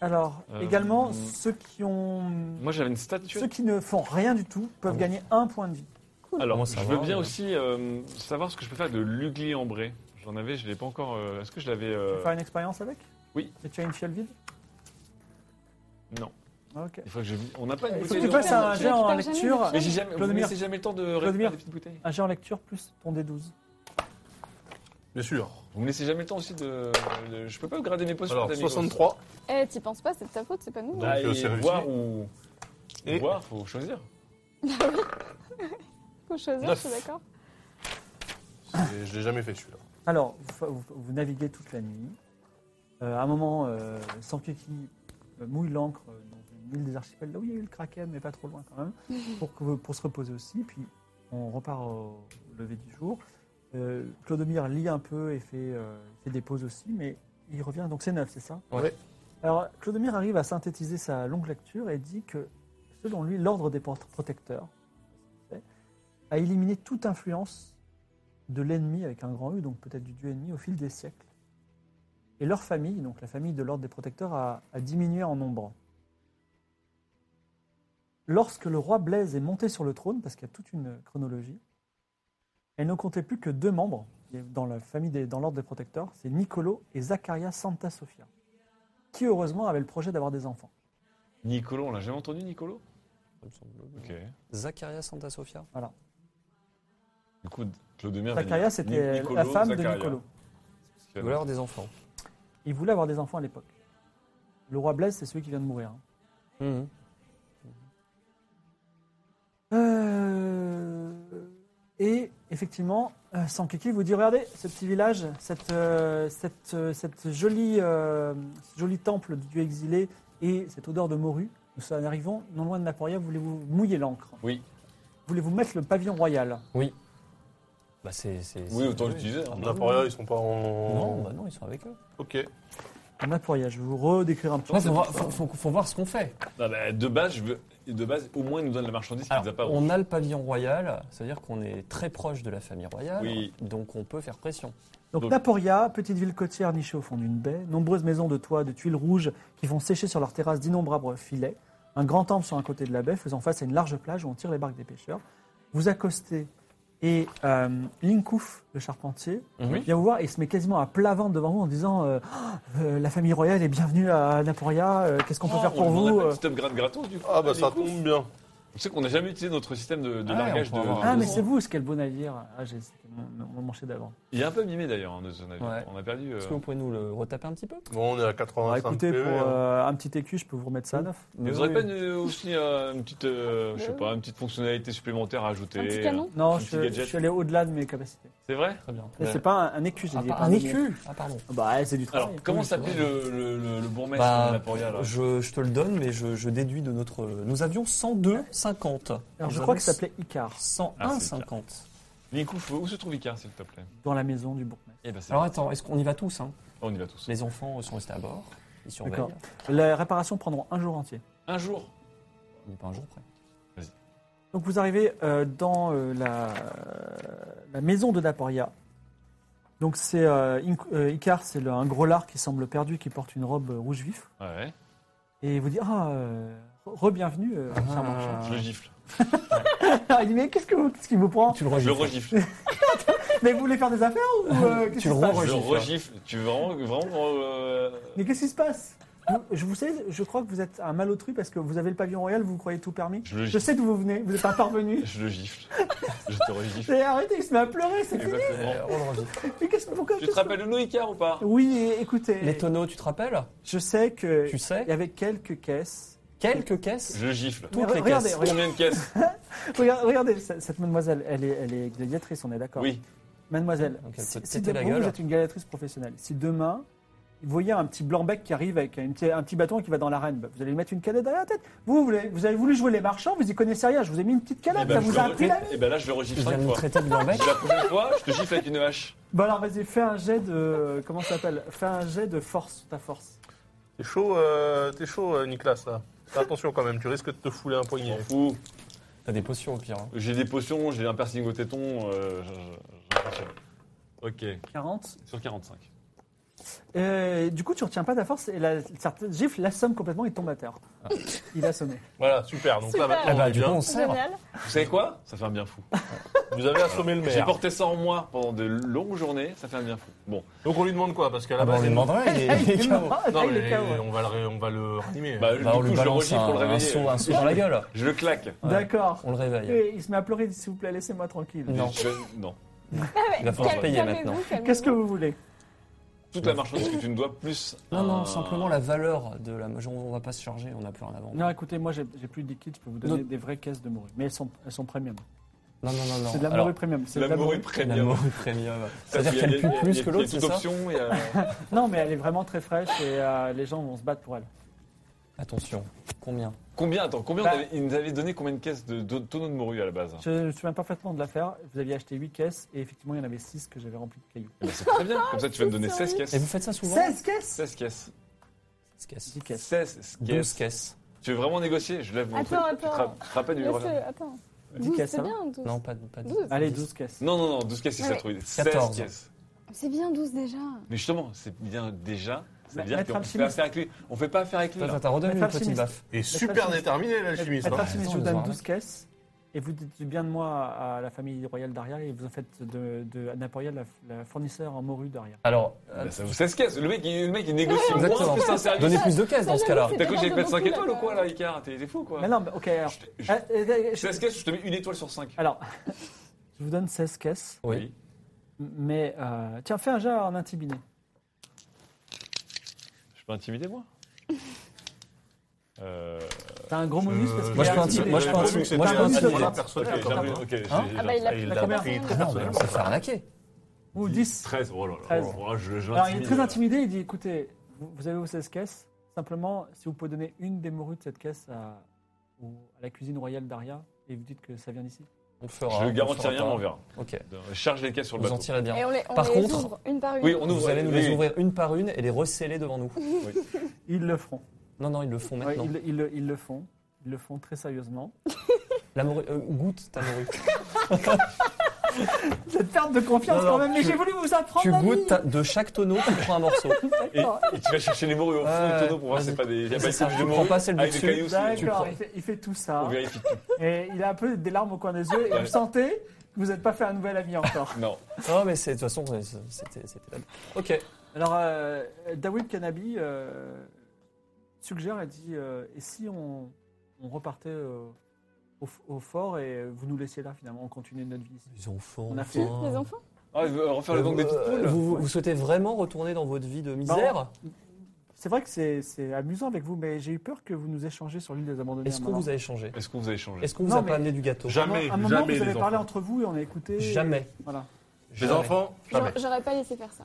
S1: Alors,
S3: Euh,
S1: également,
S3: hmm.
S1: ceux qui ont...
S3: Moi j'avais une statue.
S1: Ceux qui ne font rien du tout
S3: Ah
S1: peuvent gagner un point de vie.
S3: Alors
S6: Comment
S3: je
S6: ça
S3: veux
S6: va,
S3: bien
S6: euh
S3: aussi euh, savoir ce que je peux faire de l'ugly ambré. J'en avais, je l'ai pas encore. euh, Est-ce que je l'avais
S1: Tu
S3: euh,
S1: veux faire une expérience avec
S3: oui.
S1: Et tu as une fiole vide
S3: Non.
S1: Ok.
S3: Il faut que je. On n'a pas une
S1: Il faut que
S3: bouteille.
S1: tu
S3: de-
S1: passes un
S5: Tu
S1: jet en
S5: récupères jamais
S1: lecture.
S5: des
S3: Mais j'ai jamais. Vous me
S1: Clodomir.
S3: laissez jamais le temps de récupérer
S1: Clodomir.
S3: des petites bouteilles.
S1: Un jet en lecture plus ton D12.
S4: Bien sûr.
S3: Vous me laissez jamais le temps aussi de. de- Je peux pas upgrader mes potions.
S4: Alors,
S3: les amigos.
S4: 63.
S5: Eh, t'y penses pas, c'est de ta faute, c'est pas nous.
S4: Donc,
S3: Ah,
S4: euh,
S3: et
S4: c'est réussi.
S3: voir ou.
S4: Et-
S3: Voir, faut choisir.
S5: Faut choisir, je
S4: Neuf.
S5: suis d'accord.
S4: C'est- Je l'ai jamais fait celui-là.
S1: Alors, vous, fa- vous- vous naviguez toute la nuit. Euh, à un moment, euh, Sankuki euh, mouille l'ancre euh, dans une île des archipels, là où il y a eu le kraken, mais pas trop loin quand même, pour, que- pour se reposer aussi. Puis on repart au lever du jour. Euh, Clodomir lit un peu et fait, euh, fait des pauses aussi, mais il revient. Donc c'est neuf, c'est ça
S6: Ouais.
S1: Alors Clodomir arrive à synthétiser sa longue lecture et dit que, selon lui, l'ordre des port- protecteurs a éliminé toute influence de l'ennemi avec un grand U, donc peut-être du dieu ennemi, au fil des siècles. Et leur famille, donc la famille de l'ordre des protecteurs, a, a diminué en nombre. Lorsque le roi Blaise est monté sur le trône, parce qu'il y a toute une chronologie, elle ne comptait plus que deux membres dans la famille des, dans l'ordre des protecteurs, c'est Niccolo et Zaccaria Santa Sofia, qui heureusement avaient le projet d'avoir des enfants.
S3: Nicolo, on l'a jamais entendu, Nicolo
S6: Il me semble.
S3: Ok.
S6: Zacharia Santa Sofia.
S3: Du coup, Clodomir.
S1: Zaccaria, c'était la femme de Niccolo.
S6: Il doit y avoir des enfants.
S1: Il voulait avoir des enfants à l'époque. Le roi Blaise, c'est celui qui vient de mourir. hein.
S3: Hum,
S6: Mhm.
S1: Euh, et effectivement, euh, Sankeki vous dit regardez ce petit village, cette, euh, cette, euh, cette jolie, euh, ce joli temple du dieu exilé et cette odeur de morue. Nous en arrivons non loin de Naporia. Voulez-vous mouiller l'ancre
S3: Oui.
S1: Voulez-vous mettre le pavillon royal
S6: Bah, c'est. c'est-
S3: Oui,
S6: c'est-
S3: autant l'utiliser.
S1: euh,
S3: hein.
S4: Naporia, ils sont pas en.
S6: Ah, Non, bah non, ils sont avec eux.
S4: Ok.
S1: Naporia, je vais vous redécrire un petit
S6: Ouais,
S1: peu.
S6: faut, voir, faut- faut- faut voir ce qu'on fait.
S3: Non, bah, de base, je veux. De base, au moins, ils nous donnent la marchandise qu'ils
S6: Alors,
S3: nous a pas.
S6: on a le pavillon royal, c'est-à-dire qu'on est très proche de la famille royale,
S3: Oui. Euh.
S6: donc on peut faire pression.
S1: Donc,
S3: Donc-
S1: Naporia, petite ville côtière nichée au fond d'une baie, nombreuses maisons de toits de tuiles rouges qui font sécher sur leurs terrasses d'innombrables filets, un grand temple sur un côté de la baie faisant face à une large plage où on tire les barques des pêcheurs. Vous accostez et euh, Linkouf, le charpentier,
S6: Mhm.
S1: vient vous voir et il se met quasiment à plat ventre devant vous en disant euh, Euh, La famille royale est bienvenue à Naporia, euh, qu'est-ce qu'on peut
S3: Oh,
S1: faire pour
S3: lui
S1: vous
S3: demandera pas
S1: euh
S3: un petit upgrade gratos, du coup.
S4: Ah, bah
S3: Ah,
S4: ça
S3: mais cool.
S4: tombe bien.
S3: Tu sais qu'on n'a jamais utilisé notre système de, de
S6: Ah,
S3: largage
S6: on
S3: de.
S6: peut avoir
S1: Ah, mais
S6: bon.
S1: c'est vous, ce qu'est le beau navire Ah, j'ai- c'était mon, mon, mon chef-d'œuvre.
S3: Il est un peu mimé d'ailleurs, hein, de ce navire.
S6: Ouais.
S3: On a perdu. euh,
S6: Est-ce que vous pouvez nous le retaper un petit peu
S4: Bon, on est à
S1: Bah,
S4: 85
S1: écoutez,
S4: PV,
S1: pour
S4: hein.
S1: euh, un petit écu, je peux vous remettre ça à neuf.
S3: mais Vous
S6: Oui,
S3: aurez
S6: oui.
S3: pas une- aussi euh, une petite, euh, je sais pas, une petite fonctionnalité supplémentaire à ajouter.
S5: Un petit canon
S1: Non,
S3: Un petit
S1: je,
S3: gadget.
S1: je suis allé au-delà de mes capacités.
S3: C'est vrai
S6: Très bien.
S1: Et C'est pas un, un écu, j'ai
S6: Ah,
S1: dit.
S6: pas-
S1: pas
S6: un
S1: de-
S6: écu Ah, pardon.
S1: Ah Bah, ouais, c'est du travail.
S3: Alors, comment
S1: Oui,
S3: s'appelait
S1: c'est
S3: le, le, le, le bourgmestre
S6: Bah,
S3: de Naporia là
S6: je, je te le donne, mais je, je déduis de notre. Nous avions 102,50.
S1: vrai. Ah. Alors, je
S6: Nous
S1: crois que
S6: avons
S1: ça s'appelait Icar,
S3: Ah,
S6: 101,50.
S3: Nicouf, où se trouve Icar, s'il te plaît
S1: dans la maison du bourgmestre.
S3: Eh ben, c'est
S6: Alors attends, est-ce qu'on y va tous hein
S3: On y va tous.
S6: Les enfants sont restés à bord, ils surveillent.
S1: D'accord. Les réparations prendront un jour entier.
S3: Un jour.
S6: On n'est pas un jour près.
S1: Donc, vous arrivez euh, dans euh, la, la maison de Naporia. Donc, c'est euh, Inc- euh, Icar, c'est le- un gros lard qui semble perdu, qui porte une robe euh, rouge vif.
S3: Ouais.
S1: Et il vous dit Ah, euh, re-bienvenue, euh,
S6: Ah,
S1: cher marchand. Ah,
S3: Je le gifle.
S1: Il dit Mais qu'est-ce que vous- qu'est-ce qu'il vous prend
S6: Tu le
S3: Je le
S6: regifles.
S3: regifle.
S1: Mais vous voulez faire des affaires ou euh, qu'est-ce
S6: Tu
S1: qui
S6: le
S1: se passe
S3: Je le
S6: re-regifles.
S3: regifle. Tu veux vraiment. vraiment euh,
S1: Mais qu'est-ce qui se passe Vous- je vous sais, je crois que vous êtes un malotru parce que vous avez le pavillon royal, vous vous croyez tout permis.
S3: Je le
S1: Je
S3: gifle.
S1: sais d'où vous venez, vous êtes un parvenu.
S3: Je le gifle. je te regifle.
S1: Et arrêtez, il se met à pleurer, c'est fini.
S3: Exactement.
S6: Euh, on le revit.
S1: Mais qu'est-ce que pourquoi
S3: Tu te
S1: qu'est-ce que-
S3: rappelles de nous, Icar, ou pas
S1: Oui, et- écoutez,
S6: Les tonneaux, tu te rappelles
S1: je sais que
S6: Tu sais
S1: il y avait quelques caisses.
S6: Quelques caisses
S3: Je le gifle.
S6: Toutes
S1: Mais
S6: les
S1: regardez,
S6: caisses.
S1: regardez,
S3: Combien de caisses
S1: regardez, regardez, ce- cette mademoiselle, elle est, elle est gladiatrice, on est d'accord.
S3: Oui.
S1: Mademoiselle,
S6: Donc elle
S1: si,
S6: peut te
S1: si
S6: péter
S1: de-
S6: la
S1: vous,
S6: gueule.
S1: vous êtes une gladiatrice professionnelle, si demain vous voyez un petit blanc-bec qui arrive avec une petite- un petit bâton qui va dans l'arène, bah, vous allez lui mettre une canette derrière la tête. Vous, vous, avez, vous avez voulu jouer les marchands, vous y connaissez rien, je vous ai mis une petite canette, ça
S3: je
S1: vous
S3: le
S1: a
S3: re-
S1: appris la vie.
S3: Eh ben là, je le regifle
S6: Tu viens
S3: cinq
S6: de nous
S3: fois.
S6: traiter de blanc-bec
S3: La prochaine fois, je te gifle avec une hache.
S1: Bon alors vas-y, fais un jet de... Comment ça s'appelle Fais un jet de force, ta force.
S4: T'es chaud, euh, t'es chaud, euh, Nicolas, là. Fais attention quand même, tu risques de te fouler un
S3: Je m'en
S4: poignet.
S3: fous.
S6: T'as des potions au pire. hein.
S3: J'ai des potions, j'ai un piercing au téton. euh, je- je- je- je- Ok,
S1: 40.
S3: sur 45.
S1: Euh, du coup, tu retiens pas ta force et la certaine gifle l'assomme complètement, il tombe à terre. Il a sonné.
S4: Voilà, super. Donc
S5: Super.
S4: là,
S6: Ah
S4: maintenant, on
S6: bah,
S4: est
S6: du coup,
S4: bien.
S6: on sert.
S5: Génial.
S3: Vous savez quoi Ça fait un bien fou.
S4: Vous avez assommé le
S3: J'ai
S4: maire.
S3: porté ça en moi pendant de longues journées, ça fait un bien fou. Bon,
S4: Donc on lui demande quoi Parce qu'à la
S6: Ah bah,
S4: base,
S6: on lui
S4: il-
S6: demandera, il est- il est KO.
S1: Ah,
S4: Non,
S1: [laughs] il est
S4: mais
S1: KO, ouais.
S4: on va le, ré- on va le ranimer.
S3: bah,
S6: Bah, on
S3: du
S6: lui
S3: coup, je le
S6: balance
S3: regifle pour le
S6: un, un
S3: réveiller.
S6: saut, un saut dans la gueule.
S3: Je le claque.
S1: D'accord.
S6: On le réveille.
S1: Et il se met à pleurer, il dit, s'il vous plaît, laissez-moi tranquille.
S6: Non.
S3: Je- non.
S6: Il va falloir payer maintenant.
S1: Qu'est-ce que vous voulez
S3: Toute la marchandise que tu me dois, plus.
S6: Non, non,
S3: un-
S6: simplement la valeur de la. On va pas se charger, on n'a plus rien à vendre.
S1: Non, écoutez, moi j'ai j'ai plus de liquide, je peux vous donner
S6: Non.
S1: des vraies caisses de morue. Mais elles sont, elles sont premium.
S6: Non, non, non, non.
S1: C'est de la
S6: Alors,
S1: morue premium. c'est de
S3: La morue
S6: la
S3: premium.
S6: morue premium.
S3: Parce
S6: C'est-à-dire
S3: qu'il y a
S6: qu'elle
S3: des-
S6: pue
S3: il y
S6: plus
S3: a- il
S6: que
S3: y a
S6: l'autre, c'est
S3: toute
S6: ça
S3: option, il y
S6: [laughs]
S3: a-
S1: Non, mais elle est vraiment très fraîche et euh, les gens vont se battre pour elle.
S6: Attention, combien
S3: Combien, attends, combien
S1: Bah.
S3: on avait- il nous avait donné combien de caisses de, de tonneaux de morue à la base
S1: Je me souviens parfaitement de l'affaire. Vous aviez acheté 8 caisses et effectivement, il y en avait 6 que j'avais remplies de cailloux.
S3: Eh ben, C'est très bien, comme ça tu vas me donner 16
S6: Et vous
S3: caisses.
S6: faites ça souvent
S1: 16 caisses
S3: 16 caisses.
S6: 16 caisses.
S1: 10 caisses.
S3: 16
S6: 12
S3: caisses.
S6: caisses.
S3: Tu veux vraiment négocier Je lève mon
S5: Attends,
S3: truc. Tu te
S5: attends.
S3: ra- Tu te rappelles du regarde.
S5: Attends.
S1: Dix
S5: 12,
S1: caisses,
S5: c'est
S1: hein.
S5: bien, 12.
S6: Non, pas, pas
S5: Douze.
S1: Allez, 12 caisses.
S3: Non, non, non, 12 caisses, c'est ça,
S5: Ouais.
S3: trouvé. 16
S6: 14.
S3: caisses.
S5: C'est bien 12 déjà.
S3: Mais justement, c'est bien déjà. Ça
S1: Ma-
S3: veut
S6: Bah,
S3: dire
S1: maître
S3: qu'on fait
S1: alchimiste.
S3: affaire avec lui. On fait pas affaire avec lui.
S6: Attends,
S3: là.
S6: attends, redonne-lui
S1: Mais
S6: une petite
S1: alchimiste.
S6: baffe.
S4: Et super déterminé, l'alchimiste.
S1: Attends,
S4: hein.
S1: si, mais je
S6: attends,
S1: vous
S6: on
S1: donne
S6: va
S1: 12 caisses et vous dites du bien de moi à la famille royale derrière et vous en faites de, de Naporiel la, la fournisseur en morue derrière.
S6: Alors,
S3: Bah, ça vaut 16 caisses. Le mec, il, le mec, il négocie
S6: Exactement.
S3: moins plus un service.
S6: donnez plus de caisses dans ce cas-là.
S3: T'as cru que j'allais te mettre 5
S5: Beaucoup,
S3: étoiles ou
S5: là,
S3: quoi,
S5: quoi.
S3: là, Icar T'es t'es fou, quoi
S1: Mais non, mais ok, alors.
S3: Je te- je-
S1: Euh, euh, euh, je-
S3: 16 caisses, je te mets une étoile sur 5.
S1: alors, [laughs] je vous donne 16 caisses,
S6: Oui.
S1: mais. euh, tiens, fais un jet en intimidé.
S3: Je peux intimider, moi Euh.
S1: T'as un gros bonus parce que.
S6: Moi, je
S1: t'es
S6: peux intimider- moi, je peux
S1: intimidé.
S6: intimider- moi, je peux
S4: Ah,
S1: intimider.
S4: voilà,
S3: Ok,
S4: personnel,
S3: j'ai
S4: quand même.
S3: un- ok, j'ai-
S5: Ah bah, il
S4: Et
S5: l'a
S4: il
S1: La
S4: l'a
S1: première
S4: pris
S1: fois.
S4: très
S6: Ah non, mais on
S4: personnellement.
S6: s'est fait arnaquer.
S1: Ou 10.
S3: 13, oh là là.
S1: Treize.
S3: Oh là, je- je
S1: Alors, il est
S3: l'intimide,
S1: très
S3: là.
S1: intimidé, il dit écoutez, vous, vous avez vos 16 caisses, simplement, si vous pouvez donner une des morues de cette caisse à, au- à la cuisine royale d'Aria et vous dites que ça vient d'ici.
S6: On le fera.
S3: Ah, Je
S6: on
S3: ne
S6: le
S3: garantis
S6: fera
S3: rien,
S6: pas.
S3: mais on verra.
S6: Ok.
S3: Euh, Charge les caisses sur le
S6: Vous en
S3: bateau.
S6: tirez bien.
S5: Et on les, on
S6: Par
S5: les
S6: contre-
S5: ouvre une par une.
S3: Oui, on ouvre.
S6: Vous allez nous
S3: oui,
S6: les
S3: oui.
S6: ouvrir une par une et les receller devant nous.
S1: Ils le feront.
S6: Non, non, ils le font
S1: Ouais,
S6: maintenant.
S1: ils, ils le- ils le font. Ils le font très sérieusement.
S6: La morue, euh, goûte ta
S5: [laughs]
S6: morue.
S1: Cette perte de confiance
S6: Non, non,
S1: quand même, mais
S6: tu-
S1: j'ai voulu vous apprendre.
S6: tu
S1: la
S6: goûtes
S1: vie.
S6: ta- de chaque tonneau, tu prends un
S5: [laughs]
S6: morceau.
S3: Et, et tu vas chercher les morues au fond
S6: Ouais,
S3: du tonneau pour voir si
S6: vas-y.
S3: c'est pas des. Il y a
S6: C'est
S3: pas de
S6: ça,
S3: couche
S6: tu
S3: de
S6: prends
S3: morue
S6: pas celle
S3: avec
S6: du
S3: des
S6: dessus.
S3: cailloux aussi. Tu-
S1: D'accord,
S6: prends-
S1: il, fait- il fait tout ça.
S3: On vérifie tout.
S1: Et il a un peu des larmes au coin des yeux et
S3: Ouais.
S1: vous sentez que vous n'êtes pas fait un nouvel ami encore.
S3: Non.
S6: Non, mais c'est- de toute façon, c'est- c'était. c'était- Ok.
S1: Alors, euh, Dawid Kanabi euh, suggère et dit euh, Et si on, on repartait euh, au, f- au fort et vous nous laissiez là finalement, on continue notre vie ici
S6: Ils ont faim.
S1: On a
S5: Qui,
S6: Oh.
S5: les enfants
S3: Ah, il veut refaire le gang des petites poules.
S6: Euh, vous, vous- vous souhaitez vraiment retourner dans votre vie de misère
S1: C'est vrai que c'est c'est amusant avec vous, mais j'ai eu peur que vous nous échangez sur l'île des abandonnés.
S6: Est-ce
S1: à un
S6: qu'on
S1: moment.
S6: vous a échangé
S3: Est-ce qu'on vous a échangé
S6: Est-ce qu'on vous
S1: Non,
S6: a
S1: mais-
S6: pas amené du gâteau
S4: Jamais,
S1: À un moment,
S4: jamais
S1: vous avez
S4: les
S1: parlé
S4: enfants.
S1: entre vous et on a écouté.
S6: Jamais.
S1: Voilà.
S4: Les
S6: Jamais.
S4: enfants, jamais.
S5: J'aurais- J'aurais pas laissé faire ça.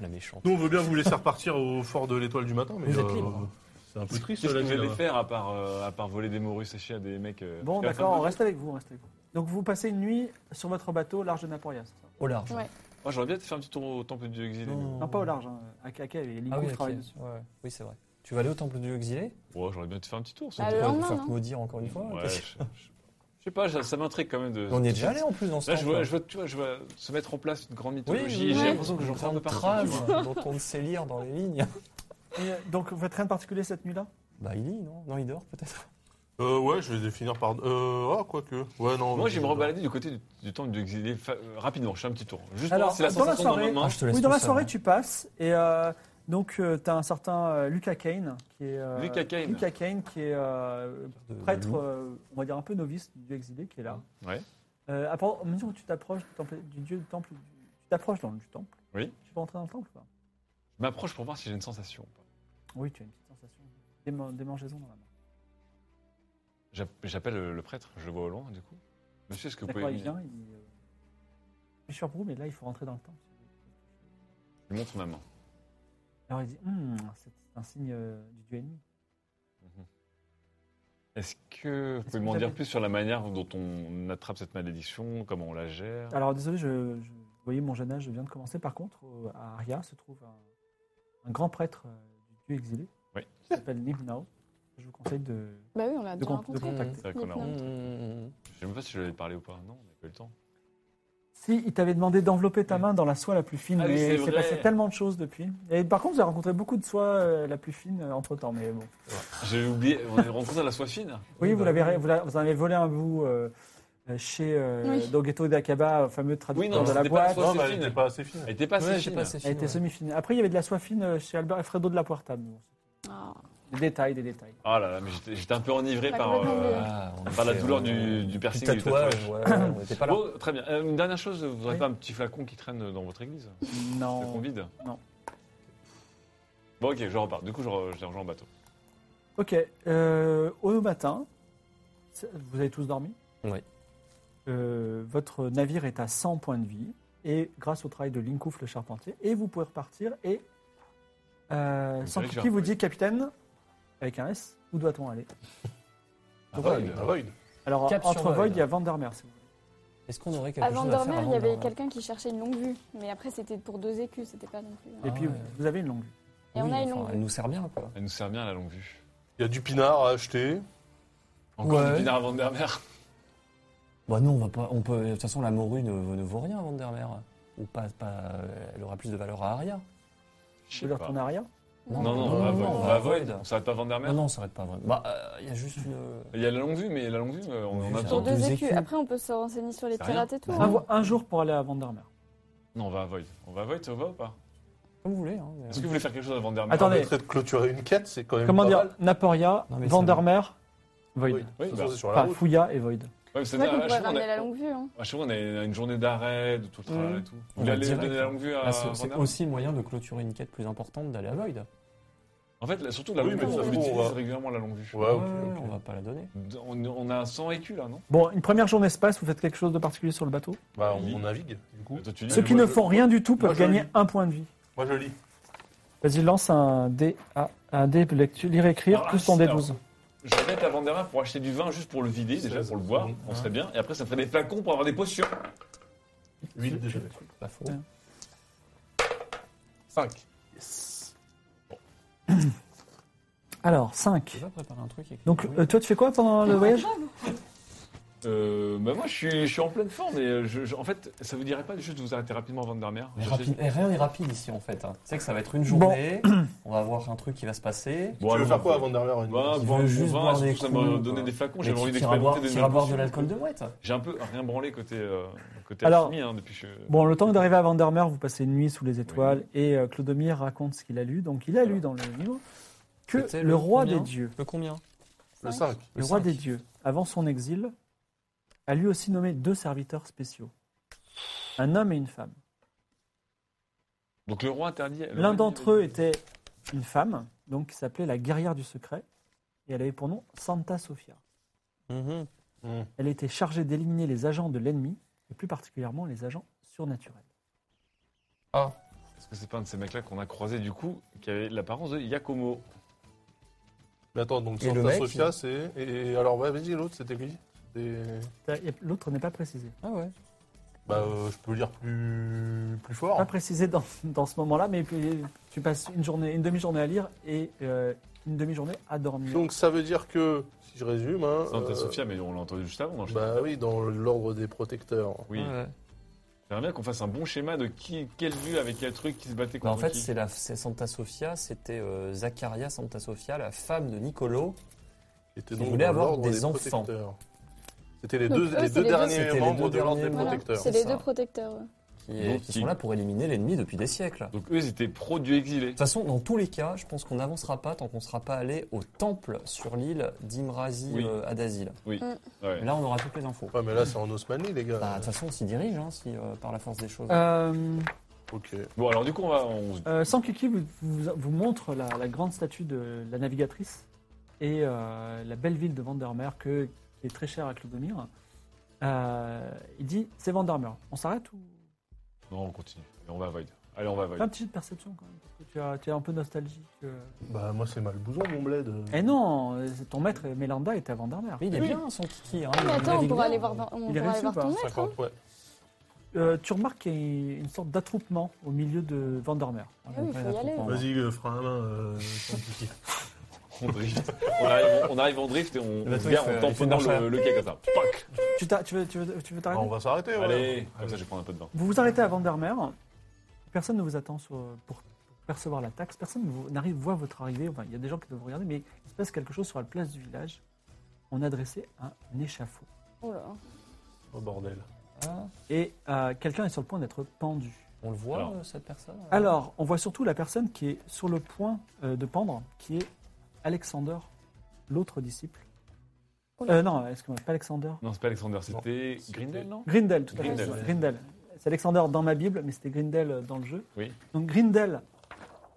S6: La méchante.
S4: Nous, on veut bien vous laisser repartir au fort de l'étoile du matin, mais
S6: Vous êtes
S4: euh,
S6: libre.
S4: c'est un peu triste.
S3: Qu'est-ce que
S4: la
S3: vous
S4: vie,
S3: allez
S4: là.
S6: hein
S3: faire à part, euh, à part voler des morues séchées à des mecs euh,
S1: Bon,
S3: parce qu'à la
S1: d'accord,
S3: fin
S1: on
S3: de-
S1: reste avec vous, on reste avec vous. Donc vous passez une nuit sur votre bateau au large de Naporia, c'est ça
S6: Au large.
S5: Ouais.
S3: Moi, j'aurais bien te faire un petit tour au temple du exil.
S6: Non.
S1: Non, pas au large, hein. à Kaké, les
S6: Ah oui, ok.
S1: travaillent dessus.
S6: Ouais, ouais. oui c'est vrai. Tu vas aller au temple du exilé
S3: Ouais, j'aurais bien te faire un petit tour. c'est
S5: Ah,
S3: tout.
S5: Bah, Le
S6: Pour
S5: lendemain,
S6: te faire
S5: non
S6: maudire encore une fois
S3: Ouais,
S6: parce
S3: je,
S6: que-
S3: je- je sais pas, ça, ça m'intrigue quand même de.
S6: On y est déjà allé en plus dans ce
S3: Là, je
S6: temple.
S3: vois, je vois, tu vois, je vois se mettre en place une grande
S6: Oui,
S3: mythologie.
S6: oui,
S3: J'ai
S6: oui.
S3: l'impression que j'en
S6: Une
S3: fais un peu
S6: grande
S3: partout.
S6: trame
S3: tu vois.
S6: dont on ne sait lire dans les lignes.
S1: Et, euh, Donc vous faites rien de particulier cette nuit-là
S6: Bah il lit, non Non, il dort [laughs] peut-être.
S4: Euh, ouais, je vais définir par. Euh, ah, quoique. Ouais, non.
S3: Moi, j'aimerais me
S4: me
S3: balader du côté du, du temple du exilé fa- euh, rapidement. Je fais un petit tour. Juste
S1: Alors,
S3: pour voir si la
S1: dans la
S3: sensation dans
S1: soirée-
S3: ma main.
S6: Ah, je te laisse
S1: Oui, dans
S6: tout
S1: la
S6: seul,
S1: soirée,
S6: hein.
S1: tu passes et euh, Donc, tu as un certain euh, Lucas Kane, qui est, euh,
S3: Lucas Kane.
S1: Kane, qui est euh, prêtre, euh, on va dire un peu novice du dieu exilé, qui est là.
S3: Ouais.
S1: Euh, à part- à mesure où tu t'approches du, temple- du dieu du temple, tu t'approches dans le- du temple.
S3: Oui.
S1: Tu peux entrer dans le temple ou pas
S3: Je m'approche pour voir si j'ai une sensation. ou pas.
S1: Oui, tu as une petite sensation d'éman- démangeaison dans la main.
S3: J'app- J'appelle le, le prêtre, je le vois au loin du coup. Monsieur, est-ce que vous
S1: D'accord,
S3: pouvez
S1: il
S3: lui
S1: vient, il. euh, Je suis sûr pour vous, mais là, il faut rentrer dans le temple.
S3: lui montre ma main
S1: Alors, il dit Hum, c'est un signe euh, du dieu ennemi.
S3: Est-ce que vous
S1: que
S3: pouvez
S1: vous
S3: m'en dire
S1: avez-
S3: plus sur la manière dont on attrape cette malédiction, comment on la gère
S1: Alors désolé, je, je- vous voyez mon jeune âge vient de commencer. Par contre, au- à Aria se trouve un, un grand prêtre euh, du dieu exilé
S3: Oui.
S1: qui s'appelle Nimnao. Je vous conseille de,
S5: Bah oui, on l'a
S1: de,
S5: déjà
S1: con- de
S5: rencontré.
S1: contacter.
S3: C'est vrai qu'on a
S5: Maintenant.
S3: honte.
S6: Mmh.
S3: Je sais même pas si je l'avais parlé ou pas. Non, on n'a pas eu le temps.
S1: Si, il t'avait demandé d'envelopper ta
S3: Oui.
S1: main dans la soie la plus fine,
S3: Ah oui,
S1: mais
S3: c'est
S1: il s'est
S3: vrai.
S1: passé tellement de choses depuis. Et par contre, vous avez rencontré beaucoup de soie euh, la plus fine entre temps, mais bon.
S3: J'ai oublié, on est rencontré à la soie fine
S1: Oui,
S6: Oui,
S1: vous
S6: bah
S1: l'avez,
S6: oui.
S1: vous, la- vous en avez volé un bout euh, euh, chez euh,
S5: Oui.
S1: Dogeto Dakaba, fameux
S3: Oui,
S1: traducteur
S3: non,
S1: de la
S3: c'était pas la
S1: boîte.
S3: soie.
S4: Non,
S3: c'est
S4: mais elle
S3: fine.
S4: n'était pas assez fine.
S3: Elle était pas
S6: Ouais,
S3: assez
S6: j'ai
S3: fine.
S6: pas assez
S1: Elle
S6: fini,
S1: était
S6: ouais.
S1: semi-fine. Après, il y avait de la soie fine euh, chez Albert, Alfredo de la Puerta. mais bon,
S5: Ah.
S1: c'est Des détails, des détails.
S3: Ah là là, mais j'étais j'étais un peu enivré
S5: La
S3: par,
S5: complètement
S3: euh,
S5: bleue.
S6: Ah, on
S3: par la
S6: était-
S3: douleur
S6: on-
S3: du, du
S6: du
S3: piercing et du
S6: tatouage.
S3: tatouage.
S6: ouais, ouais, on était pas là.
S3: Bon, très bien. Euh, une dernière chose, vous n'aurez
S1: Oui.
S3: pas un petit flacon qui traîne dans votre église Un
S1: Non.
S3: flacon vide
S1: Non.
S3: Bon, ok, je repars. Du coup, je, re, je les rejoins en bateau.
S1: Ok, euh, au matin, c'est- vous avez tous dormi
S6: Oui.
S1: Euh, votre navire est à 100 points de vie, et grâce au travail de Linkouf le charpentier, et vous pouvez repartir, et euh,
S3: Vous
S1: sans
S3: savez que
S1: qui
S3: j'ai un
S1: vous
S3: problème.
S1: dit capitaine, avec un S, où doit-on aller
S3: Ah,
S6: Void.
S3: Void.
S4: Ah, Void.
S1: Alors,
S6: Cap sur
S1: entre Void,
S6: Void.
S1: il y a Vandermeer. si vous voulez.
S6: Est-ce qu'on aurait quelque
S5: Avant
S6: chose
S5: de
S6: à faire
S5: dormir,
S6: avant
S5: il y avait
S6: dormir
S5: quelqu'un qui cherchait une longue vue, mais après c'était pour deux écus, c'était pas non plus. hein.
S1: Et
S6: Ah
S1: puis,
S6: ouais.
S1: vous avez une longue vue.
S5: Et on
S6: Oui,
S5: a une
S6: enfin,
S5: longue
S6: Elle
S5: vue.
S6: nous sert bien, quoi.
S3: Elle nous sert bien à la longue vue.
S4: Il y a du pinard à acheter.
S3: Encore
S6: Ouais.
S3: une pinard avant [laughs] dernière.
S6: Bah non, on va pas. On peut. De toute façon, la morue ne, ne vaut rien, Vandermeer. Ou pas, pas. Elle aura plus de valeur à Aria.
S1: Vous voulez retourner à Aria
S3: Non, non, on
S6: non,
S3: va à
S6: non,
S3: Void.
S6: on
S3: On
S6: va
S3: va
S6: à
S3: à Void.
S6: Void.
S3: On s'arrête pas avant
S6: Non,
S3: dernière.
S6: non, ça va être pas vrai. Bah, euh, il y a juste une.
S3: Il y a la longue vue, mais la longue vue, euh, on
S6: Oui,
S3: en
S6: c'est
S3: attend.
S5: Pour deux
S6: deux
S5: écus.
S6: écus.
S5: Après, on peut se renseigner sur les
S3: C'est
S5: pirates et tout.
S1: un,
S6: Ah
S5: hein.
S1: vo- un jour pour aller à Vandermeer.
S3: Non, on va à Void. On va à Void, ça vous va ou pas
S6: Comme vous voulez. Hein, mais-
S3: Est-ce que vous voulez faire quelque chose avant dernière
S1: Attendez.
S4: Permettrait de clôturer une quête, c'est quand même.
S1: Comment
S4: pas
S1: dire
S4: mal.
S1: Naporia,
S6: Non, mais ça-
S1: Vandermeer, Void.
S4: Oui,
S3: Oui,
S4: de toute
S3: bah.
S4: façon, c'est sur la
S1: Enfin,
S4: route.
S1: Fouya et Void.
S3: Ouais, mais c'est
S5: C'est vrai
S3: à
S5: qu'on pourrait
S3: chaque fois, on
S5: ramener Mm.
S3: a-
S5: la longue vue. hein.
S3: à chaque fois, on a une une journée d'arrêt, de tout le travail et tout. Vous
S6: On va
S3: voulez aller
S6: direct,
S3: donner la longue vue à
S6: Là, c'est-
S3: avant
S6: c'est
S3: dernière
S6: aussi moyen de clôturer une quête plus importante d'aller à Void.
S3: En fait, la- surtout la
S4: Oui,
S3: longue
S4: mais
S3: vue,
S4: ça,
S3: on
S4: bon,
S3: l'utilise
S4: on va-
S3: régulièrement la longue vue.
S4: Ouais, ok,
S6: Ouais,
S4: ok.
S6: On va pas la donner.
S3: On, on a 100 écus là, non
S1: Bon, une première journée se passe, vous faites quelque chose de particulier sur le bateau
S4: Bah, on, on navigue, du coup.
S3: Toi, tu dis-
S1: Ceux qui
S3: moi,
S1: ne
S3: je-
S1: font rien du tout peuvent
S4: moi, je
S1: gagner
S4: lis.
S1: un point de vie.
S4: Moi, je lis.
S1: Vas-y, lance un dé, à, un dé de lecture- lire écrire,
S3: Ah, Alors,
S1: plus ton
S3: c'est-
S1: dé 12.
S3: Je vais mettre avant dernière pour acheter du vin juste pour le vider, déjà pour le boire,
S6: Mm.
S4: Bon.
S3: on serait bien. Et après, ça me ferait des flacons pour avoir des potions.
S4: 8 déjà.
S6: Pas faux.
S1: Putain.
S4: 5.
S1: Alors,
S6: Tu
S1: 5.
S6: vas préparer un truc avec
S1: Donc,
S6: les
S1: euh,
S6: morue.
S1: toi, tu fais quoi pendant le voyage
S3: Euh, bah moi, je suis, je suis en pleine forme et euh, je- je- en fait, ça vous dirait pas juste de vous arrêter rapidement avant dernière
S6: Mais rapide- eh, rien n'est rapide ici en fait. hein. Tu sais que ça va être une journée, on va voir un truc qui va se passer.
S3: Bon,
S4: tu veux
S3: alors,
S4: faire quoi avant dernière une
S3: Bah,
S6: Tu
S3: boire
S6: veux
S3: du
S6: juste
S3: vin,
S6: boire
S3: surtout
S6: des
S3: ça m'a
S6: coups,
S3: donné
S6: quoi.
S3: des flacons,
S6: Mais
S3: j'avais envie
S6: tu iras boire,
S3: d'expérimenter des
S6: tu iras boire de
S3: potions.
S6: l'alcool de mouette.
S3: J'ai un peu rien branlé côté, euh, côté
S1: Alors-
S3: alchimie hein, depuis que je...
S1: Bon, le temps d'arriver à Vandermeer, vous passez une nuit sous les étoiles et euh, Clodomir raconte ce qu'il a lu. Donc, il a lu dans le livre que
S6: C'était
S1: le
S6: le
S1: roi
S6: combien
S1: des dieux,
S6: Le combien
S4: Le 5.
S1: le roi
S6: cinq.
S1: des dieux, avant son exil, a lui aussi nommé deux serviteurs spéciaux. Un homme et une femme.
S3: Donc le roi interdit... le
S1: L'un
S3: roi
S1: d'entre eux
S3: interdit-
S1: était une femme, donc qui s'appelait la guerrière du secret, et elle avait pour nom Santa Sofia.
S6: Mhm.
S4: Hmm.
S1: Elle était chargée d'éliminer les agents de l'ennemi, et plus particulièrement les agents surnaturels.
S3: Est-ce que c'est pas un de ces mecs-là qu'on a croisé du coup, qui avait l'apparence de Yakomo
S4: Mais attends, donc
S6: Et le
S4: Santa
S6: mec,
S4: Sofia, c'est. Et alors, ouais, vas-y, l'autre, c'était qui Des-
S1: Et L'autre n'est pas précisé.
S6: Ah ouais.
S4: Bah, euh, je peux lire plus, plus fort.
S1: Pas précisé dans, dans ce moment-là, mais puis tu passes une journée, une demi-journée à lire et euh, une demi-journée à dormir.
S4: Donc, ça veut dire que, si je résume. Hein,
S3: Santa
S4: euh,
S3: Sofia, mais on l'a entendu juste avant. dans le-
S4: Bah oui, dans l'ordre des protecteurs.
S3: oui.
S6: Ouais.
S3: J'aimerais bien qu'on fasse un bon schéma de qui, quelle vue, avec quel truc, qui se battait
S6: Bah,
S3: contre
S6: en fait,
S3: qui.
S6: c'est la c'est Santa Sofia, c'était euh, Zaccaria Santa Sofia, la femme de Niccolo.
S4: Qui étaient
S6: Ils
S4: donc
S6: voulaient
S4: dans
S6: avoir
S4: l'ordre
S6: des enfants.
S4: protecteurs. C'était les
S5: Donc,
S4: deux,
S5: eux,
S4: les
S5: c'est
S4: deux
S5: les deux-
S4: derniers
S6: C'était les
S4: membres de
S6: deux
S4: l'ordre
S6: derniers
S4: des
S6: membres.
S5: Voilà.
S4: protecteurs.
S5: C'est les
S6: ça.
S5: deux protecteurs. ouais.
S6: qui qui, est-
S3: Donc,
S6: qui
S3: qui-
S6: sont là pour éliminer l'ennemi depuis des siècles. De
S3: Donc eux, ils étaient pro-dieu exilé.
S6: toute façon, dans tous les cas, je pense qu'on n'avancera pas tant qu'on ne sera pas allé au temple sur l'île d'Imrazi
S3: Oui.
S6: euh, Adazil.
S3: Ouais.
S6: Là, on aura toutes les infos.
S4: Ouais, Ah, mais là, c'est en Osmanie, les gars.
S6: Bah, De toute façon, on s'y dirige, hein, si, euh, par la force des choses.
S1: Euh,
S4: Ok.
S3: Bon, alors du coup, on va. on se-
S1: euh, Sankiki vous, vous, vous montre la, la grande statue de la navigatrice et euh, la belle ville de Vandermeer que, qui est très chère à Clodomir. Euh, il dit c'est Vandermeer. On s'arrête ou
S3: Non, on continue. Et on va void. Allez, on va void.
S1: Fais un petit jeu de perception quand même. Parce que tu, as- tu es un peu nostalgique. euh.
S4: Bah, moi, c'est mal bouson, mon bled.
S1: Eh non, euh, ton maître Mélanda était à Vandermeer.
S6: Mais il est bien, son kiki. Hein,
S5: Ah, mais
S6: il
S5: attends, on
S6: navigue
S5: pourra
S6: bien.
S5: aller voir, on
S1: Il est
S5: pourra aller
S1: réussi ou
S5: voir ton
S1: pas
S5: maître. hein.
S4: 50, ouais.
S1: Euh, tu remarques qu'il y a une sorte d'attroupement au milieu de Vandermeer.
S5: Ah oui, il faut y aller.
S6: Oh.
S4: Vas-y, euh, frein à main. euh, sans souci.
S3: On drift. [laughs] on, arrive, on arrive en drift et on,
S6: Le
S3: on,
S6: bateau,
S3: se gare
S6: il fait-
S3: en
S6: il fait
S3: tamponnant
S6: marche
S3: le, le quai comme ça. Pac
S1: Tu, t'as- tu veux, tu veux- tu veux
S4: Ah,
S1: t'arrêter
S4: on va s'arrêter, ouais.
S3: Allez, comme ça, je vais prendre un peu de vin.
S1: Vous vous arrêtez à Vandermeer. Personne ne vous attend sur- pour, pour percevoir la taxe. Personne ne vous- n'arrive voit votre arrivée. Enfin, il y a des gens qui doivent vous regarder, mais il se passe quelque chose sur la place du village. On a dressé un échafaud.
S5: Oh là.
S4: Oh, bordel.
S6: Ah,
S1: Et euh, quelqu'un est sur le point d'être pendu.
S6: on le voit,
S3: Alors.
S6: euh, cette personne euh
S1: Alors, on voit surtout la personne qui est sur le point euh, de pendre, qui est Alexander, l'autre disciple.
S5: Oula.
S1: Euh, non, excuse-moi, pas Alexander.
S3: Non, c'est pas Alexander, c'était Grindel, non
S1: Grindel, tout à fait.
S3: Grindel.
S1: c'est Grindel. C'est Alexander dans ma Bible, mais c'était Grindel euh, dans le jeu.
S3: Oui.
S1: Donc Grindel,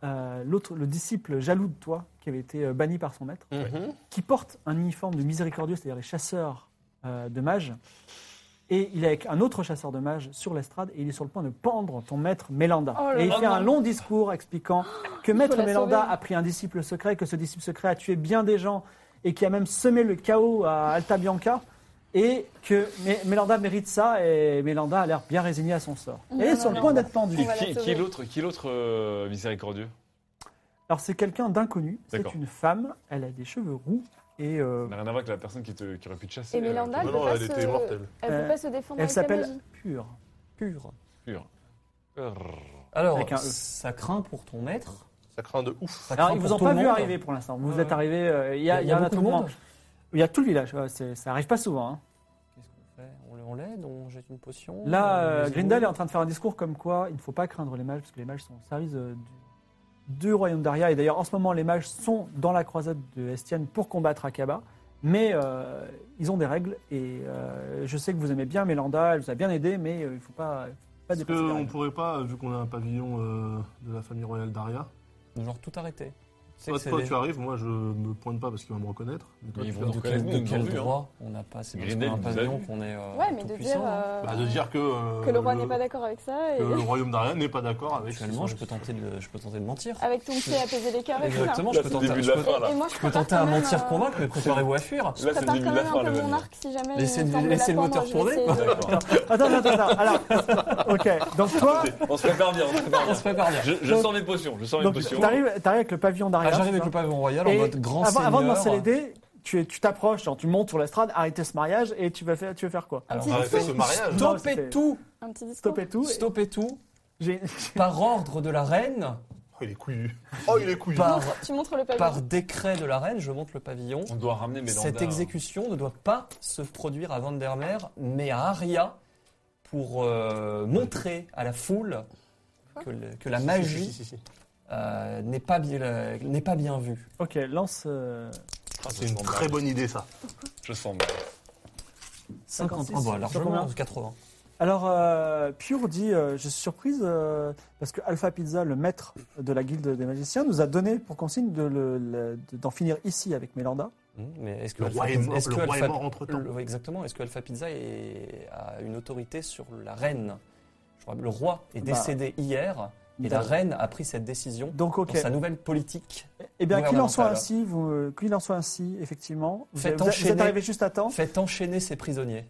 S1: euh, l'autre, le disciple jaloux de toi, qui avait été euh, banni par son maître, qui porte un uniforme de miséricordieux, c'est-à-dire les chasseurs euh, de mages. Et il est avec un autre chasseur de mages sur l'estrade et il est sur le point de pendre ton maître Mélanda.
S5: Oh là
S1: et il
S5: là.
S1: fait un long discours expliquant que maître
S5: la
S1: Mélanda
S5: sauver.
S1: a pris un disciple secret, que ce disciple secret a tué bien des gens et qui a même semé le chaos à Alta Bianca et que Mé- Mélanda mérite ça et Mélanda a l'air bien résignée à son sort.
S5: Non,
S1: Elle est
S5: non,
S1: sur le
S5: non.
S1: point d'être pendue.
S3: Et
S5: On va la
S3: qui, qui
S5: sauver.
S3: est l'autre qui est l'autre euh, miséricordieux
S1: Alors c'est quelqu'un d'inconnu, c'est
S3: D'accord.
S1: une femme, elle a des cheveux roux et euh,
S3: Ça n'a rien à voir avec la personne qui, te, qui aurait pu te chasser. euh,
S5: Et Mélanda,
S3: qui-
S5: elle
S4: Non,
S5: peut
S4: non,
S5: pas
S4: elle était
S5: se-
S4: mortelle.
S5: Elle
S1: Euh,
S5: peut pas se défendre
S1: elle
S5: avec la
S1: s'appelle
S5: magie.
S1: Pure.
S6: Pure.
S3: Pure. Purr.
S6: Alors,
S1: Avec un E.
S6: ça craint pour ton maître.
S4: Ça craint de ouf.
S6: Ça
S1: Alors
S6: craint
S1: ils
S6: pour
S1: vous ont
S6: tout le
S1: pas vu
S6: monde.
S1: arriver pour l'instant, vous
S6: Ouais,
S1: êtes arrivés, euh, il y, a- il y
S6: a
S1: en a
S6: beaucoup
S1: tout
S6: de
S1: le monde. Il y a tout le village, ouais, c'est- ça arrive pas souvent. hein.
S6: Qu'est-ce qu'on fait On le- on l'aide, on jette une potion.
S1: Là,
S6: on
S1: euh,
S6: les
S1: Grindel est
S6: roule.
S1: en train de faire un discours comme quoi il ne faut pas craindre les mages, parce que les mages sont au service euh, du, du royaume d'Aria. Et d'ailleurs, en ce moment, les mages sont dans la croisade de Estienne pour combattre Akaba. Mais euh, ils ont des règles, et euh, je sais que vous aimez bien Mélanda, elle vous a bien aidé, mais euh, il ne faut pas, faut pas
S4: Est-ce
S1: dépasser les
S4: qu'on
S1: règles.
S4: pourrait pas, vu qu'on a un pavillon euh, de la famille royale d'Aria,
S6: Genre tout arrêter. Tu sais
S4: toi,
S6: que c'est
S4: toi,
S6: des-
S4: tu arrives, moi je me pointe pas parce qu'ils vont me reconnaître. Mais toi,
S3: Mais
S4: tu
S3: ils vont
S4: fais-
S6: De
S3: nous
S6: quel,
S3: Nous,
S6: de
S3: nous
S6: quel
S3: l'avons vu,
S6: droit on a pas C'est parce qu'on a
S3: Grindel
S6: un
S3: nous a
S6: pavillon
S3: vu.
S6: qu'on est. euh,
S5: Ouais, mais
S6: tout
S5: de dire
S6: puissant, hein.
S5: euh,
S4: Bah, de dire que, euh,
S5: que le roi n'est pas d'accord avec ça
S4: que
S5: et
S4: le royaume d'Aria n'est pas d'accord avec.
S6: Actuellement, je peux tenter de, je peux tenter de mentir.
S5: [laughs] avec ton pied apaiser les cœurs et tout Ah, ça.
S6: Exactement,
S3: Là,
S6: je peux
S3: c'est le
S6: tenter,
S3: début de
S6: je
S3: la
S6: peux-
S3: fin, là.
S5: Et moi, je
S6: je peux
S5: prépare
S6: tenter
S5: quand
S6: à
S5: même,
S6: mentir,
S5: euh,
S6: convaincre, mais préparez-vous à fuir.
S5: Je prépare quand même un peu mon
S3: Vladimir.
S5: arc si jamais.
S6: Laissez-
S5: il me semble
S6: laissez
S5: la
S6: le
S5: pendre,
S6: moteur
S5: je vais essayer
S6: tourner.
S5: de-
S1: Attends, attends, attends. Alors, ok. Donc toi,
S3: On se prépare bien, on se prépare
S6: On
S3: bien.
S6: se prépare bien.
S3: Je, je sors mes potions, je sors mes
S1: donc
S3: potions.
S1: t'arrives, t'arrives avec le pavillon
S6: Ah,
S1: d'Aria.
S6: J'arrive avec
S1: tu
S3: hein.
S6: le
S1: vois.
S6: pavillon royal en
S1: Et
S6: mode grand
S1: avant, avant de
S6: seigneur.
S1: lancer les dés, tu es- tu t'approches, genre tu montes sur l'estrade, arrêtez ce mariage, et tu vas faire, tu veux faire quoi
S5: Un
S6: Alors,
S5: petit
S4: Arrêtez
S5: discours.
S4: ce mariage.
S1: Non, c'était-
S6: Stoppez tout,
S5: Un petit discours.
S1: Stopper tout.
S6: stoppez tout,
S1: J'ai-
S6: par ordre de la reine,
S4: Oh, il est couillu. Oh, il est couillu.
S6: par,
S5: Tu montres le
S6: par
S5: pavillon.
S6: décret de la reine, je monte le pavillon.
S3: On doit ramener Mélanda.
S6: Cette exécution ne doit pas se produire à Vandermeer, mais à Aria, pour euh, montrer à la foule que, le- que la
S4: Si, si,
S6: magie
S4: si, si.
S6: euh, n'est pas, bien- euh, n'est pas bien vue.
S1: Ok, lance. euh,
S3: Ah,
S4: C'est une très bonne idée ça.
S3: Je sens mal.
S6: 50,
S1: 56,
S6: oh, bah,
S1: sur
S6: largement,
S1: combien
S6: 80.
S1: Alors, euh, Pure dit euh, Je suis surprise euh, parce que Alpha Pizza, le maître de la guilde des magiciens, nous a donné pour consigne de le- le- de- d'en finir ici avec Mélanda.
S6: Mmh, Mais est-ce que
S4: Le roi est mort,
S6: est-ce que
S4: le roi
S6: Alpha-
S4: est mort entre
S6: [laughs]
S4: temps.
S6: le- ouais, exactement. Est-ce que Alpha Pizza est- a une autorité sur la reine Je rappelle, Le roi est
S1: Bah,
S6: décédé hier et la
S1: d'accord.
S6: reine a pris cette décision
S1: Donc, ok.
S6: dans sa nouvelle politique.
S1: Eh bien, qu'il en soit
S6: gouvernementale.
S1: ainsi, vous, euh, qu'il en soit ainsi, effectivement. Vous, vous
S6: Faites
S1: êtes- vous êtes
S6: enchaîner.
S1: arrivé juste à temps.
S6: Faites enchaîner ses prisonniers.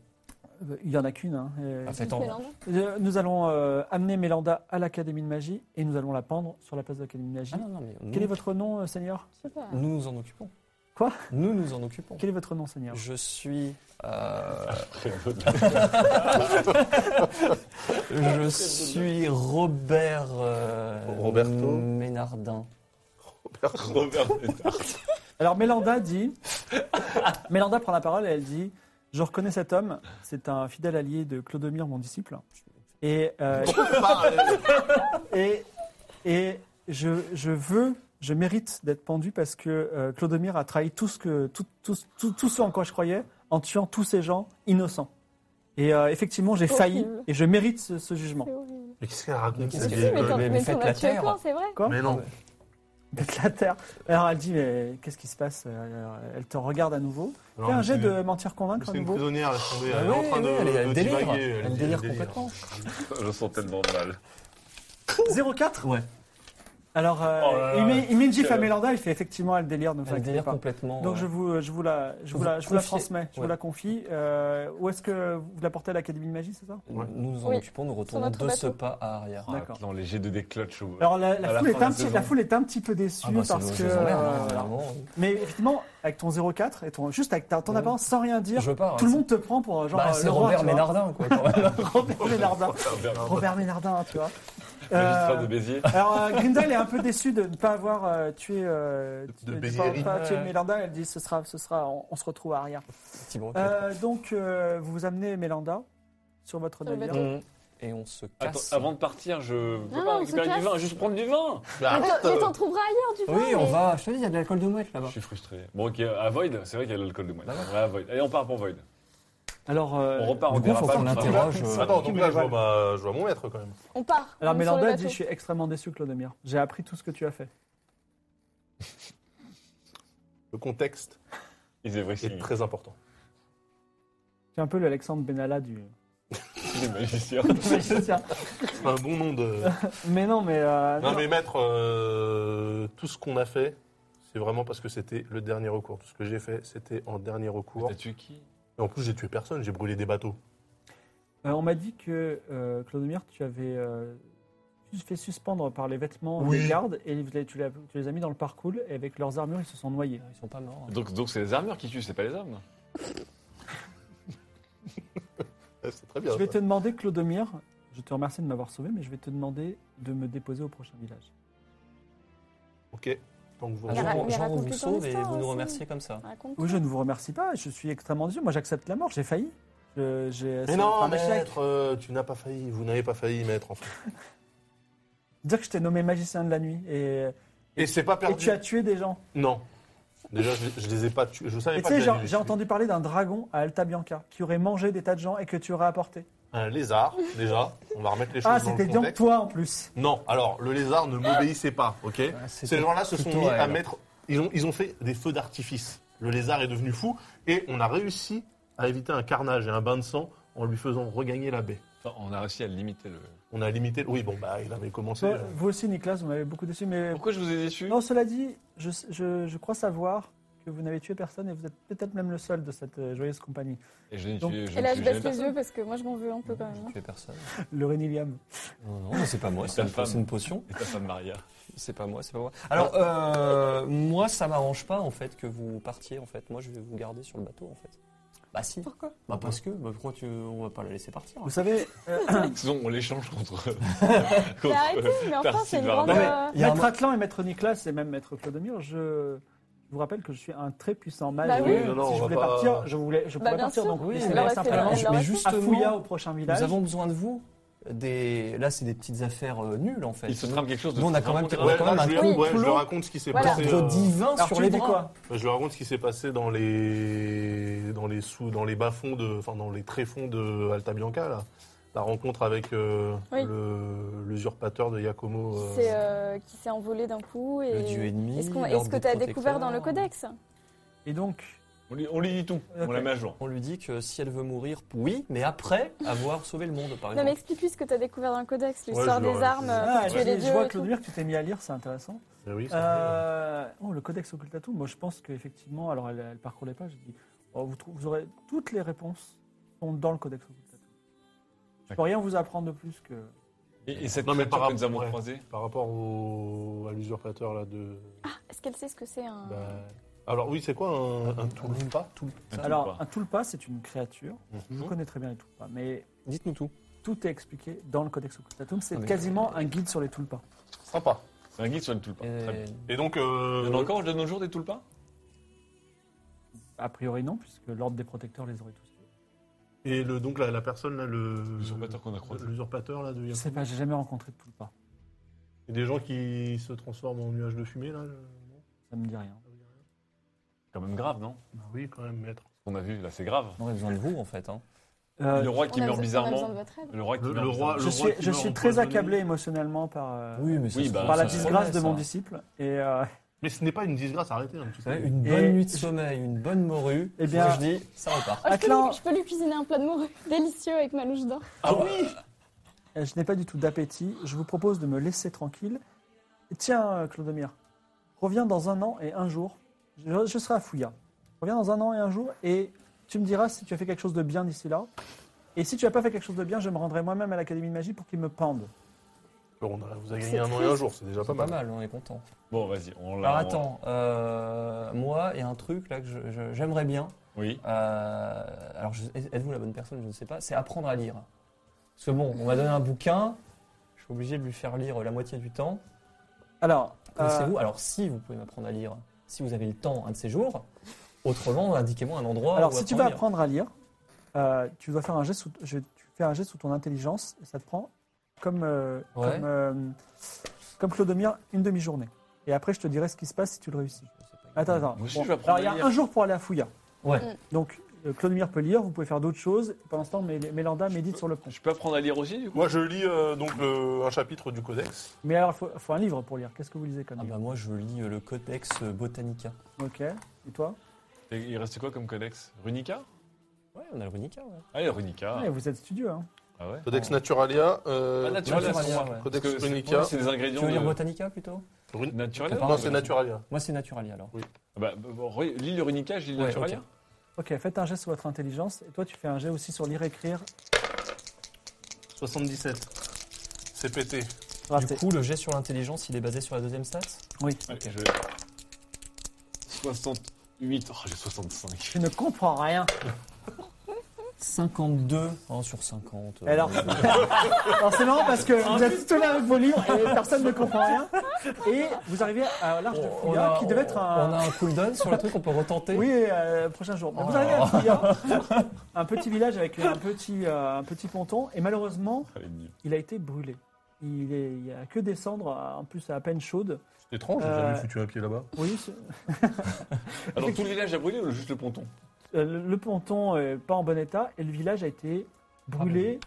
S1: Euh, Il y en a qu'une. hein, et-
S6: Ah, faites en-
S5: Mélanda.
S1: Euh, Nous allons euh, amener Mélanda à l'Académie de magie et nous allons la pendre sur la place de l'Académie de magie.
S6: Ah non, non, mais
S1: Quel est
S6: nous,
S1: votre nom, euh, Seigneur
S5: Super.
S6: nous nous en occupons.
S1: Quoi
S6: Nous nous en occupons.
S1: Quel est votre nom, Seigneur
S6: Je suis. euh, je suis Robert. euh,
S4: Roberto.
S6: Ménardin.
S3: Robert Ménard.
S1: Alors Mélanda dit, [laughs] Mélanda prend la parole et elle dit, je reconnais cet homme, c'est un fidèle allié de Clodomir, mon disciple. Et, euh,
S4: Pourquoi pas euh,
S1: et, et je, je veux, je mérite d'être pendu parce que euh, Clodomir a trahi tout ce, que, tout, tout, tout, tout ce en quoi je croyais en tuant tous ces gens innocents. Et euh, effectivement, j'ai failli
S5: Horrible.
S1: et je mérite ce, ce jugement.
S5: C'est horrible.
S4: Mais qu'est-ce qu'elle raconte
S6: Mais
S4: cette
S5: Si,
S6: qu'est-ce qu'il y a
S4: vieille
S5: mais t'en-
S6: mais- mais
S5: mais
S6: faites
S5: t'en
S6: la
S5: as tué
S6: terre.
S5: plein, c'est vrai.
S1: Quoi
S4: Mais non.
S1: Mettre la terre. Alors elle dit, mais qu'est-ce qui se passe Alors, Elle te regarde à nouveau.
S4: Non,
S1: Fais un
S4: mais
S1: jet
S4: c'est-
S1: de mentir-convaincre à
S4: C'est une
S1: nouveau.
S4: prisonnière, elle est tombée,
S6: Ah
S4: elle est
S6: ouais,
S4: en train de.
S6: ouais, elle, est- elle
S4: de
S6: délire.
S4: divaguer,
S6: Elle, délire complètement.
S3: Je sens tellement mal.
S1: 04
S6: Ouais.
S1: Alors, euh,
S3: Oh là là,
S1: il met- il met une gifle à
S3: quel-
S1: Mélanda, il fait effectivement, elle délire, ne vous
S6: Elle
S1: inquiétez
S6: délire
S1: pas.
S6: complètement. Euh,
S1: Donc
S6: ouais.
S1: je vous, je vous la, je vous,
S6: Vous
S1: la, je vous la
S6: confiez-
S1: transmets, je
S6: ouais.
S1: vous la confie. Euh, où est-ce que vous la portez à l'Académie de Magie, c'est ça
S6: Nous nous en
S5: Oui.
S6: occupons, nous retournons
S5: notre
S6: de ce
S5: bateau.
S6: pas à arrière.
S3: Ah,
S1: D'accord.
S3: non, les G2 des clutches. au-
S1: Alors la, la
S3: À la
S1: foule
S3: fin
S1: est un
S3: de la
S1: petit,
S3: saison.
S1: la foule est un petit peu déçue
S6: Ah bah, ça
S1: parce
S6: nous-
S1: que.
S6: ça nous emmerde, hein,
S1: euh, voilà.
S6: vraiment.
S1: Mais effectivement, avec ton 04 et ton juste avec ta- ton
S6: Ouais.
S1: apparence sans rien dire,
S6: Je pars.
S1: tout le
S6: hein,
S1: monde te prend pour euh, genre
S6: Bah,
S1: euh,
S6: c'est
S1: le roi,
S6: Robert
S1: tu vois.
S6: Ménardin, quoi. quand même.
S1: [laughs] Robert Ménardin. Robert Ménardin, tu vois.
S3: Magistrat de
S1: Euh,
S3: Béziers.
S1: Alors, euh, Grindel est un peu déçue de ne pas avoir euh, tué, euh,
S4: De- de
S1: tu-
S4: baiser
S1: pas-
S4: Eric.
S1: pas tué
S6: Ouais.
S1: Mélanda. Elle dit ce sera, ce sera, on, on se retrouve à arrière.
S6: Petit broc.
S1: Euh, donc, euh, vous vous amenez Mélanda sur votre
S5: Sur le
S1: navire.
S5: bateau.
S6: On- Et on se
S3: Attends,
S6: casse.
S3: avant de partir, je peux
S5: Non,
S3: pas
S5: non, on
S3: récupérer
S5: se
S3: du
S5: casse.
S3: vin, juste prendre du vin.
S5: Mais t'en- mais t'en trouveras ailleurs, tu vois.
S6: Ah Oui, on
S5: mais-
S6: va. Je te dis, il y a de l'alcool de mouette
S3: Je
S6: là-bas.
S3: suis frustré. Bon, ok, à Void, c'est vrai qu'il y a de l'alcool de moi.
S6: Bah ouais.
S3: Ouais, à Void. Allez, on part pour Void.
S1: Alors, euh,
S3: On repart, on
S6: Du coup, faut
S3: dérapage.
S6: qu'on
S3: on part.
S6: l'interroge. euh,
S4: Attends,
S1: Qui
S4: donc là,
S1: me
S4: je vois,
S1: vole
S4: ma- bah, je vois mon maître quand même.
S5: On part.
S1: alors
S5: On est sur le
S1: Mélanda dit
S5: bateau.
S1: Je suis extrêmement déçu, Clodomir. J'ai appris tout ce que tu as fait.
S4: Le contexte
S3: Ils devraient
S4: est très important.
S1: Tu es un peu l'Alexandre Benalla du.
S3: les [laughs] magiciens.
S1: magicien.
S4: C'est un bon nom de.
S1: mais non, mais. euh,
S4: Non,
S1: non.
S4: mais maître, euh, tout ce qu'on a fait, c'est vraiment parce que c'était le dernier recours. Tout ce que j'ai fait, c'était en dernier recours.
S3: T'as tué qui
S4: Et en plus, j'ai tué personne, j'ai brûlé des bateaux.
S1: Euh, on m'a dit que, euh, Clodomir, tu avais euh, fait suspendre par les vêtements
S4: Oui.
S1: des gardes et tu, l'as- tu l'as- tu les as mis dans le parcours et avec leurs armures, ils se sont noyés.
S6: Ils sont pas morts.
S3: Donc, donc c'est les armures qui tuent, c'est pas les hommes.
S4: Eh, C'est très bien.
S1: Je vais
S4: ça.
S1: te demander, Clodomir, je te remercie de m'avoir sauvé, mais je vais te demander de me déposer au prochain village.
S4: Ok. Donc, vous
S5: Ah, bah,
S6: Jean
S5: mais
S6: Jean
S5: raconte-lui
S6: vous
S5: ton
S6: sauve et
S5: histoire
S6: vous nous
S5: aussi. Ah
S6: remerciez comme ça.
S5: Raconte.
S1: Oui, je ne vous remercie pas, je suis extrêmement déçu. Moi, j'accepte la mort, j'ai failli. Je- j'ai-
S4: Mais
S1: c'est
S4: non,
S1: un échec.
S4: maître, euh, tu n'as pas failli. Vous n'avez pas failli, maître. en fait.
S1: Dire que je t'ai nommé magicien de la nuit et,
S4: Et c'est pas
S1: et
S4: perdu.
S1: tu as tué des gens.
S4: Non. Déjà, je, je les ai pas tués. Je savais
S1: Et tu
S4: pas
S1: sais,
S4: que
S1: j'ai
S4: j'allais les
S1: j'ai
S4: tuer.
S1: entendu parler d'un dragon à Alta Bianca qui aurait mangé des tas de gens et que tu aurais apporté.
S4: Un lézard, déjà. On va remettre les choses
S1: Ah,
S4: dans le
S1: c'était bien
S4: contexte.
S1: toi en plus. Ah,
S4: Non, alors le lézard ne m'obéissait pas, ok
S6: c'était
S4: Ces gens-là se sont
S6: plutôt
S4: mis à
S6: elle.
S4: mettre. Ils ont, ils ont fait des feux d'artifice. Le lézard est devenu fou et on a réussi à éviter un carnage et un bain de sang en lui faisant regagner la baie.
S3: Attends, on a réussi à limiter le.
S4: On a limité. Oui, bon, bah il avait commencé.
S1: Toi,
S4: euh,
S1: vous aussi, Nicolas, vous m'avez beaucoup déçu, mais.
S3: Pourquoi je vous ai déçu
S1: Non, cela dit, je, je- je crois savoir que vous n'avez tué personne et vous êtes peut-être même le seul de cette euh, joyeuse compagnie.
S3: Et je n'ai
S1: Donc-
S3: tué. je
S5: Et
S3: n'ai
S5: là,
S3: tué
S5: je
S3: jamais
S5: baisse les
S3: personne.
S5: yeux parce que moi, je m'en veux un peu quand même.
S6: Je tuais personne.
S1: Le Reniliam.
S6: Non, non, mais c'est pas moi, c'est
S3: Ta
S6: une,
S3: femme.
S6: c'est une potion.
S3: Et ta femme Maria.
S6: C'est pas moi, c'est pas moi. Alors, euh, moi, ça m'arrange pas, en fait, que vous partiez, en fait. Moi, je vais vous garder sur le bateau, en fait. Bah si. Pourquoi Bah parce que, bah, pourquoi tu... on va pas la laisser partir hein.
S1: Vous savez, euh,
S3: Sinon, on l'échange contre.
S5: [laughs] Mais
S3: contre-
S5: arrêtez, mais enfin,
S3: Percy
S5: c'est une
S3: Varda.
S5: grande.
S3: Non, mais-
S5: euh,
S6: Il y a un
S1: Maître Atlan et Maître Nicolas et même Maître Clodomir, je vous rappelle que je suis un très puissant mage.
S5: Bah oui.
S4: Oui, non, non,
S1: si
S4: on
S1: je
S4: va
S1: voulais
S4: pas-
S1: partir, je, voulais, je
S5: Bah,
S1: pourrais
S5: bien
S1: partir.
S5: sûr.
S1: Donc,
S6: Oui,
S1: laissez-moi
S5: mais
S1: simplement
S5: alors,
S6: moment.
S5: elle
S6: Mais
S5: leur
S1: à Fouilla
S6: justement,
S1: au prochain
S6: nous
S1: village.
S6: avons besoin de vous. Des... Là, c'est des petites affaires euh, nulles, en fait.
S3: Il se trame quelque chose de.
S6: Nous, on a quand même-
S3: vraiment
S6: on a
S4: ouais,
S3: grave.
S6: quand
S4: là,
S6: même un
S4: je, lui-
S6: complot.
S4: ouais, je lui raconte ce qui s'est
S5: Voilà.
S4: passé.
S6: Ordre
S4: euh,
S6: divin
S1: Alors,
S6: sur
S1: tu
S6: les
S1: dis
S6: bras.
S1: quoi
S4: Bah, je lui raconte ce qui s'est passé dans les dans les sous dans les bas fonds de enfin dans les tréfonds de Alta Bianca là. La rencontre avec euh,
S5: Oui.
S4: le- l'usurpateur de Giacomo. euh,
S5: qui s'est, euh, qui s'est envolé d'un coup. Et...
S6: Le dieu ennemi,
S5: Est-ce qu'on-
S6: l'ordre
S5: est-ce que
S6: des
S5: tu as découvert dans le
S6: protecteurs.
S5: codex
S1: Et donc,
S3: On lui, on lui dit tout. On
S1: Ok.
S3: la met à jour.
S6: On lui dit que si elle veut mourir, oui, mais après avoir sauvé le monde, par
S5: Non,
S6: exemple.
S5: mais explique-lui ce que tu as découvert dans le codex,
S4: Ouais,
S5: l'histoire
S4: je leur-
S5: des armes, euh,
S4: je-
S5: pour
S1: ah,
S5: tuer les
S1: je, je
S5: dieux.
S1: vois
S5: et tout.
S1: Clodomir, tu t'es mis à lire, c'est intéressant.
S4: eh oui, ça fait,
S1: Euh, oh, le codex occultatum, moi je pense qu'effectivement, alors elle, elle parcourt les pages, elle dit oh, vous, trou- vous aurez toutes les réponses sont dans le codex occultatum. Je peux
S3: D'accord.
S1: rien vous apprendre de plus que.
S3: Et, et cette
S4: Non, mais par
S3: créature que nous
S4: rapport-
S3: avons
S4: ouais.
S3: croisée.
S4: Par rapport au, à l'usurpateur là de.
S5: Est-ce qu'elle sait ce que c'est hein un.
S4: bah, alors oui, c'est quoi un, un tulpa
S1: Alors,
S3: tulpa.
S1: un tulpa, c'est une créature. Je connais très bien les tulpas, mais
S6: Dites-nous tout.
S1: tout est expliqué dans le codex occultatum. C'est
S6: Ah, mais-
S1: quasiment un guide sur les tulpas.
S4: Sympa.
S3: C'est un guide sur le tulpa.
S6: Et-
S3: Très bien.
S4: Et donc,
S3: Il y
S4: euh,
S3: en a encore de nos jours des tulpas
S1: A priori non, puisque l'ordre des protecteurs les aurait tous. tués.
S4: euh, Et le, donc la, la personne, là, le.
S3: L'usurpateur qu'on a
S4: euh,
S3: croisé.
S4: L'usurpateur, là, de
S1: Je
S4: Yakuza.
S1: sais pas, j'ai jamais rencontré de poulpe.
S4: Et des gens qui se transforment en nuages de fumée, là. je-
S1: Ça me dit rien.
S3: Quand même grave, non
S4: Bah oui, quand même, maître.
S3: Ce qu'on a vu, là, c'est grave.
S6: On aurait besoin de vous, en fait. Hein.
S1: Euh,
S3: le roi qui
S5: on a
S3: meurt
S5: besoin- on a
S3: bizarrement.
S5: besoin de votre aide.
S3: Le roi qui
S4: Le-
S3: meurt
S4: le roi-
S3: bizarrement.
S1: je
S4: roi
S1: suis,
S4: qui
S1: je
S4: meurt
S1: suis très
S4: empoisonné.
S1: accable émotionnellement par, euh,
S6: mais
S3: Oui, bah,
S1: par la
S3: ça se
S1: disgrâce de mon
S6: disciple.
S1: disciple. Et, euh,
S4: Mais ce n'est pas une disgrâce, arrêtez, hein, tu sais.
S6: Une bonne
S1: Et-
S6: nuit de sommeil, une bonne morue.
S1: Eh
S6: Et
S1: bien-
S6: bien, je dis, ça repart.
S5: Oh, je, peux
S1: Atlan-
S5: lui, je peux lui cuisiner un plat de morue [laughs] délicieux avec ma louche d'or.
S3: Ah oui
S1: Euh, je n'ai pas du tout d'appétit. Je vous propose de me laisser tranquille. Et Tiens, euh, Clodomir, reviens dans un an et un jour. Je, je serai à Fouilla. Reviens dans un an et un jour et tu me diras si tu as fait quelque chose de bien d'ici là. Et si tu n'as pas fait quelque chose de bien, je me rendrai moi-même à l'Académie de magie pour qu'ils me pendent.
S4: Alors, on a- vous avez
S5: C'est
S4: gagné un an et un
S5: triste.
S4: jour, c'est déjà pas
S6: C'est pas
S4: mal.
S6: mal, on est content.
S3: Bon, vas-y, on l'a.
S6: Alors
S3: on-
S6: attends, euh, moi, il y a un truc là que je- je- j'aimerais bien.
S3: Oui.
S6: euh, alors, je- êtes-vous la bonne personne Je ne sais pas. C'est apprendre à lire. Parce que bon, on m'a donné un bouquin. Je suis obligé de lui faire lire la moitié du temps.
S1: Euh. Alors, euh,
S6: Connaissez-vous Alors, si vous pouvez m'apprendre à lire, si vous avez le temps un de ces jours, autrement, indiquez-moi un endroit.
S1: Alors,
S6: où
S1: si tu vas
S6: à lire.
S1: apprendre à lire, euh, tu dois faire un geste sous, je- tu fais un geste sous ton intelligence et ça te prend comme, euh,
S6: Ouais.
S1: comme, euh, comme Clodomir une demi-journée. Et après, je te dirai ce qui se passe si tu le réussis. Attends, attends.
S3: Moi aussi, je vais
S1: alors,
S3: apprendre
S1: il y
S3: à
S1: a
S3: lire.
S1: un jour pour aller à Fouilla.
S6: Ouais.
S5: Mm.
S1: Donc, euh, Clodomir peut lire, vous pouvez faire d'autres choses. Pendant ce temps, Mél- Mélanda médite sur le pont.
S3: Je peux apprendre à lire aussi, du coup
S4: Moi, je lis euh, donc le- un chapitre du Codex.
S1: Mais alors, il faut, faut un livre pour lire. Qu'est-ce que vous lisez comme
S6: Ah
S1: livre
S6: bah moi je lis euh, le Codex Botanica.
S1: Ok. Et toi
S3: Et Il restait quoi comme codex Runica
S6: Ouais, on a le Runica, ouais.
S3: Ah, il y a Runica.
S1: Eh, Vous êtes studieux. Hein.
S3: Ah ouais
S4: Codex Naturalia. euh,
S3: Ah, Naturalia,
S4: Codex-
S6: Naturalia, ouais.
S3: Parce
S4: Codex
S3: que c'est-
S4: Runica.
S3: ouais, C'est des
S6: Tu
S3: ingrédients.
S6: veux lire
S3: de-
S6: Botanica plutôt
S4: Run-
S3: Naturalia
S6: T'as pas-
S4: Non, c'est Naturalia.
S6: Moi c'est Naturalia alors.
S3: Ah bah, bah, bon, re- lis le Runica, je lis le
S6: Ouais,
S3: Naturalia.
S6: ok.
S1: Ok, faites un geste sur votre intelligence. Et toi, tu fais un geste aussi sur lire-écrire.
S4: 77. C'est pété.
S1: Raté.
S6: Du coup le jet sur l'intelligence il est basé sur la deuxième stat
S1: oui.
S3: Ouais, je... 68. Oh, j'ai 65.
S1: Tu ne comprends rien.
S6: 52 hein, sur 50. euh,
S1: Alors, [laughs] alors c'est marrant parce que vous êtes tous là avec vos livres et personne ne comprend rien. Et vous arrivez à l'arche de
S6: Oh, on
S1: Fouilla
S6: a-
S1: qui devait être un.
S6: On a un cooldown sur le truc, on peut retenter.
S1: Oui, euh, prochain jour. Mais Vous
S6: Oh.
S1: arrivez à Fouilla, [laughs] un petit village avec un petit, euh, un petit ponton, et malheureusement,
S3: Allez, mieux.
S1: il a été brûlé. Il est- il n'y a que descendre, à- en plus à peine chaude.
S4: C'est étrange, j'ai
S1: Euh,
S4: jamais foutu un pied là-bas.
S1: Oui, c'est-
S3: Alors, Ah, tout le village a brûlé ou juste le ponton
S1: euh, le le ponton n'est pas en bon état, et le village a été brûlé,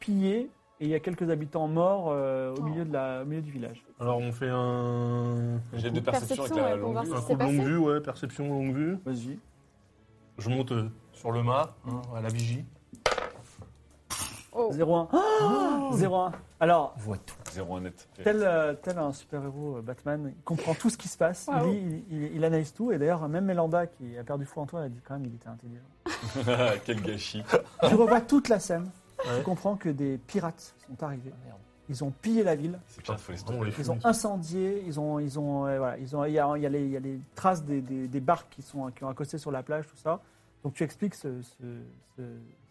S1: pillé, et il y a quelques habitants morts euh, au, milieu de la, au milieu du village.
S4: Alors, on fait un.
S3: J'ai de
S4: un
S3: perception avec
S5: Perception,
S3: la
S5: ouais, pour
S3: longue
S5: voir
S3: vue.
S5: si-
S4: coup
S5: Qu'est-ce qui
S4: de
S5: s'est
S4: longue
S5: passé
S4: vue, ouais, perception longue vue.
S1: Vas-y.
S4: Je monte euh, sur le mât, hein, à la vigie.
S5: Oh.
S1: 0-1. 0-1. Alors,
S6: On voit tout.
S3: Zéro un net. Ok.
S1: tel, euh, tel un super-héros euh, Batman, il comprend tout ce qui se passe, il,
S5: Waouh.
S1: lit, il, il- il analyse tout, et d'ailleurs, même Mélanda, qui a perdu foi en toi, elle dit quand même il était intelligent.
S3: [laughs] Quel gâchis.
S1: tu revois toute la scène,
S4: Ouais.
S1: tu comprends que des pirates sont arrivés,
S6: merde.
S1: ils ont pillé la ville,
S3: C'est pire, faut les
S4: Bon, on
S3: stopper.
S4: les
S1: ils ont
S4: fouille.
S1: incendié, ils ont, ils ont, euh, voilà, ils ont, il y a, il y a les, il y a les traces des, des- des barques qui, sont, qui ont accosté sur la plage, tout ça. Donc tu expliques ce, ce- ce-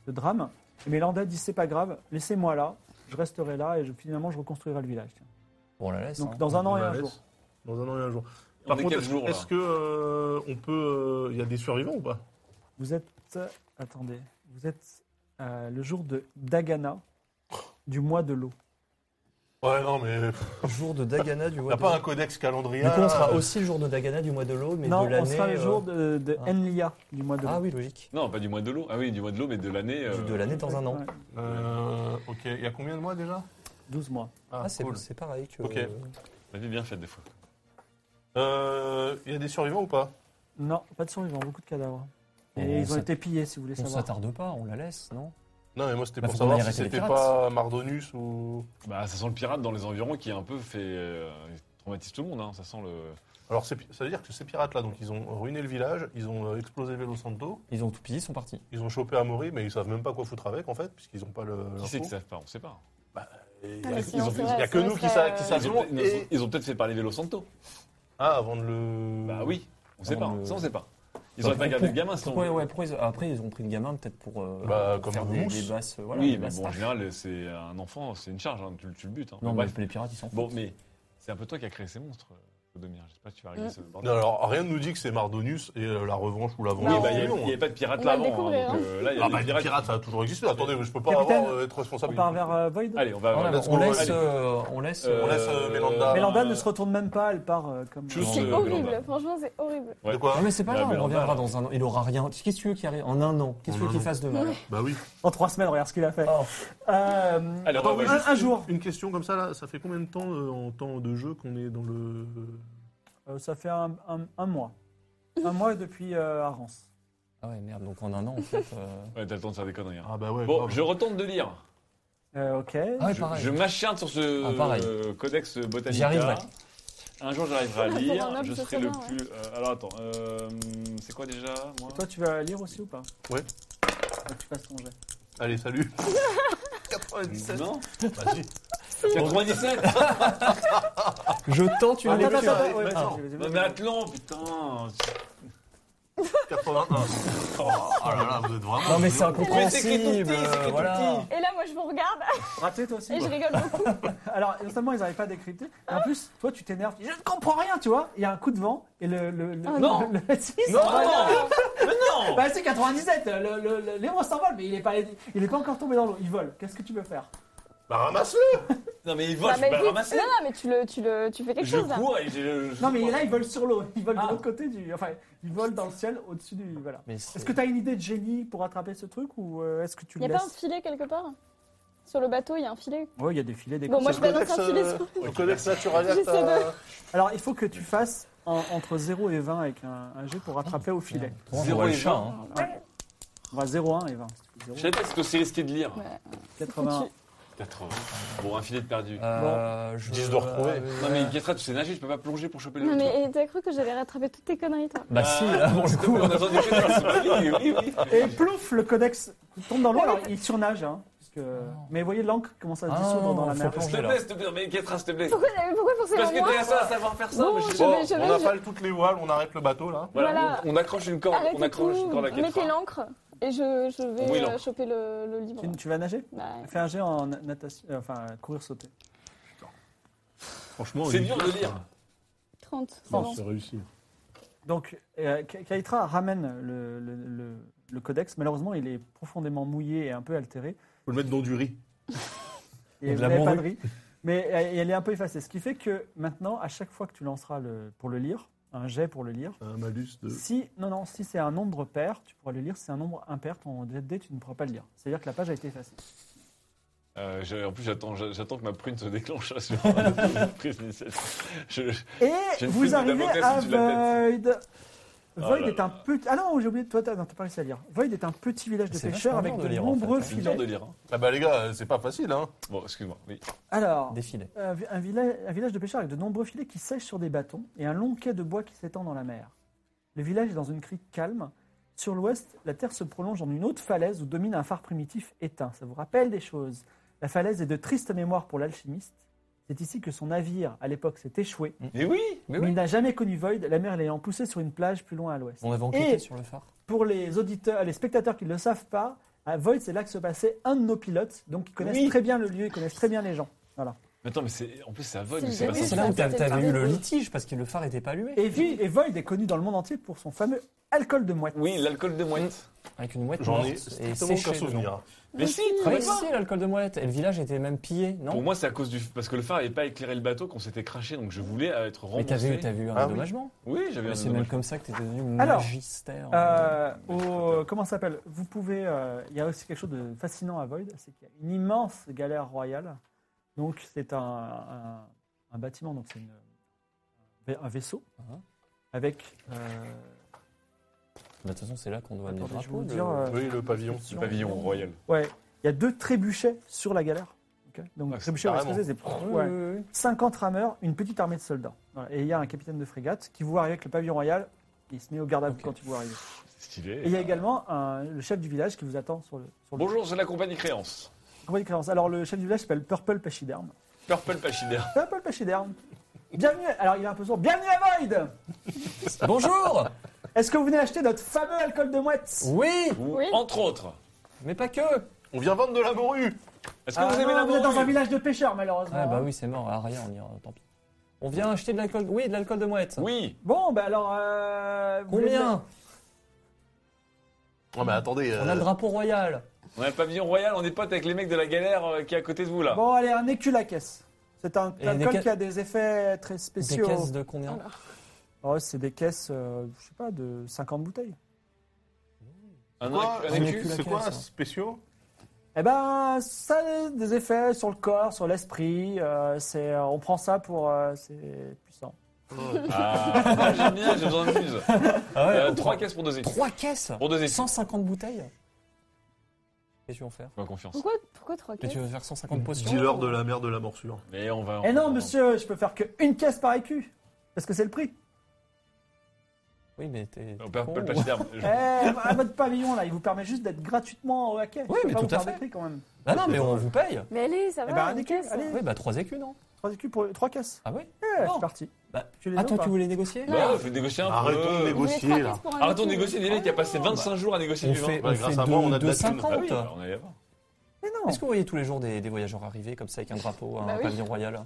S1: ce drame. Et Mélanda dit c'est pas grave, laissez-moi là, je resterai là et je- finalement je reconstruirai le village. tiens.
S6: Bon, on la laisse.
S1: Donc
S6: hein.
S1: dans un an et
S4: On la
S1: un
S4: laisse.
S1: jour.
S4: Dans un an et un jour.
S3: On
S4: Par
S3: est
S4: contre,
S3: quel
S4: est-ce
S3: jour, là
S4: est-ce que euh, on peut. Il y a des survivants ou pas
S1: Vous êtes, euh, attendez, vous êtes euh, le jour de Dagana du mois de l'eau.
S4: Ouais, non, mais.
S6: Jour de Dagana du mois
S4: T'as
S6: de
S4: pas
S6: l'eau.
S4: un codex calendrier
S6: Du coup, on
S4: euh.
S6: sera aussi le jour de Dagana du mois de l'eau, mais
S1: Non,
S6: de l'année.
S1: on sera le
S6: euh,
S1: jour de, de
S6: ah.
S1: Enlia du mois de l'eau.
S6: Ah oui, logique.
S3: Non, pas du mois de l'eau. Ah oui, du mois de l'eau, mais de l'année. euh,
S6: Du- De l'année dans un an.
S1: Ouais,
S4: Euh, ok, il y a combien de mois déjà
S1: 12 mois.
S6: Ah, c'est c'est pareil que.
S4: Ok.
S3: La vie est bien faite, des fois.
S4: Euh, Il y a des survivants ou pas
S1: Non, pas de survivants, beaucoup de cadavres.
S6: Bon,
S1: Et ils
S6: on
S1: ont
S6: s'att-
S1: été pillés, si vous voulez
S6: On
S1: savoir.
S6: s'attarde pas, on la laisse, non
S4: Non, mais moi c'était
S6: Bah,
S4: pour
S6: faut qu'on
S4: savoir
S6: aille
S4: si
S6: arrêter les
S4: c'était
S6: pirates.
S4: pas Mardonus ou.
S3: Bah, ça sent le pirate dans les environs qui a un peu fait. euh, traumatise tout le monde, hein. Ça sent le.
S4: Alors c'est- ça veut dire que ces pirates-là, donc ils ont ruiné le village, ils ont euh, explosé Velo Santo,
S6: Ils ont tout pillé, ils sont partis.
S4: ils ont chopé Amaury, mais ils savent même pas quoi foutre avec en fait, puisqu'ils ont pas le.
S3: Qui c'est
S4: l'info.
S3: qui savent pas On sait pas.
S4: Et
S5: Ah, mais
S4: ils
S5: sinon,
S4: ont-
S5: c'est
S4: Il
S5: vrai,
S4: n'y a que
S5: ça
S4: nous qui,
S5: serait,
S4: sa- qui
S5: euh,
S3: Ils ont,
S4: savions.
S3: peut-
S4: et-
S3: ils ont peut-être fait parler Vélo Santo.
S4: Ah, avant de le.
S3: Bah oui, on sait pas.
S6: Avant de-
S3: Ça, on sait pas. Ils
S6: Bah,
S3: auraient pas gardé le
S6: pourquoi-
S3: gamin, sinon.
S6: Pourquoi, ouais, pourquoi ils- après, ils ont pris le gamin peut-être pour, euh,
S4: Bah,
S6: pour
S4: comme
S6: faire
S4: un
S6: des,
S4: mousse.
S6: des basses. euh, voilà,
S3: Oui,
S6: des
S3: mais
S6: basses
S3: bon, en
S6: tartes.
S3: général, c'est un enfant, c'est une charge. hein. Tu, le- tu le butes. hein.
S6: Non,
S3: Bon,
S6: mais
S3: bref.
S6: les pirates, ils sont
S3: Bon, mais c'est un peu toi qui as créé ces monstres. euh, Clodomir, j'espère que tu vas régler
S5: Mm.
S3: ce
S4: Non,
S3: bordel.
S4: alors, rien ne nous dit que c'est Mardonius et euh, la revanche ou la
S3: Oui,
S4: vengeance.
S5: Non.
S3: bah, il n'y
S4: Non.
S3: avait pas de pirates
S5: On
S3: là
S5: va le
S3: avant. hein,
S5: découvrir,
S3: donc, euh, là, il y
S4: Ah,
S3: avait
S4: bah,
S3: des
S4: les
S3: pirates.
S4: pirates, ça a toujours existé. Attendez, mais je peux pas
S1: Capitaine,
S4: avoir, euh, être
S1: On
S4: responsable.
S1: part vers euh, Void.
S3: Allez, on va.
S6: On,
S3: va-
S4: let's go,
S6: laisse,
S4: allez.
S6: euh, on laisse.
S3: euh,
S6: euh,
S4: on lasse, euh, Mélanda.
S1: Mélanda
S3: euh,
S1: ne se retourne même pas, elle part euh, comme.
S3: Juste-
S5: C'est
S3: euh,
S5: horrible,
S3: Mélanda.
S5: franchement, c'est horrible.
S3: Ouais.
S4: De quoi
S6: Non, mais c'est pas
S3: La
S6: grave, on
S3: Mélanda,
S6: reviendra
S3: là.
S6: dans un an. Il aura rien. Qu'est-ce que tu veux qu'il arrive En un an, qu'est-ce que tu veux qu'il fasse de mal
S4: Bah oui.
S1: En trois semaines, regarde ce qu'il a fait.
S6: Oh.
S1: Euh,
S3: Ah. Allez, on va
S4: Attends,
S3: voir.
S4: Ah, oui,
S1: un-
S4: juste
S1: un
S4: une-
S1: jour.
S4: Une question comme ça, là, ça fait combien de temps euh, en temps de jeu qu'on est dans le.
S1: euh, ça fait un, un- un mois. Un mois depuis euh, Arance.
S6: Ah ouais, merde, donc en un an, en fait. euh,
S3: Ouais, t'as le temps de faire des conneries. hein.
S4: Ah bah ouais.
S3: Bon,
S4: grave.
S3: je retente de lire.
S1: Euh, ok.
S6: Ah ouais,
S3: Je-
S6: pareil.
S3: Je m'acharne sur ce
S6: Ah, pareil.
S3: euh, codex botanique.
S6: J'y arriverai.
S3: Un jour, j'arriverai à
S5: Pour un
S3: lire.
S5: homme,
S3: Je
S5: ce
S3: serai
S5: serait
S3: le
S5: bien, ouais.
S3: plus. euh, alors attends, euh, c'est quoi déjà moi
S1: Toi, tu vas lire aussi ou pas
S4: Ouais.
S1: Faut que tu fasses ton jet.
S4: Allez, salut. 97.
S3: Non
S4: Vas-y.
S3: 97
S6: Je tente une
S1: Attends, Ah, attends,
S6: lecture.
S1: attends, ouais, vas-y,
S4: Vas-y,
S1: vas-y,
S3: Non
S1: vas-y.
S3: mais Atlan, putain
S4: 81. Oh, là là, vous êtes vraiment.
S6: Non, mais c'est
S3: Mais c'est écrit tout petit, c'est
S6: incompréhensible.
S3: écrit tout
S6: Voilà.
S5: Et là, moi, je
S3: [laughs]
S5: vous regarde
S1: Raté, toi aussi Hein
S5: et je rigole beaucoup.
S1: Alors, non seulement ils n'arrivent pas à décrypter, mais en plus, toi, tu t'énerves. Je ne comprends rien, tu vois. Il y a un coup de vent et le. le, le-
S5: Ah,
S1: le-
S3: non.
S1: le- le- si, ça
S3: Ah, Non
S1: va, là.
S3: Mais non
S1: Ah, Bah, c'est 97. Le, le, le- les mots s'envolent, mais il n'est pas, il est pas encore tombé dans l'eau. Il vole. Qu'est-ce que tu veux faire
S4: Bah ramasse-le
S3: Non mais il vole,
S5: Bah,
S3: je
S5: mais
S3: peux pas le
S5: vite.
S3: ramasser
S5: non, non, mais tu, le, tu, le, tu fais quelque
S3: Je
S5: chose hein. là.
S3: cours et je... je-
S1: Non, mais là, ils volent sur l'eau. Ils volent
S3: Ah.
S1: de l'autre côté du. Enfin, ils volent dans le ciel au-dessus du. Voilà.
S6: Mais
S1: Est-ce que tu as une idée de génie pour attraper ce truc ou euh, est-ce que tu
S5: Il
S1: le
S5: n'y a pas un
S1: laisses
S5: filet quelque part Sur le bateau, il y a un filet.
S1: Oui, il y a des filets, des
S5: Bon, moi, je
S1: courses.
S5: balance un filet
S4: euh,
S3: Oh,
S5: sur-
S4: le codex Naturalia.
S5: J'essaie de-
S1: Alors, il faut que tu fasses en- entre 0 et 20 avec un, un jet pour attraper au filet.
S3: Zéro
S6: et
S3: et
S6: chat.
S3: vingt.
S6: hein.
S1: On va 0, 1 et 20.
S3: Je
S1: 0,
S3: savais pas que c'était aussi risqué de lire.
S5: Ouais.
S1: 80.
S3: 80. Bon, un filet de perdu.
S6: Euh, je-
S4: 10 de retrouver.
S6: euh,
S3: Non mais Kétra, tu sais nager, je peux pas plonger pour choper le...
S5: Non, mais et t'as cru que j'avais rattrapé toutes tes conneries, toi
S6: Bah si, là, pour le coup.
S3: On attend des Oui, oui, oui.
S1: Et plouf, le codex tombe dans l'eau. Alors, il surnage. Hein, parce que- Mais vous voyez l'encre commence à se
S6: Ah,
S1: dissoudre dans la
S6: faut
S1: mer.
S6: plonger.
S3: S'il te plaît, s'il te plaît, mais Kétra, s'il te plaît.
S5: Pourquoi, pourquoi forcément
S3: Parce que
S5: moi
S3: t'es la seule à savoir faire ça.
S5: Bon,
S3: mais je-
S5: je
S3: Bon,
S5: vais- je
S4: on
S5: vais- je-
S4: appelle toutes les voiles, on arrête le bateau là.
S3: Voilà,
S5: Voilà.
S3: On, on accroche une corde, on
S5: Arrêtez
S3: accroche une
S5: tout,
S3: corde à Kétra.
S5: mettez l'encre et je, je
S3: On mouille
S5: vais euh,
S3: l'encre.
S5: choper le, le livre.
S1: Tu, tu vas nager
S5: Bah,
S1: Fais un jet en natation. euh, Enfin, courir sauter.
S4: Franchement,
S3: C'est dur de lire.
S5: 30, c'est
S1: Bon,
S5: bon.
S4: réussi.
S1: Donc, euh, Ka- Kaitra ramène le, le- le- le codex. Malheureusement, il est profondément mouillé et un peu altéré.
S4: Faut le mettre dans du riz.
S1: Et
S6: de
S1: vous
S6: la
S1: n'avez pas de
S6: morue.
S1: riz. Mais euh, elle est un peu effacée. Ce qui fait que maintenant, à chaque fois que tu lanceras le, pour le lire, un jet pour le lire,
S4: Un malus de.
S1: si, non, non, si c'est un nombre pair, tu pourras le lire. Si c'est un nombre impair, ton jet de dé, tu ne pourras pas le lire. C'est-à-dire que la page a été effacée.
S3: Euh, j'ai- en plus, j'attends, j'a- j'attends que ma prune se déclenche là, sur [laughs] la prise initiale. Je- je-
S1: Et
S3: J'ai une prise
S1: vous
S3: de
S1: arrivez
S3: d'avocat
S1: à
S3: sous la
S1: Void.
S3: Oh
S1: Void
S3: là
S1: est un
S3: là.
S1: petit. Ah non, j'ai oublié de toi, t'as t'as pas réussi à lire. Void est un petit village de
S6: C'est
S1: pêcheurs
S6: vachement
S1: avec
S6: dur
S1: de
S6: de lire, en
S1: nombreux
S6: fait, hein.
S3: C'est dur
S1: filets.
S3: de lire. hein.
S4: Ah bah les gars, c'est pas facile hein.
S3: Bon, excuse-moi. Oui.
S1: Alors,
S6: Défilé.
S1: un, Euh, vi- un village, un village de pêcheurs avec de nombreux filets qui sèchent sur des bâtons et un long quai de bois qui s'étend dans la mer. Le village est dans une crique calme. Sur l'ouest, la terre se prolonge en une haute falaise où domine un phare primitif éteint. Ça vous rappelle des choses. La falaise est de triste mémoire pour l'alchimiste. C'est ici que son navire, à l'époque, s'est échoué.
S3: Mais oui
S1: Mais
S6: Mais
S1: il
S6: Eh oui,
S1: n'a jamais connu Void, la mer l'ayant poussé sur une plage plus loin à l'ouest.
S6: on avait enquêté
S1: Et-
S6: sur le phare.
S1: Pour les auditeurs, les spectateurs qui ne le savent pas, à Void, c'est là que se passait un de nos pilotes, donc ils connaissent
S3: Oui.
S1: très bien le lieu, ils connaissent très bien les gens.
S3: Mais attends, mais c'est, en plus, c'est aveugle.
S5: C'est
S3: C'est
S5: le
S3: pas
S5: début.
S6: C'est
S3: ça.
S6: là où
S5: ça,
S6: t'as-
S5: c'était
S6: t'avais
S5: le
S6: eu le
S5: phare.
S6: litige parce que le phare n'était pas allumé.
S1: Et, Vi- et Void est connu dans le monde entier pour son fameux alcool de mouette.
S3: Oui, l'alcool de mouette.
S6: Avec une mouette
S4: J'en ai
S6: morte et
S4: strictement aucun
S6: séchée. dedans.
S4: souvenir.
S3: Mais si,
S6: Ah
S3: travaille
S6: mais
S3: pas
S6: si, l'alcool de mouette. Et le village était même pillé,
S3: Pour
S6: non
S3: moi, c'est à cause du. Parce que le phare n'avait pas éclairé le bateau qu'on s'était craché, donc je voulais euh, être
S6: Mais t'avais
S3: remboursé.
S6: eu, t'avais eu un
S4: Ah oui.
S6: endommagement.
S3: Oui, j'avais
S6: Mais
S3: un
S6: C'est même
S3: dommage.
S6: comme ça que t'es devenu
S1: Alors,
S6: magistère.
S1: Euh,
S3: Ouais, c'est
S1: au-
S3: très bien.
S1: comment ça s'appelle Vous pouvez. euh, Il y a aussi quelque chose de fascinant à Void, c'est qu'il y a une immense galère royale. Donc c'est un, un- un bâtiment, donc c'est une- un vaisseau
S6: Ah.
S1: avec. euh,
S6: Bah, De toute façon, c'est là qu'on doit amener le
S1: Attendez, je vais
S6: drapeau.
S1: vous
S6: le-
S1: dire, euh,
S4: Oui, le pavillon.
S3: Le pavillon royal.
S1: Ouais, il y a deux trébuchets sur la galère. ok Donc
S3: Ah, c'est
S1: trébuchets, vous voyez ce que c'est,
S6: Oui,
S1: c'est- ouais.
S6: oui, oui.
S1: 50 rameurs, une petite armée de soldats. Voilà. Et il y a un capitaine de frégate qui vous arrive avec le pavillon royal. Il se met au garde à vous
S6: Ok.
S1: quand il vous arrive.
S3: C'est stylé.
S1: Et il y a également un- le chef du village qui vous attend sur le. Sur le
S3: Bonjour, c'est la compagnie Créance.
S1: Comment il commence Alors le chef du village s'appelle Purple Pachyderme.
S3: Purple Pachyderme.
S1: Purple Pachyderme. Bienvenue. Alors il est un peu sourd. Bienvenue à Void. [laughs]
S6: Bonjour
S1: Est-ce que vous venez acheter notre fameux alcool de mouette
S6: Oui,
S3: Ou,
S5: Oui.
S3: Entre autres.
S6: mais pas que
S4: On vient vendre de la morue
S3: Est-ce que
S1: Ah
S3: vous aimez
S1: non,
S3: la
S1: Vous êtes dans un
S3: morue
S6: bah
S1: village de pêcheurs malheureusement.
S6: Ah bah oui, c'est mort, ah, rien, on ira, tant pis. On vient acheter de l'alcool. Oui, de l'alcool de mouette.
S3: Oui
S1: Bon, bah alors. euh, vous voulez
S6: Combien
S4: Non, mais attendez.
S6: On a
S4: euh,
S6: le drapeau royal.
S3: On a le pavillon royal, on est potes avec les mecs de la galère euh, qui est à côté de vous là.
S1: Bon, allez, un éculacaisse. C'est un
S6: Et
S1: un
S6: des
S1: alcool
S6: ca-
S1: qui a des effets très
S6: Des
S1: spéciaux.
S6: caisses de combien
S1: Oh, c'est des caisses, euh, je sais pas, de 50 bouteilles.
S3: Un
S4: quoi,
S3: incu- un
S4: c'est-
S3: incu-
S6: cul, la
S4: C'est quoi,
S6: classe, hein.
S4: spéciaux
S1: Eh ben, ça a des effets sur le corps, sur l'esprit. euh, c'est, euh, on prend ça pour, euh, c'est puissant.
S3: Ah, j'aime bien, j'ai besoin de muse.
S6: Ah
S3: Euh, Trois caisses pour deux équipes.
S6: Trois caisses
S3: Pour deux équipes.
S6: 150 bouteilles Qu'est-ce que tu vas en faire Mmh.
S3: Fais-moi confiance.
S5: Pourquoi, pourquoi trois
S6: Et
S5: caisses
S6: tu vas faire 150 potions
S4: Dealer de la mère de la morsure.
S3: Mais on va.
S1: Eh non,
S3: on-
S1: monsieur, je peux faire que une caisse par écu, parce que c'est le
S6: [laughs]
S1: prix.
S6: Oui, mais t'es.
S3: On
S6: t'es
S3: perd
S6: con
S3: pas le
S6: ou-
S3: patch d'herbe.
S1: Eh, à votre pavillon là, il vous permet juste d'être gratuitement au hacker.
S6: Oui,
S1: Je peux
S6: mais
S1: pas
S6: tout
S1: vous
S6: à
S1: faire
S6: fait. Ah
S1: des prix, quand même.
S6: Bah non, mais on vous paye
S5: Mais allez, ça
S1: Eh
S5: va.
S1: ben,
S5: une
S1: des
S5: caisse.
S1: caisses, allez.
S6: Oui, bah 3 écus, non
S1: Trois écus pour trois caisses.
S6: Ah oui
S1: Eh,
S6: Bon.
S1: c'est parti.
S6: bah,
S1: Tu les as ou
S6: Attends,
S1: pas
S6: tu voulais négocier
S3: Bah, faut négocier un peu.
S4: Arrêtons
S6: Euh,
S4: de
S5: Vous voulez
S4: négocier
S5: trois
S4: là.
S5: caisses pour un
S3: Arrêtons de
S5: écu
S3: négocier des mecs qui a passé 25 jours à négocier
S6: On
S3: du vin.
S6: fait,
S4: Bah,
S6: on
S4: grâce
S6: fait
S4: à moi,
S6: deux-
S4: on a de la thune.
S6: 250.
S3: Ah, bah, on allait voir.
S1: Mais non.
S6: Est-ce que vous voyez tous les jours des, des voyageurs arriver comme ça avec un drapeau, un
S5: Bah oui.
S6: pavillon royal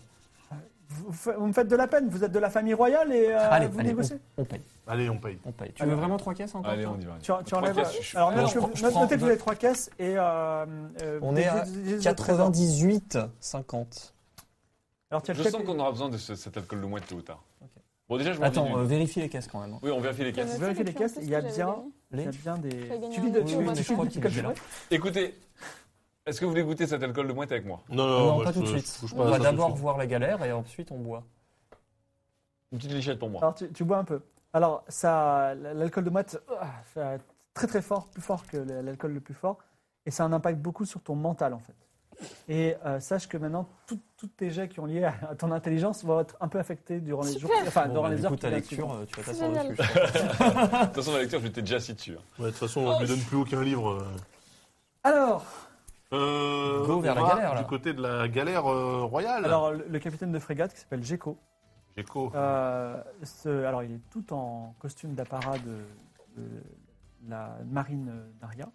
S1: Vous, fa- vous me faites de la peine. Vous êtes de la famille royale et euh,
S6: Allez,
S1: vous
S6: allez,
S1: négociez.
S6: on, on paye,
S4: Allez, on paye.
S6: on paye. Tu
S1: Allez.
S6: veux vraiment 3 caisses encore
S3: Allez,
S6: toi
S3: on y va.
S1: Tu, tu
S3: Trois
S1: enlèves.
S3: caisses, je suis-
S1: alors,
S6: Bon,
S1: note
S6: je
S1: que-
S6: prends- je
S1: note-
S6: prends-
S1: notez que vous avez trois caisses et. euh, euh,
S6: On
S1: des-
S6: est à
S1: des- des- des-
S6: 98,50.
S1: Alors, tiens,
S3: Je
S1: le
S3: sens
S1: fait-
S3: qu'on aura besoin de ce- cet alcool de mouette tôt ou tard.
S6: Ok.
S3: Bon, déjà, je m'en dis
S6: Attends,
S3: d'une.
S6: euh, vérifie les caisses quand même. hein.
S3: Oui, on vérifie les
S5: J'ai
S3: caisses.
S5: noté
S1: Vérifiez les
S5: trois
S1: caisses, il y a
S5: que j'avais
S1: bien-
S5: gagnées.
S1: Il y
S6: Les...
S1: a bien
S5: Fais
S1: des.
S5: gagner
S1: Tu
S5: un
S1: lis de-
S5: euro,
S1: tu
S5: on
S1: lis
S5: va
S1: tu
S5: faire
S1: lis
S5: un
S1: des trucs comme
S6: petit
S1: ça.
S6: peu.
S3: Écoutez, est-ce que vous voulez goûter cet alcool de mouette avec moi
S4: Non,
S6: Non,
S4: non, moi,
S6: pas
S4: je-
S6: tout de
S4: je
S6: suite.
S4: touche pas
S6: On
S4: à
S6: va
S4: ça tout de
S6: d'abord
S4: suite.
S6: voir la galère et ensuite on boit.
S3: Une petite lichette pour moi.
S1: Alors, tu, tu bois un peu. Alors, ça, l'alcool de mouette ah, fait très très fort, plus fort que l'alcool le plus fort. Et ça a un impact beaucoup sur ton mental, en fait. Et euh, sache que maintenant, tout- tous tes jets qui ont lié à ton intelligence vont être un peu affectés durant les jours, enfin,
S6: Bon,
S1: durant Ah,
S6: bah,
S1: les
S6: du
S1: heures
S6: coup,
S1: qui
S6: ta
S1: viennent
S6: lecture,
S1: suivre.
S6: euh, tu vas
S5: C'est
S6: t'asseoir
S5: génial.
S6: dessus. je pense.
S1: [laughs]
S4: Ah.
S3: De toute façon, la lecture, j'étais déjà assis dessus. hein.
S4: Ouais, De toute façon,
S6: Oh,
S4: on ne lui donne plus aucun livre.
S1: Alors,
S4: Euh,
S6: Go vers
S4: on
S6: la
S4: va
S6: galère, là.
S4: Du côté de la galère euh, royale.
S1: alors, le le capitaine de frégate qui s'appelle Gecko,
S4: Géco.
S1: euh, ce- alors il est tout en costume d'apparat de, de la marine euh, d'Aria,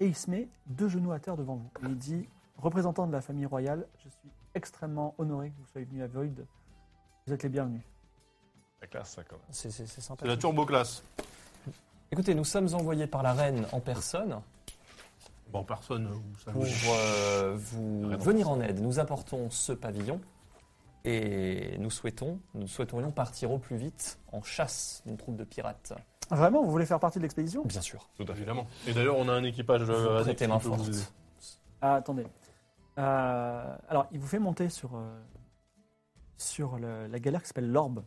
S1: et il se met deux genoux à terre devant vous. Et il dit, représentant de la famille royale, je suis extrêmement honoré que vous soyez venu à Void. Vous êtes les bienvenus.
S3: La classe, ça, quand même.
S6: C'est c'est- c'est sympa.
S4: C'est la turbo classe.
S6: Écoutez, nous sommes envoyés par la reine en personne
S4: Bon, personne. euh, où ça
S6: pour
S4: nous-
S6: euh, vous
S3: Reine en
S6: venir en aide. Nous apportons ce pavillon et nous souhaitons, nous souhaiterions partir au plus vite en chasse d'une troupe de pirates.
S1: Vraiment, vous voulez faire partie de l'expédition
S6: Bien sûr.
S3: Tout à fait.
S4: Évidemment. Et d'ailleurs, on a un équipage.
S6: Vous
S4: euh,
S6: prêtez
S4: adulte
S6: main
S4: qui peut vous
S6: forte.
S4: aider.
S1: Ah, Attendez. Euh, alors, il vous fait monter sur, euh, sur le- la galère qui s'appelle l'Orbe.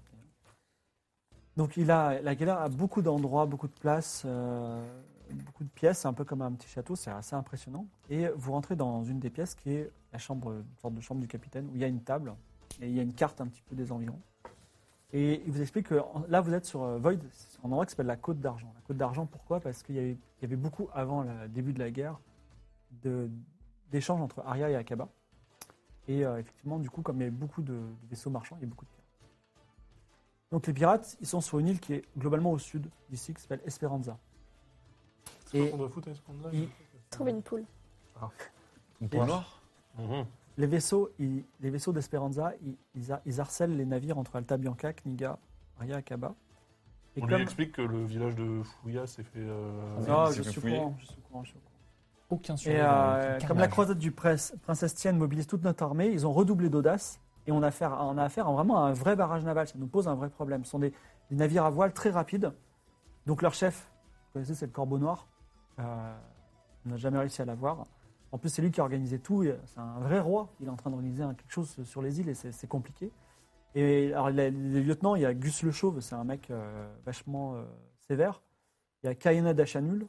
S1: Donc, il a, la galère a beaucoup d'endroits, beaucoup de places, euh, beaucoup de pièces, un peu comme un petit château, c'est assez impressionnant. Et vous rentrez dans une des pièces qui est la chambre, une sorte de chambre du capitaine, où il y a une table et il y a une carte un petit peu des environs. Et il vous explique que en- là, vous êtes sur euh, Void, c'est un endroit qui s'appelle la Côte d'Argent. La Côte d'Argent, pourquoi Parce qu'il y, avait- il y avait beaucoup, avant le début de la guerre, de, d'échanges entre Aria et Akaba. Et euh, effectivement, du coup, comme il y avait beaucoup de, de vaisseaux marchands, il y a beaucoup de pirates. Donc les pirates, ils sont sur une île qui est globalement au sud d'ici, qui s'appelle Esperanza. Et
S4: doit foutre ce qu'on doit
S1: Il-
S5: Trouver une poule.
S3: Une poule
S1: Et-
S3: noire
S4: Mhm.
S1: les vaisseaux, ils- les vaisseaux d'Esperanza, ils, ils har- ils harcèlent les navires entre Alta Bianca, Kniga, Aria, Akaba. Et
S4: On lui explique que le village de Fouya s'est fait. euh,
S1: Ah,
S3: Il s'est
S1: je
S3: fait
S1: suis au
S3: fouiller.
S1: courant, je suis au courant, je suis au courant.
S6: Aucun
S1: Et
S6: sujet.
S1: euh, comme la croisade du presse- Princesse Tienne mobilise toute notre armée, ils ont redoublé d'audace et on a affaire, à- on a affaire à vraiment à un vrai barrage naval. Ça nous pose un vrai problème. Ce sont des, des navires à voile très rapides. Donc leur chef, vous connaissez, c'est le Corbeau Noir. Euh, on n'a jamais réussi à l'avoir. En plus, c'est lui qui a organisé tout. et C'est un vrai roi. Il est en train d'organiser un- quelque chose sur les îles et c'est c'est compliqué. Et alors, les, les lieutenants, il y a Gus Le Chauve, c'est un mec euh, vachement euh, sévère. Il y a Kayena Dachanul.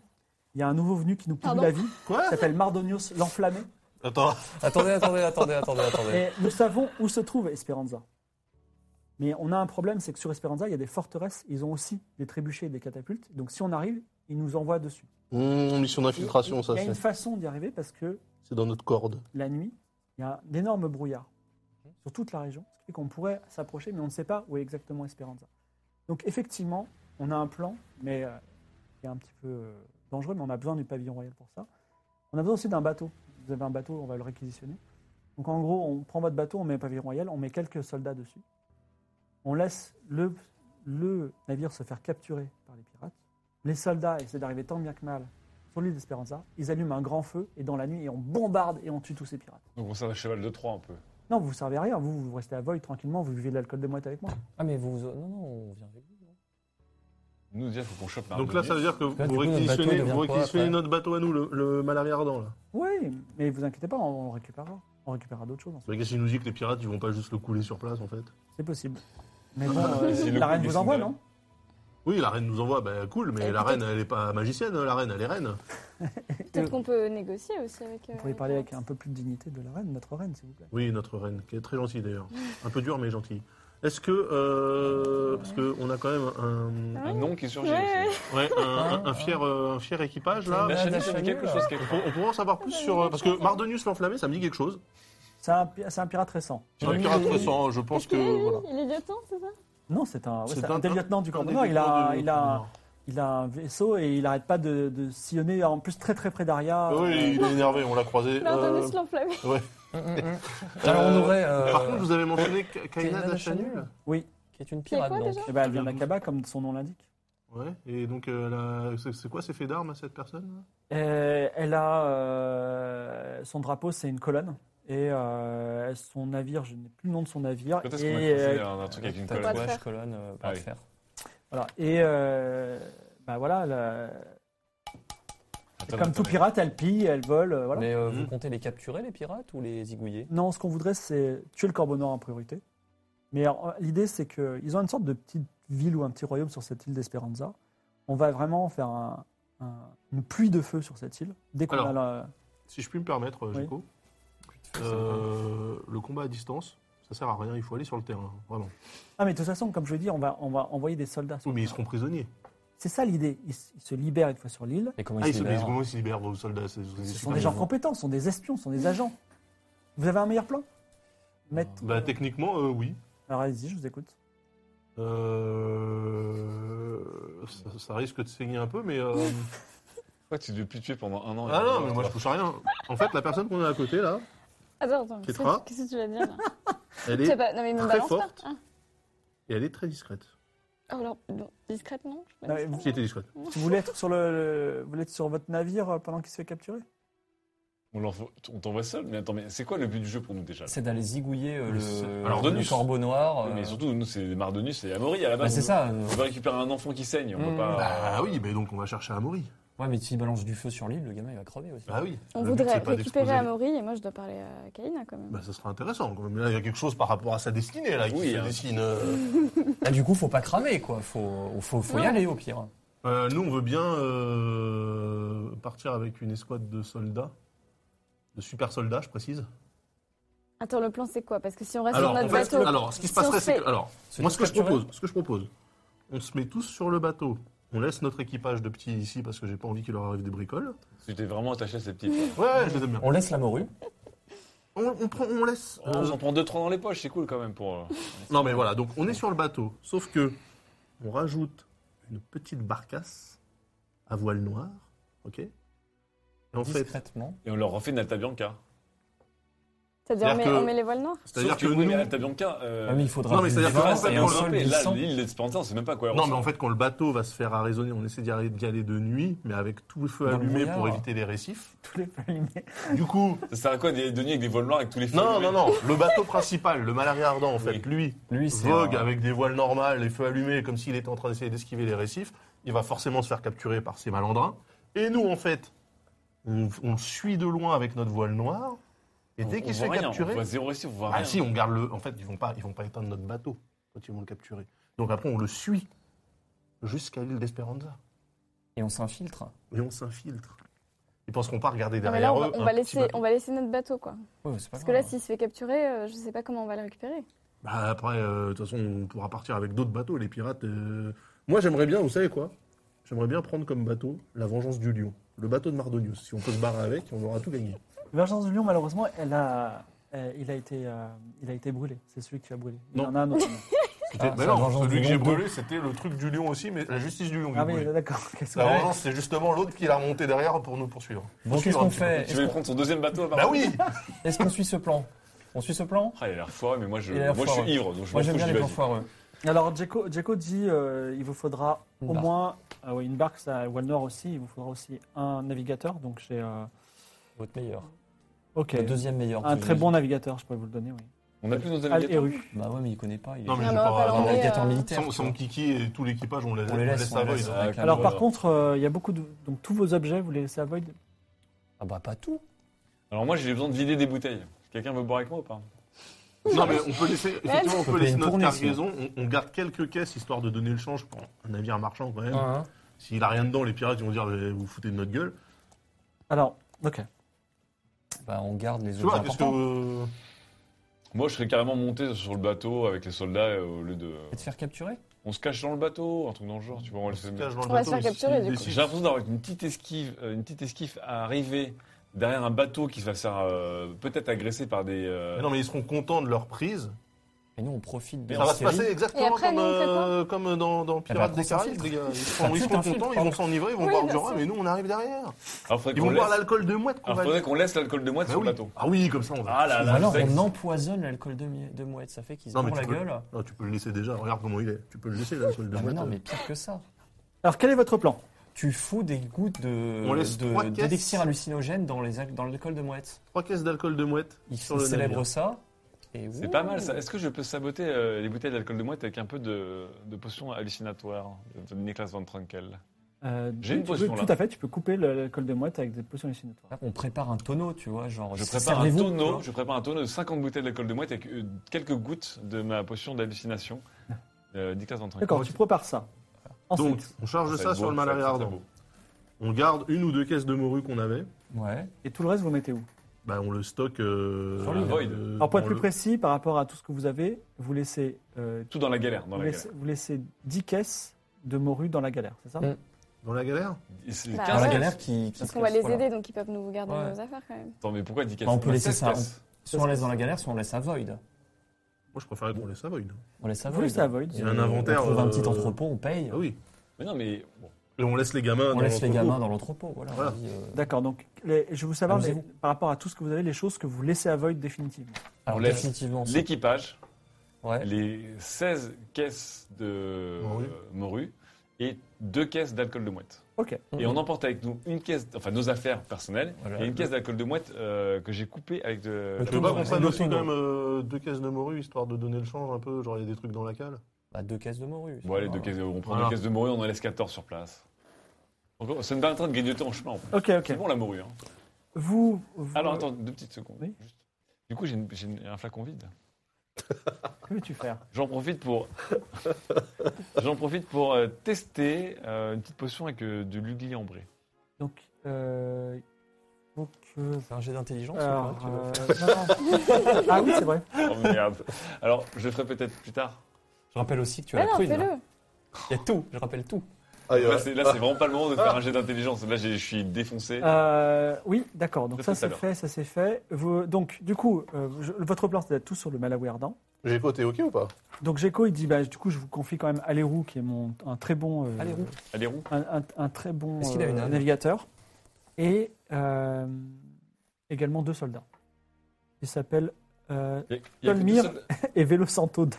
S1: Il y a un nouveau venu qui nous pourrit
S5: Pardon
S1: la vie.
S4: Quoi
S1: Il s'appelle Mardonius l'Enflammé.
S4: Attends.
S6: Attendez, attendez,
S1: [laughs]
S6: attendez, attendez, attendez.
S1: Et nous savons où se trouve Esperanza. Mais on a un problème, c'est que sur Esperanza, il y a des forteresses. Ils ont aussi des trébuchets et des catapultes. Donc si on arrive, ils nous envoient dessus.
S4: Mmh, mission d'infiltration, ça,
S1: il y a une
S4: c'est
S1: façon d'y arriver parce que
S4: c'est dans notre corde.
S1: la nuit, il y a un énorme brouillard sur toute la région. Ce qui fait qu'on pourrait s'approcher, mais on ne sait pas où est exactement Esperanza. Donc effectivement, on a un plan, mais euh, qui est un petit peu euh, dangereux, mais on a besoin du pavillon royal pour ça. On a besoin aussi d'un bateau. Vous avez un bateau, on va le réquisitionner. Donc en gros, on prend votre bateau, on met un pavillon royal, on met quelques soldats dessus. On laisse le, le navire se faire capturer par les pirates. Les soldats essaient d'arriver tant bien que mal sur l'île d'Esperanza. Ils allument un grand feu et dans la nuit, et on bombarde et on tue tous ces pirates.
S3: Donc on sert à cheval de Troie un peu.
S1: Non, vous ne servez à rien. Vous, vous restez à Void tranquillement. Vous buvez de l'alcool de mouette avec moi.
S6: Ah, mais vous. Non, non, on vient avec vous. non
S3: Nous dire qu'il faut qu'on chope
S4: Ah, Donc là, ça veut dire que
S6: Là, du
S4: vous
S6: coup, notre bateau
S4: réquisitionnez,
S6: devient
S4: vous
S6: quoi,
S4: réquisitionnez
S6: après
S4: notre bateau à nous, le, le Malaria Ardent. Là.
S1: Oui, mais vous inquiétez pas, on, on récupérera. On récupérera d'autres choses. ensuite.
S4: Mais Bah, Qu'est-ce qu'il nous dit que les pirates, ils vont pas juste le couler sur place, en fait
S1: C'est possible. Mais
S4: [laughs]
S1: bon, euh,
S3: c'est le
S1: la
S3: coup
S1: reine
S3: du
S1: vous envoie,
S3: Cinderella.
S1: non
S4: Oui, la reine nous envoie, bah cool, mais
S5: Eh,
S4: la
S5: peut-être-
S4: reine, elle est pas magicienne, hein, la reine, elle est reine.
S1: euh,
S5: Peut-être qu'on peut négocier aussi avec. euh,
S1: Vous pouvez parler avec un peu plus de dignité de la reine, notre reine, s'il vous plaît.
S4: Oui, notre reine, qui est très gentille d'ailleurs. Un peu dure, mais gentille. Est-ce que. euh, parce qu'on a quand même
S3: Un nom qui surgit
S5: Ouais.
S3: aussi.
S4: un, ouais, un, un- un fier, euh, un fier équipage là.
S6: Ah,
S3: La chaîne, ça
S6: la
S3: dit quelque
S6: chaîne,
S3: chose
S6: là.
S3: quelque
S4: On, [laughs] on pourrait en savoir plus sur. euh, Parce que Mardonius l'enflammé, ça me dit quelque chose.
S1: C'est un, pi- c'est un pirate récent.
S4: C'est un pirate récent, je pense que. Voilà.
S5: Il est lieutenant, c'est ça
S1: Non, c'est un, Ah ouais,
S4: C'est
S1: c'est
S4: un-
S1: un des lieutenants du
S4: un
S1: corps de
S4: des
S1: Nord. Il a,
S4: lieutenants du
S1: il, a,
S4: Corps
S1: il a un vaisseau et il n'arrête pas de, de sillonner, en plus très très près d'Aria.
S4: Oui, il est énervé, on l'a croisé.
S5: Mardonus
S4: euh,
S5: l'enflammé.
S4: ouais.
S1: Mm,
S6: Alors, on
S4: Euh,
S6: aurait. euh,
S4: Par contre, vous avez mentionné Ka- Kaina
S6: Kaina
S4: Dachanul.
S6: Dachanul,
S1: Oui.
S6: Qui est une
S5: C'est
S6: pirate,
S5: quoi
S6: donc.
S5: déjà
S1: Eh ben, elle vient d'Akaba, comme son nom l'indique.
S4: Ouais, et donc, euh, la- c'est c'est quoi ces faits d'armes à cette personne là
S1: Euh, Elle a euh, son drapeau, c'est une colonne. Et euh, son navire, je n'ai plus le nom de son navire.
S3: Peut-être qu'on a
S1: Et,
S3: croisé
S1: euh,
S3: un, un truc avec une
S6: Tatouage,
S5: Pas de
S3: colonne.
S5: fer.
S6: colonne, euh, pas
S3: Ah
S6: de
S3: oui.
S6: fer.
S1: voilà. Et, euh, bah voilà, la-
S3: Attends,
S1: comme tout
S3: attendez.
S1: pirate, elle pille, elle vole. euh, voilà.
S6: Mais euh,
S4: Mhm.
S6: vous comptez les capturer, les pirates, ou les zigouiller
S1: Non, ce qu'on voudrait, c'est tuer le corbeau noir en priorité. Mais alors, euh, l'idée, c'est qu'ils ont une sorte de petite ville ou un petit royaume sur cette île d'Esperanza. On va vraiment faire un, un- une pluie de feu sur cette île. Dès qu'on
S4: Alors.
S1: a la-
S4: Si je puis me permettre, euh,
S1: Oui.
S4: Jaco, euh, le combat à distance, ça sert à rien, il faut aller sur le terrain, vraiment.
S1: Ah, mais de toute façon, comme je l'ai dit, on va, on va envoyer des soldats. sur
S4: Oui, mais
S1: le
S4: ils
S1: terrain.
S4: seront prisonniers.
S1: C'est ça l'idée. Ils, s- ils se libèrent une fois sur l'île.
S6: Et comment
S4: Ah,
S6: ils
S4: ils
S6: se
S4: se, mais
S6: libèrent
S4: comment ils se libèrent, vos soldats c'est- c'est
S1: hein. Ce sont
S4: super
S1: des gens
S4: vivant.
S1: compétents, ce sont des espions, ce sont des agents. Vous avez un meilleur plan Maître.
S4: Bah, techniquement, euh, oui.
S1: Alors, allez-y, je vous écoute.
S4: Euh, ça, ça risque de saigner un peu, mais. euh,
S3: Pourquoi tu l'as plus tué pendant un an
S4: Ah non, mais moi je touche à rien. En fait, la personne qu'on a à côté là,
S5: Attends, attends. Qu'est-ce
S4: Kétra
S5: que- qu'est-ce que tu vas dire là
S4: elle
S5: Je
S4: est,
S5: sais
S4: et
S5: pas, non mais me
S4: très
S5: balance pas.
S4: forte.
S5: Ah.
S4: elle est très discrète.
S5: Oh, alors, bon, discrète, non Bah, Je sais
S1: Non, mais
S5: pas, discrète.
S4: Qui était discrète
S1: Bah, Vous voulez être sur, le, vous voulez être sur votre navire euh, pendant qu'il se fait capturer
S3: On l'envoie- on t'envoie seul, mais attends, mais c'est quoi le but du jeu pour nous déjà
S6: C'est d'aller zigouiller euh,
S4: Mais c'est-
S6: le,
S3: alors,
S6: le
S3: Donus.
S6: corbeau noir. euh,
S3: Mais surtout, nous, c'est Mardonus et Amaury à la
S6: bah,
S3: base.
S6: c'est
S3: On-
S6: ça.
S3: On
S6: euh,
S3: veut récupérer un enfant qui saigne, on peut
S6: Mm.
S3: pas.
S4: Bah oui, mais donc on va chercher Amaury.
S6: Ouais, mais s'il balance du feu sur l'île, le gamin il va crever aussi.
S4: Bah oui.
S5: On
S4: Le but,
S5: voudrait
S4: c'est pas
S5: récupérer
S4: d'exposer-
S5: Amaury et moi je dois parler à Kaina quand même.
S4: Bah ça sera intéressant. quand même. Là, il y a quelque chose par rapport à sa destinée là qui
S3: Oui,
S4: se
S3: hein.
S4: dessine. euh.
S6: Ah, du coup, faut pas cramer, quoi. Faut, faut, faut y
S5: Non.
S6: aller, au pire.
S4: Euh, nous, on veut bien euh, partir avec une escouade de soldats, de super soldats, je précise.
S5: Attends, le plan Ah, c'est quoi Parce que si on reste
S4: Alors,
S5: sur
S4: en
S5: notre
S4: fait,
S5: bateau.
S4: alors, ce qui se
S5: Si
S4: passerait,
S5: on
S4: c'est
S5: fait-
S4: que, alors,
S6: Se
S4: moi, ce que je
S6: capturer.
S4: propose, ce que je propose, on se met tous sur le bateau. On laisse notre équipage de petits ici parce que j'ai pas envie qu'il leur arrive des bricoles.
S3: Tu t'es vraiment attaché à ces petites. là.
S4: Ouais, je les aime bien.
S6: On laisse la morue.
S4: On, on prend, on laisse.
S3: On
S4: euh,
S3: en prend deux, trois dans les poches, c'est cool quand même pour. euh,
S4: non, mais voilà. Donc, on est sur le bateau. Sauf que, on rajoute une petite barcasse à voile noire, ok. Et en fait,
S6: discrètement.
S3: Et on leur refait une Alta Bianca.
S5: C'est-à-dire, on
S4: C'est-à-dire
S5: met-
S4: que-
S5: on met les voiles noires
S4: c'est-à-dire
S3: Sauf
S4: que
S3: oui,
S4: nous,
S3: mais Alta Bianca. euh,
S6: Ah, mais il faudra.
S4: non, mais c'est-à-dire
S6: une
S4: que, en
S6: face
S4: fait,
S6: et
S4: on
S6: un
S4: le-
S6: sol
S3: Et là,
S6: glissant.
S3: l'île d'Esperanza, on sait même pas à quoi elle
S4: Non, mais
S3: ressemble.
S4: en fait, quand le bateau va se faire arraisonner, on essaie d'y aller- d'y aller de nuit, mais avec tout le feu
S6: Dans le
S4: allumé
S6: brouillard.
S4: pour éviter les récifs.
S1: Tous les feux allumés.
S4: Du coup,
S3: Ça sert à quoi des deniers avec des vols noirs avec tous les feux
S4: non,
S3: allumés
S4: non, non, le bateau principal, le malaria ardent, en fait, lui,
S6: Lui, c'est.
S4: vogue
S6: un-
S4: avec des voiles normales, les feux allumés, comme s'il était en train d'essayer d'esquiver les récifs. Il va forcément se faire capturer par ces malandrins. Et nous, en fait, on, on suit de loin avec notre voile noire. Et
S3: On-
S4: dès
S3: on
S4: qu'il se fait
S3: voit rien,
S4: capturer,
S3: On voit zéro récit, on voit
S4: Ah
S3: rien.
S4: si, on garde le. En fait, ils vont pas, ils vont pas éteindre notre bateau quand ils vont le capturer. Donc après, on le suit jusqu'à l'île d'Esperanza
S6: Et on s'infiltre.
S4: et on s'infiltre. Ils pensent qu'on part regarder
S5: Non, mais
S4: derrière
S5: là, on va,
S4: eux.
S5: on
S4: un
S5: va
S4: petit
S5: laisser,
S4: bateau.
S5: on va laisser notre bateau, quoi.
S6: Ouais, c'est pas
S5: Parce que
S6: grave.
S5: là, s'il se fait capturer, euh, je sais pas comment on va le récupérer.
S4: Bah, après, euh, de toute façon, on pourra partir avec d'autres bateaux. Les pirates. euh, Moi, j'aimerais bien. Vous savez quoi J'aimerais bien prendre comme bateau la vengeance du lion, le bateau de Mardonius. Si on peut se barrer avec, on aura tout gagné.
S1: L'agence de Lyon, malheureusement, elle a, euh, il, a été, euh, il a été brûlé. C'est celui qui a brûlé. Il y
S4: Non.
S1: en a un autre.
S6: Ah, c'est la vengeance du lion deux.
S4: c'était le truc du lion aussi, mais la justice du lion.
S1: ah oui, d'accord. Qu'est-ce que-
S4: La vengeance, c'est justement l'autre qui l'a remonté derrière pour nous poursuivre.
S6: Bon, qu'est-ce
S4: Poursuivre un
S6: qu'on
S4: petit peu.
S6: fait
S3: Tu
S6: Est-ce
S3: veux
S6: qu'on-
S3: prendre son deuxième bateau à
S4: Bah oui
S6: Est-ce qu'on suit ce plan On suit ce plan
S3: Ah, il a l'air foireux, mais moi je,
S6: Il a l'air
S3: moi, je suis
S6: foireux.
S3: ivre, donc je
S6: Moi,
S3: m'en
S6: j'aime
S3: fous,
S6: bien
S3: je
S6: les
S3: dis
S6: plans
S3: vas-y.
S6: foireux.
S1: Alors, Djeko Djeko dit euh, il vous faudra
S6: Une
S1: au
S6: barque.
S1: moins ah oui, une barque, ça, Walnor aussi, il vous faudra aussi un navigateur. Donc, j'ai. euh,
S6: Votre meilleur.
S1: ok.
S6: Le deuxième meilleur.
S1: Un
S6: que
S1: très
S6: j'ai.
S1: bon navigateur, je pourrais vous le donner, oui.
S3: On a plus nos
S1: Al
S3: navigateurs.
S1: Eru.
S6: Bah ouais, mais il connaît pas. Il est
S4: Non, mais
S5: Ah,
S4: je
S5: bah, on va
S4: pas.
S5: pas
S6: un
S5: l'emmener,
S6: navigateur
S5: euh,
S6: militaire.
S4: Son,
S6: tu vois.
S4: son kiki et tout l'équipage, on hein. les,
S6: On les laisse,
S4: à
S6: on les
S4: Void.
S6: laisse.
S3: Ah,
S6: avec un
S1: Alors,
S6: bon-
S1: par contre, euh, il y a beaucoup de. Donc, tous vos objets, vous les laissez à Void
S6: Ah bah pas tout.
S3: Alors moi, j'ai besoin de vider des bouteilles. Quelqu'un veut boire avec moi ou pas
S4: Non, mais on peut laisser, effectivement, on
S6: peut
S4: peut laisser
S6: une
S4: notre
S6: tournée,
S4: cargaison. On, on garde quelques caisses histoire de donner le change pour un navire marchand quand même.
S6: Hein, hein.
S4: S'il a rien dedans, les pirates ils vont dire eh, vous foutez de notre gueule.
S1: Alors, ok.
S6: Bah on garde les
S4: Tu
S6: autres
S4: vois, qu'est-ce que.
S6: importants.
S4: euh,
S3: Moi, je serais carrément monté sur le bateau avec les soldats euh, au lieu de.
S6: Et te faire capturer
S3: On se cache dans le bateau, un truc dans le genre. Tu vois, on va
S4: on se
S3: laisser-
S4: cache dans le
S5: On va
S4: bateau,
S5: se faire
S4: mais
S5: capturer,
S4: s'il
S5: du coup.
S4: décide-
S3: J'ai l'impression d'avoir une petite esquive, euh, une petite esquive à arriver derrière un bateau qui se va se faire euh, peut-être agresser par des. euh,
S4: Mais Non, mais ils seront contents de leur prise.
S6: Et nous on profite de
S4: Ça
S6: la
S4: va se
S6: série.
S4: passer exactement
S5: Et après,
S4: comme,
S5: nous, on fait quoi
S4: euh, comme dans, dans Pirates
S6: on
S4: des Caraïbes,
S6: s'infiltre.
S4: les gars. Ils seront, ils
S6: T'infiltres,
S4: seront
S6: t'infiltres,
S4: contents, ils
S6: pardon.
S4: vont s'enivrer, ils vont
S5: Oui,
S4: boire du
S5: bien
S4: rhum,
S5: sûr.
S4: mais nous, on arrive derrière.
S3: Alors, faudrait
S4: Ils
S3: qu'on
S4: vont boire
S3: laisse-
S4: l'alcool de mouette qu'on
S3: Alors,
S4: va
S3: faudrait qu'on laisse l'alcool de moite
S4: Bah
S3: sur
S4: oui.
S3: le bateau.
S4: Ah oui, comme ça, on va.
S3: Ah là
S6: Ou
S3: là,
S6: alors
S3: c'est-
S6: on empoisonne l'alcool de, mi- de mouette, ça fait qu'ils se
S4: Non, mais
S6: bourrent la
S4: tu peux-
S6: gueule.
S4: Non, tu peux le laisser déjà, regarde comment il est. Tu peux le laisser, l'alcool de
S6: Non mais,
S4: mouette.
S6: non,
S4: euh.
S6: mais pire que ça.
S1: Alors, quel est votre plan
S6: Tu fous des gouttes de,
S4: On laisse trois
S6: de,
S4: caisses.
S6: d'élixir hallucinogène dans, les, al- dans l'alcool de mouette.
S4: Trois caisses d'alcool de mouette.
S6: Ils
S4: Sur le
S6: célèbrent
S4: navire.
S6: ça. et
S3: C'est
S6: ouh.
S3: pas mal ça. Est-ce que je peux saboter euh, les bouteilles d'alcool de moite avec un peu de, de potion hallucinatoire de Nicolas Van Trunkel
S1: Euh,
S3: J'ai une
S1: tu peux-
S3: potion, là.
S1: Tout à fait, tu peux couper le- l'alcool de mouette avec des potions hallucinatoires.
S6: On prépare un tonneau, tu vois,
S4: Oh,
S6: genre.
S3: Je
S6: se-
S3: prépare un
S6: servez-vous, tu
S3: tonneau,
S6: vois.
S3: je prépare un tonneau de 50 bouteilles d'alcool de moite avec euh, quelques gouttes de ma potion d'hallucination. Euh, Nicolas Van Trunkel.
S1: D'accord, tu prépares ça. Ensuite,
S4: Donc, on charge Ah, ça,
S3: va être
S4: sur
S3: beau,
S4: le
S3: va être
S4: malaria
S3: très, très
S4: ardent.
S3: beau.
S4: On garde une ou deux caisses de morue qu'on avait.
S6: Ouais.
S1: et tout le reste, vous mettez où
S4: Bah, on le stocke. euh,
S3: Sur le
S4: euh,
S3: void.
S1: Alors, pour être
S4: on
S1: plus
S4: le-
S1: précis, par rapport à tout ce que vous avez, vous laissez, euh,
S3: Tout dans la galère. Dans
S1: vous,
S3: la
S1: laissez, vous laissez 10 caisses de morue dans la galère, c'est ça
S6: Mm.
S4: Dans la galère
S3: galère. C'est
S5: Bah,
S6: Dans
S3: 15
S6: la
S5: ouais.
S6: galère qui. qui
S5: Parce
S6: se
S5: qu'on va
S6: casse,
S5: les
S6: voilà.
S5: aider, donc ils peuvent nous garder
S6: Ouais.
S5: nos affaires quand même.
S3: Attends, mais pourquoi 10 caisses
S6: Bah, on peut
S3: Bah,
S6: laisser
S3: 16
S6: ça,
S3: caisses.
S6: Soit on laisse dans la galère, soit on laisse à Void.
S4: Moi, je préférais qu'on laisse à void.
S6: On laisse à
S1: Vous
S6: Void.
S1: laissez à Void.
S4: Il y a un inventaire,
S6: On trouve un
S4: euh,
S6: petit entrepôt, on paye.
S4: Ah oui.
S3: Mais non, mais bon,
S4: Et on laisse les gamins.
S6: On
S4: dans
S6: laisse les
S4: l'entrepôt.
S6: gamins dans l'entrepôt, voilà.
S4: Voilà.
S6: on dit, euh,
S1: D'accord, donc les- je veux savoir les-
S6: Amusez-vous.
S1: par rapport à tout ce que vous avez, les choses que vous laissez à Void définitivement.
S6: Alors,
S3: On laisse
S6: définitivement, c'est-
S3: l'équipage,
S6: ouais.
S3: les 16 caisses de
S4: Morue.
S3: euh, morue et deux caisses d'alcool de moite.
S1: Ok.
S3: Et on emporte avec nous une caisse, enfin nos affaires personnelles,
S6: Mm-hmm. Voilà.
S3: et une caisse d'alcool de moite euh, que j'ai coupée avec de.
S6: Le
S4: Tu veux pas
S6: Tout
S4: qu'on
S6: le
S4: prenne
S6: monde.
S4: aussi quand
S6: Tout le
S4: même euh, deux caisses de morue histoire de donner le change un peu Genre, il y a des trucs dans la cale
S6: Bah, deux caisses de morue.
S3: Bon, allez, deux caisses, on prend
S4: Voilà.
S3: deux caisses de morue, on en laisse 14 sur place. Encore- ça nous permettra de grignoter en chemin. en fait.
S1: Ok, ok.
S3: C'est bon la morue. hein.
S1: Vous, vous-
S3: Alors attends, deux petites secondes.
S1: Oui.
S3: juste. Du coup, j'ai une- j'ai une- un flacon vide.
S1: Que veux-tu faire
S3: J'en profite
S6: [laughs]
S3: pour, [laughs] j'en profite pour euh, tester euh, une petite potion avec euh, du Lugli ambré.
S1: Donc, euh, donc euh,
S6: C'est un jet d'intelligence
S1: alors,
S6: ou quoi tu veux
S1: euh, non, non. ah oui, c'est vrai.
S3: Oh merde. Alors, je le ferai peut-être plus tard.
S6: Je rappelle aussi que tu as
S5: Mais
S6: la
S5: non,
S6: prune. hein.
S5: fais-le
S6: Il y a tout, je rappelle tout.
S4: Ah,
S3: Là, c'est là, c'est vraiment pas le moment de faire un jet d'intelligence. Là, j'ai- je suis défoncé.
S1: Euh, oui, d'accord. Donc
S3: Je
S1: ça
S3: fais tout à
S1: c'est fait, ça c'est fait. Vous- donc du coup, euh, je- votre plan c'est d'être tous sur le Malawi ardent.
S4: J'ai voté OK
S3: [laughs]
S4: ou pas
S1: Donc Gecko il dit bah du coup je vous confie quand même Alérou qui est mon un très bon euh,
S6: Allez, roux.
S3: Elle est roux.
S1: un, un- un très bon
S6: Est-ce qu'il a
S1: euh,
S6: une arme
S1: navigateur et euh, également deux soldats. Ils s'appellent euh,
S3: Il y a- il y a que
S1: Tolmir.
S3: deux soldats.
S1: et Vélo Santo 2.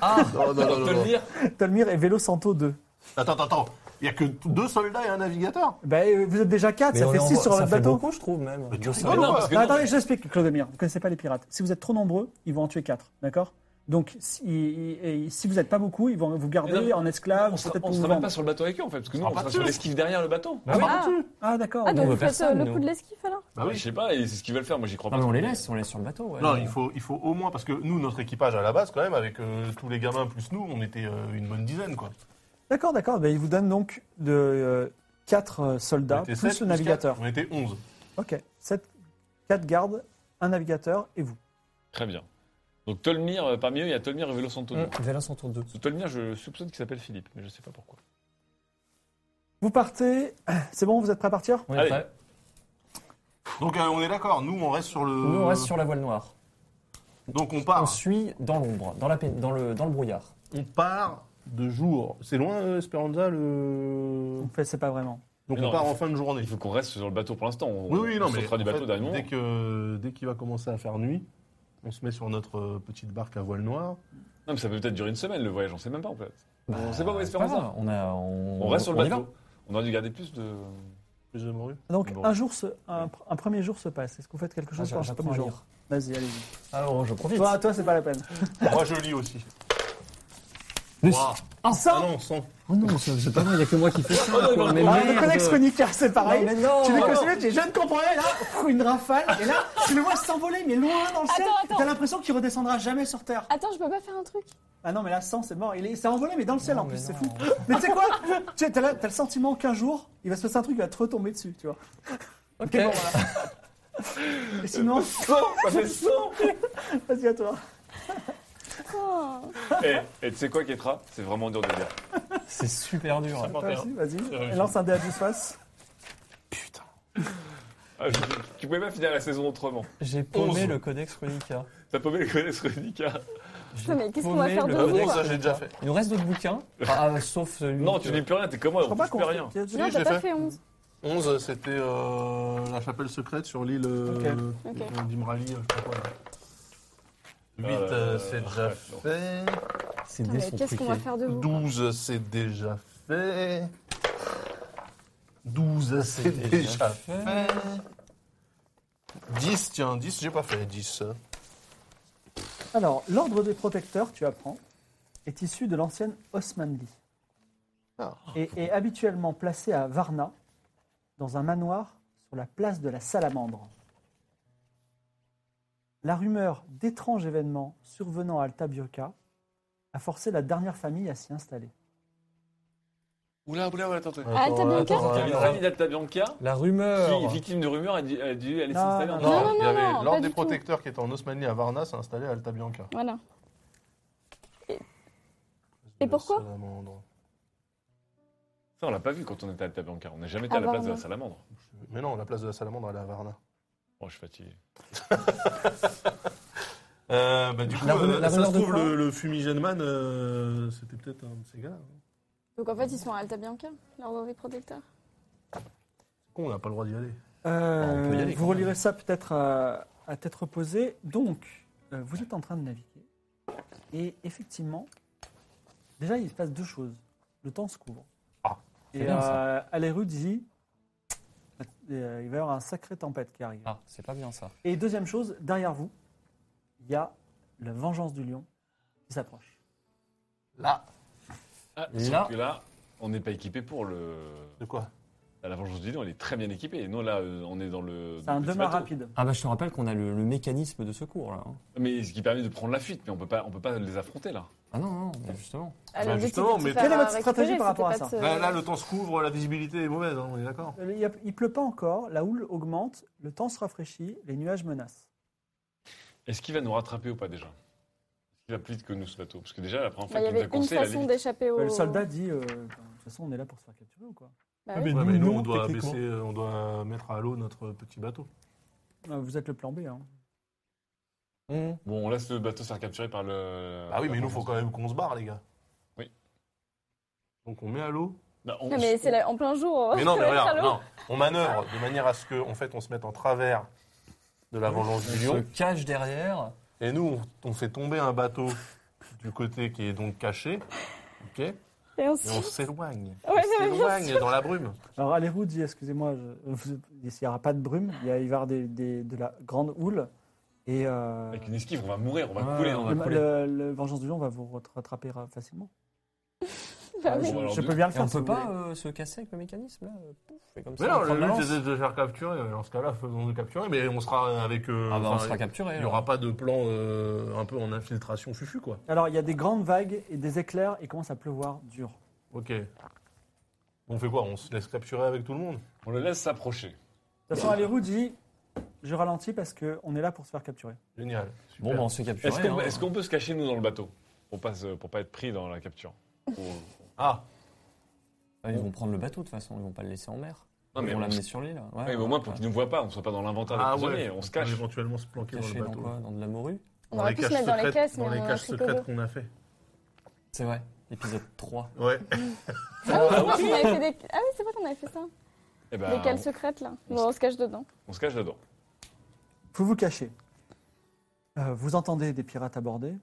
S6: Ah
S4: Non, non, non, non, non.
S6: Tolmir.
S1: Tolmir et Vélo Santo 2.
S4: Attends, attends, attends. Il y a que t- deux soldats et un navigateur
S1: Bah, euh, vous êtes déjà 4,
S6: Mais
S1: ça
S6: on
S1: fait
S6: est en-
S1: 6 sur
S6: ça
S1: votre
S6: fait
S1: bateau.
S6: beaucoup, je trouve, même.
S3: Euh,
S4: Mais tu
S6: Deux
S4: rigoles
S6: soldats.
S4: ou pas
S3: parce que
S1: Ah,
S3: non,
S1: attendez, je vous explique, Clodomir. Vous ne connaissez pas les pirates. Si vous êtes trop nombreux, ils vont en tuer 4. D'accord Donc, si, et si vous n'êtes pas beaucoup, ils vont vous
S3: Mais
S1: garder
S3: non,
S1: en
S3: Ah,
S1: esclave,
S3: on sera,
S1: peut-être
S3: on
S1: pour vous
S3: sera même
S1: vendre.
S3: pas sur le bateau avec eux en fait, parce que nous
S4: Ah,
S3: on
S4: pas
S3: sera sur
S4: sûr.
S3: l'esquive derrière le bateau.
S6: Bah oui.
S5: Ah,
S1: Ah, d'accord.
S5: Ah,
S6: on
S5: donc
S6: veut
S5: vous faites euh,
S6: personne,
S5: le
S6: nous.
S5: coup de l'esquif alors
S4: Bah
S3: Je
S4: oui.
S3: sais pas, et c'est ce qu'ils veulent faire, moi j'y crois
S6: Non,
S3: pas.
S6: Ah, mais on les laisse, on les laisse sur le bateau. ouais.
S4: Non, il faut, il faut au moins, parce que nous, notre équipage à la base, quand même, avec euh, tous les gamins plus nous, on était euh, une bonne dizaine, quoi.
S1: D'accord, d'accord. Ben, ils vous donnent donc de 4 soldats,
S4: On était
S1: plus
S4: sept,
S1: le navigateur.
S4: quatre. On était 11.
S1: Ok. 4 gardes, un navigateur et vous.
S3: Très bien. Donc Tolmir, euh, parmi eux, il y a Tolmir et Vélo Santonio.
S6: Hum, Vélin sont tour deux.
S3: Ce Tolmir, je soupçonne qu'il s'appelle Philippe, mais je sais pas pourquoi.
S1: Vous partez. [clears throat] C'est bon, vous êtes prêts à partir
S6: On est
S3: Allez.
S6: prêt.
S4: Donc, euh, on est d'accord, nous, on reste sur le.
S6: Nous, on reste sur la voile noire.
S4: Donc, on
S6: On
S3: Ah.
S4: part.
S6: suit dans l'ombre, dans, la, pén- dans, le, dans le brouillard.
S4: On part de jour. C'est loin, euh, Esperanza, le.
S1: En fait, c'est pas vraiment.
S4: Donc,
S3: Mais
S4: on
S3: non,
S4: part
S3: il
S4: en
S3: faut-
S4: fin de journée.
S3: Il faut qu'on reste sur le bateau pour l'instant. On,
S4: Oui, oui, non,
S3: on
S4: mais.
S3: sautera du
S4: en
S3: bateau
S4: fait,
S3: d'un moment.
S4: dès que dès qu'il va commencer à faire nuit, on se met sur notre euh, petite barque à voile noire.
S3: Non, mais ça peut peut-être durer une semaine le voyage, on sait même pas en fait. on sait pas où
S6: Bah,
S3: est
S6: c'est pas
S3: ça.
S6: grave, On, a- on-
S3: On reste sur le
S6: on y
S3: bateau. On aurait dû garder plus de.
S4: Plus de morue.
S1: Donc
S3: Bon.
S1: un, jour se- un, pr- un premier jour se passe. Est-ce que vous faites quelque
S6: va. Ah,
S1: chose
S6: j'a-
S1: pour ce
S6: J'apprends
S1: premier
S6: à
S1: jour
S6: lire.
S1: Vas-y, allez-y.
S6: Alors, je profite.
S1: Toi, toi c'est pas la peine.
S4: Moi, je lis aussi.
S6: Mais-
S4: Ouah.
S1: En
S4: Ah non, sans.
S6: Oh non, c'est c'est pas moi, il n'y a que moi qui fais ça. quoi, mais
S1: Ah,
S6: merde.
S1: le Codex Conica, c'est pareil.
S6: Non, mais non.
S1: tu les
S6: Ah,
S1: consultes, j'ai- je ne comprends rien, là, pff, une rafale, et là, tu le vois s'envoler, mais loin dans le ciel.
S5: Attends, attends.
S1: T'as l'impression qu'il redescendra jamais sur Terre.
S5: Attends, je peux pas faire un truc
S1: Ah non, mais là, 100, c'est mort. Il est- s'est envolé, mais dans le ciel, en
S6: mais
S1: plus, c'est
S6: non.
S1: fou. Mais tu sais quoi Tu sais, t'as là- t'as le sentiment qu'un jour, il va se passer un truc, il va te retomber dessus, tu vois.
S6: Ok. [laughs]
S1: Et sinon,
S3: ça fait 100
S1: [laughs] vas-y à toi.
S5: Oh.
S3: Et Eh, tu sais quoi, Ketra C'est vraiment dur de dire.
S6: C'est super dur.
S1: Toi aussi,
S4: vrai,
S1: vas-y. Lance un dé à 10 faces.
S4: Putain.
S3: Ah, je- tu pouvais pas finir la saison autrement.
S6: J'ai paumé
S4: Onze.
S6: le Codex Runica.
S3: T'as paumé le connaisse Runica.
S5: Putain, mais qu'est-ce qu'on va faire de
S4: Ah
S5: vous
S4: bon,
S5: quoi
S4: ça, j'ai déjà fait.
S6: Il nous reste d'autres bouquins, Ah, ah, sauf celui.
S3: Non,
S6: que-
S3: tu dis plus rien, t'es comme moi,
S1: Je
S3: on
S1: crois pas
S3: touche plus
S1: qu'on
S3: rien.
S1: qu'il y a-
S5: Non,
S4: je
S5: t'as
S4: l'ai
S5: pas
S4: fait.
S5: fait 11.
S4: 11, c'était euh, la chapelle secrète sur l'île euh,
S5: Ok.
S4: euh, d'Imrali, euh, je sais pas quoi. 8,
S3: Euh,
S4: c'est déjà
S3: ouais, non.
S4: fait.
S6: Ces
S5: Putain,
S6: dés
S5: mais
S6: sont
S5: qu'est-ce qu'on va
S6: truqués.
S5: faire de vous quoi
S4: 12, c'est déjà fait.
S5: Ah,
S4: 12, c'est déjà fait. 10, tiens, 10, j'ai pas fait 10.
S5: Ah,
S1: Alors, l'ordre des protecteurs, tu apprends, est issu de l'ancienne Osmanli.
S4: Ah.
S1: Et est habituellement placé à Varna, dans un manoir sur la place de la Salamandre. La rumeur d'étranges événements survenant à Alta Bioca a forcé la dernière famille à s'y installer.
S3: Oula, oula, oula, attends, attends.
S5: Ah, t'as bien
S4: attends,
S3: Il y a une
S1: Euh,
S4: attends,
S3: famille d'Alta Bianca
S6: La
S3: qui,
S6: rumeur.
S3: victime de rumeurs, a dû, a dû aller
S1: Non,
S3: s'installer en
S1: non,
S4: Non,
S5: non,
S4: il y
S5: non,
S4: avait
S5: non, pas
S4: l'ordre des
S5: du tout.
S4: protecteurs qui était en Osmanie à Varna s'est installé à Alta Bianca.
S5: Voilà. Et pourquoi
S4: Salamandre.
S3: Ça, on l'a pas vu quand on était à Alta Bianca. On n'a jamais été
S5: Ah,
S1: bah,
S3: à la place de
S5: vraiment.
S3: la salamandre.
S4: Mais non, la place de la Salamandre, elle est à Varna.
S3: Oh, je suis fatigué.
S4: Euh, bah, du coup,
S6: La
S4: euh,
S6: rumeur- la
S4: ça
S6: rumeur
S4: se
S6: de
S4: trouve,
S6: quoi
S4: le, le fumigène man, euh, c'était peut-être un de ces gars. hein.
S5: Donc en fait, ils sont à Alta Bianca, l'ordre des protecteurs.
S4: Con, on n'a pas le droit d'y aller.
S1: Euh,
S6: Bah, on peut y aller, quand
S1: vous
S6: même.
S1: relirez ça peut-être à, à tête reposée. Donc, euh, vous êtes en train de naviguer. Et effectivement, déjà, il se passe deux choses. Le temps se couvre.
S4: Ah,
S1: et
S6: bien,
S1: euh, Alerud dit euh, il va y avoir un sacré tempête qui arrive.
S6: Ah, c'est pas bien ça.
S1: Et deuxième chose, derrière vous, il y a la vengeance du lion qui s'approche.
S6: Là.
S3: Ah,
S6: Là.
S3: sauf que là, on n'est pas équipé pour le.
S4: De quoi
S3: À la vengeance du lion, elle est très bien équipée. Et nous, là, euh, on est dans le.
S1: C'est
S3: dans
S1: un
S3: le petit
S1: demain
S3: bateau.
S1: rapide.
S6: Ah bah je te rappelle qu'on a le, le mécanisme de secours là. hein.
S3: Mais ce qui permet de prendre la fuite, mais on peut pas, on peut pas les affronter là.
S6: Ah non, non, mais justement.
S5: Ah,
S4: Bah,
S5: le but,
S4: justement,
S5: c'était de
S4: mais
S5: se faire
S1: quelle est votre
S5: récupérer,
S1: stratégie par rapport à
S5: c'était
S1: ça
S5: pas de se-
S4: Là, là, le temps se couvre, la visibilité est mauvaise, hein, on est d'accord
S1: Euh, Il y a- il pleut pas encore, la houle augmente, le temps se rafraîchit, les nuages menacent.
S3: Est-ce qu'il va nous rattraper ou pas déjà Est-ce qu'il va plus vite que nous ce bateau Parce que déjà, la première
S5: Bah,
S3: fois
S5: Il y
S3: qu'il nous a
S5: avait une
S3: conseillé, elle allait
S5: façon
S3: vite.
S5: d'échapper au.
S1: Euh, Le soldat dit euh, de toute façon, on est là pour se faire capturer ou quoi
S5: Bah
S6: Ah,
S5: oui.
S4: Ouais, mais nous, on doit
S6: techniquement.
S4: baisser, euh, on doit mettre à l'eau notre petit bateau.
S1: Euh, Vous êtes le plan B. hein.
S6: Hum.
S3: Bon, on laisse le bateau se faire capturer par le.
S4: Ah oui, mais nous, faut quand même qu'on se barre, les gars.
S3: Oui.
S4: Donc on met à l'eau.
S3: Bah, on-
S5: Non, mais c'est la- en plein jour. hein.
S4: Mais non, mais
S5: on va être à
S4: regarde,
S5: l'eau.
S4: non. on manœuvre de manière à ce qu'en en fait, on se mette en travers de la vengeance
S6: On
S4: du
S6: se
S4: lion.
S6: cache derrière.
S4: Et nous, on, on fait tomber un bateau du côté qui est donc caché. Ok Et
S5: Et on
S4: on
S5: se-
S4: s'éloigne.
S5: [laughs]
S4: on
S5: Ouais, mais bien
S4: s'éloigne dans la brume.
S1: Alors Alérou dit, excusez-moi, je- vous- il n'y aura pas de brume, il y a- il va y avoir des- des- de la grande houle. Et euh,
S3: Avec une esquive, on va mourir, on va
S6: Ah,
S3: couler dans
S6: on
S3: la
S1: le,
S6: va
S3: coulée.
S1: le- le Vengeance du Lion va vous ret- rattraper ra- facilement.
S5: Bah
S1: Euh,
S5: oui.
S3: Bon, alors,
S1: je, je
S3: du-
S1: peux bien le
S6: Et
S1: faire.
S6: on
S1: si
S6: peut
S1: vous
S6: pas
S1: voulez.
S6: euh, se casser avec le mécanisme là. euh, Pouf, et comme
S4: Mais
S6: ça.
S4: non,
S6: on prend
S4: le
S6: la
S4: but,
S6: lance.
S4: c'est de se faire capturer. Dans ce cas-là, faisons-nous capturer. Mais on sera avec. euh,
S6: Ah bah on
S4: enfin,
S6: sera capturé.
S4: Il n'y
S6: alors.
S4: aura pas de plan euh, un peu en infiltration fufu, quoi.
S1: Alors il y a des grandes vagues et des éclairs et il commence à pleuvoir dur.
S4: Ok. On fait quoi On se laisse capturer avec tout le monde
S3: On le laisse s'approcher.
S1: De toute façon, Alérou dit, je ralentis parce qu'on est là pour se faire capturer.
S4: Génial.
S6: Bon bah on se fait capturer.
S3: Est-ce qu'on
S6: hein.
S3: est-ce qu'on peut se cacher, nous, dans le bateau pour pas, se- pour pas être pris dans la
S5: [laughs]
S3: capture Pour- euh,
S4: Ah,
S6: Ah, Ils vont prendre le bateau de toute façon, ils vont pas le laisser en mer.
S3: Non, mais
S6: ils vont
S3: on
S6: l'amener
S3: se-
S6: sur l'île. là.
S3: Ouais, mais au moins pour qu'ils ne nous voient pas, on soit pas dans l'inventaire
S4: Ah
S3: des prisonniers, on se cache.
S4: éventuellement se planquer dans
S6: Caché
S4: le
S6: dans
S4: bateau.
S6: quoi Dans de la morue
S5: On aurait pu se mettre dans les caisses, mais on en a pris que deux.
S4: qu'on a fait.
S6: C'est vrai, épisode 3.
S4: Ouais.
S5: Ah oui, c'est vrai qu'on avait fait des- Ah oui, c'est vrai qu'on avait fait ça.
S3: Eh ben,
S5: Des cales
S3: on, Ah,
S5: secrètes, là. Bon, on se cache dedans.
S3: on se cache dedans.
S1: Vous vous cachez. Euh, vous entendez des pirates aborder.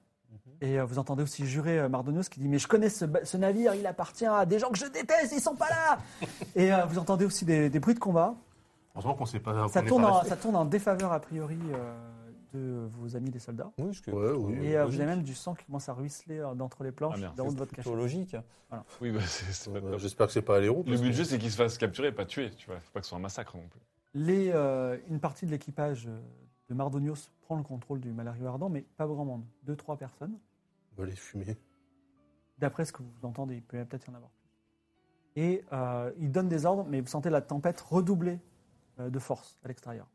S1: Et euh, vous entendez aussi jurer euh, Mardonius qui dit Mais je connais ce, ba- ce navire, il appartient à des gens que je déteste, ils sont pas là Et euh, vous entendez aussi des, des bruits de combat.
S4: Heureusement qu'on sait pas.
S1: Ça
S4: qu'on est
S1: tourne,
S4: pas
S1: en,
S4: resté.
S1: ça tourne en défaveur, a priori, euh, de vos amis des soldats.
S6: Oui, je
S4: Ouais, oui.
S1: Et euh, vous avez même du sang qui commence à ruisseler euh, d'entre les planches,
S3: Ah, merde,
S1: dans
S6: C'est
S1: de votre
S6: plutôt
S1: cachet.
S6: logique.
S3: Oui, bah, [laughs] c'est c'est pas
S4: Euh,
S3: top.
S4: J'espère que c'est pas à l'héros.
S3: Le but du jeu, c'est qu'il se fasse capturer et pas tuer. Tu vois, faut pas que ce soit un massacre non plus.
S1: Les, euh, une partie de l'équipage euh, de Mardonius prend le contrôle du Malario Ardent, mais pas grand monde. Deux, trois personnes.
S4: On va les fumer.
S1: D'après ce que vous entendez, il peut y- peut-être y en avoir plus. Et euh, il donne des ordres, mais vous sentez la tempête redoubler euh, de force à l'extérieur.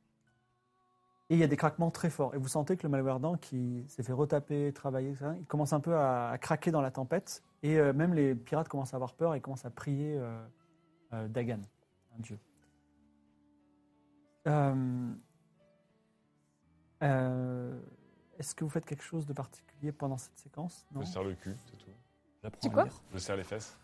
S1: Et il y a des craquements très forts. Et vous sentez que le malwardant qui s'est fait retaper, travailler, etc., il commence un peu à, à craquer dans la tempête. Et euh, même les pirates commencent à avoir peur et commencent à prier euh, euh, Dagan, un dieu. Euh, euh, Est-ce que vous faites quelque chose de particulier pendant cette séquence
S3: Je
S1: Non
S3: serre le cul, c'est tout.
S5: C'est
S6: J'apprends
S5: quoi
S6: à lire.
S3: Je serre les fesses.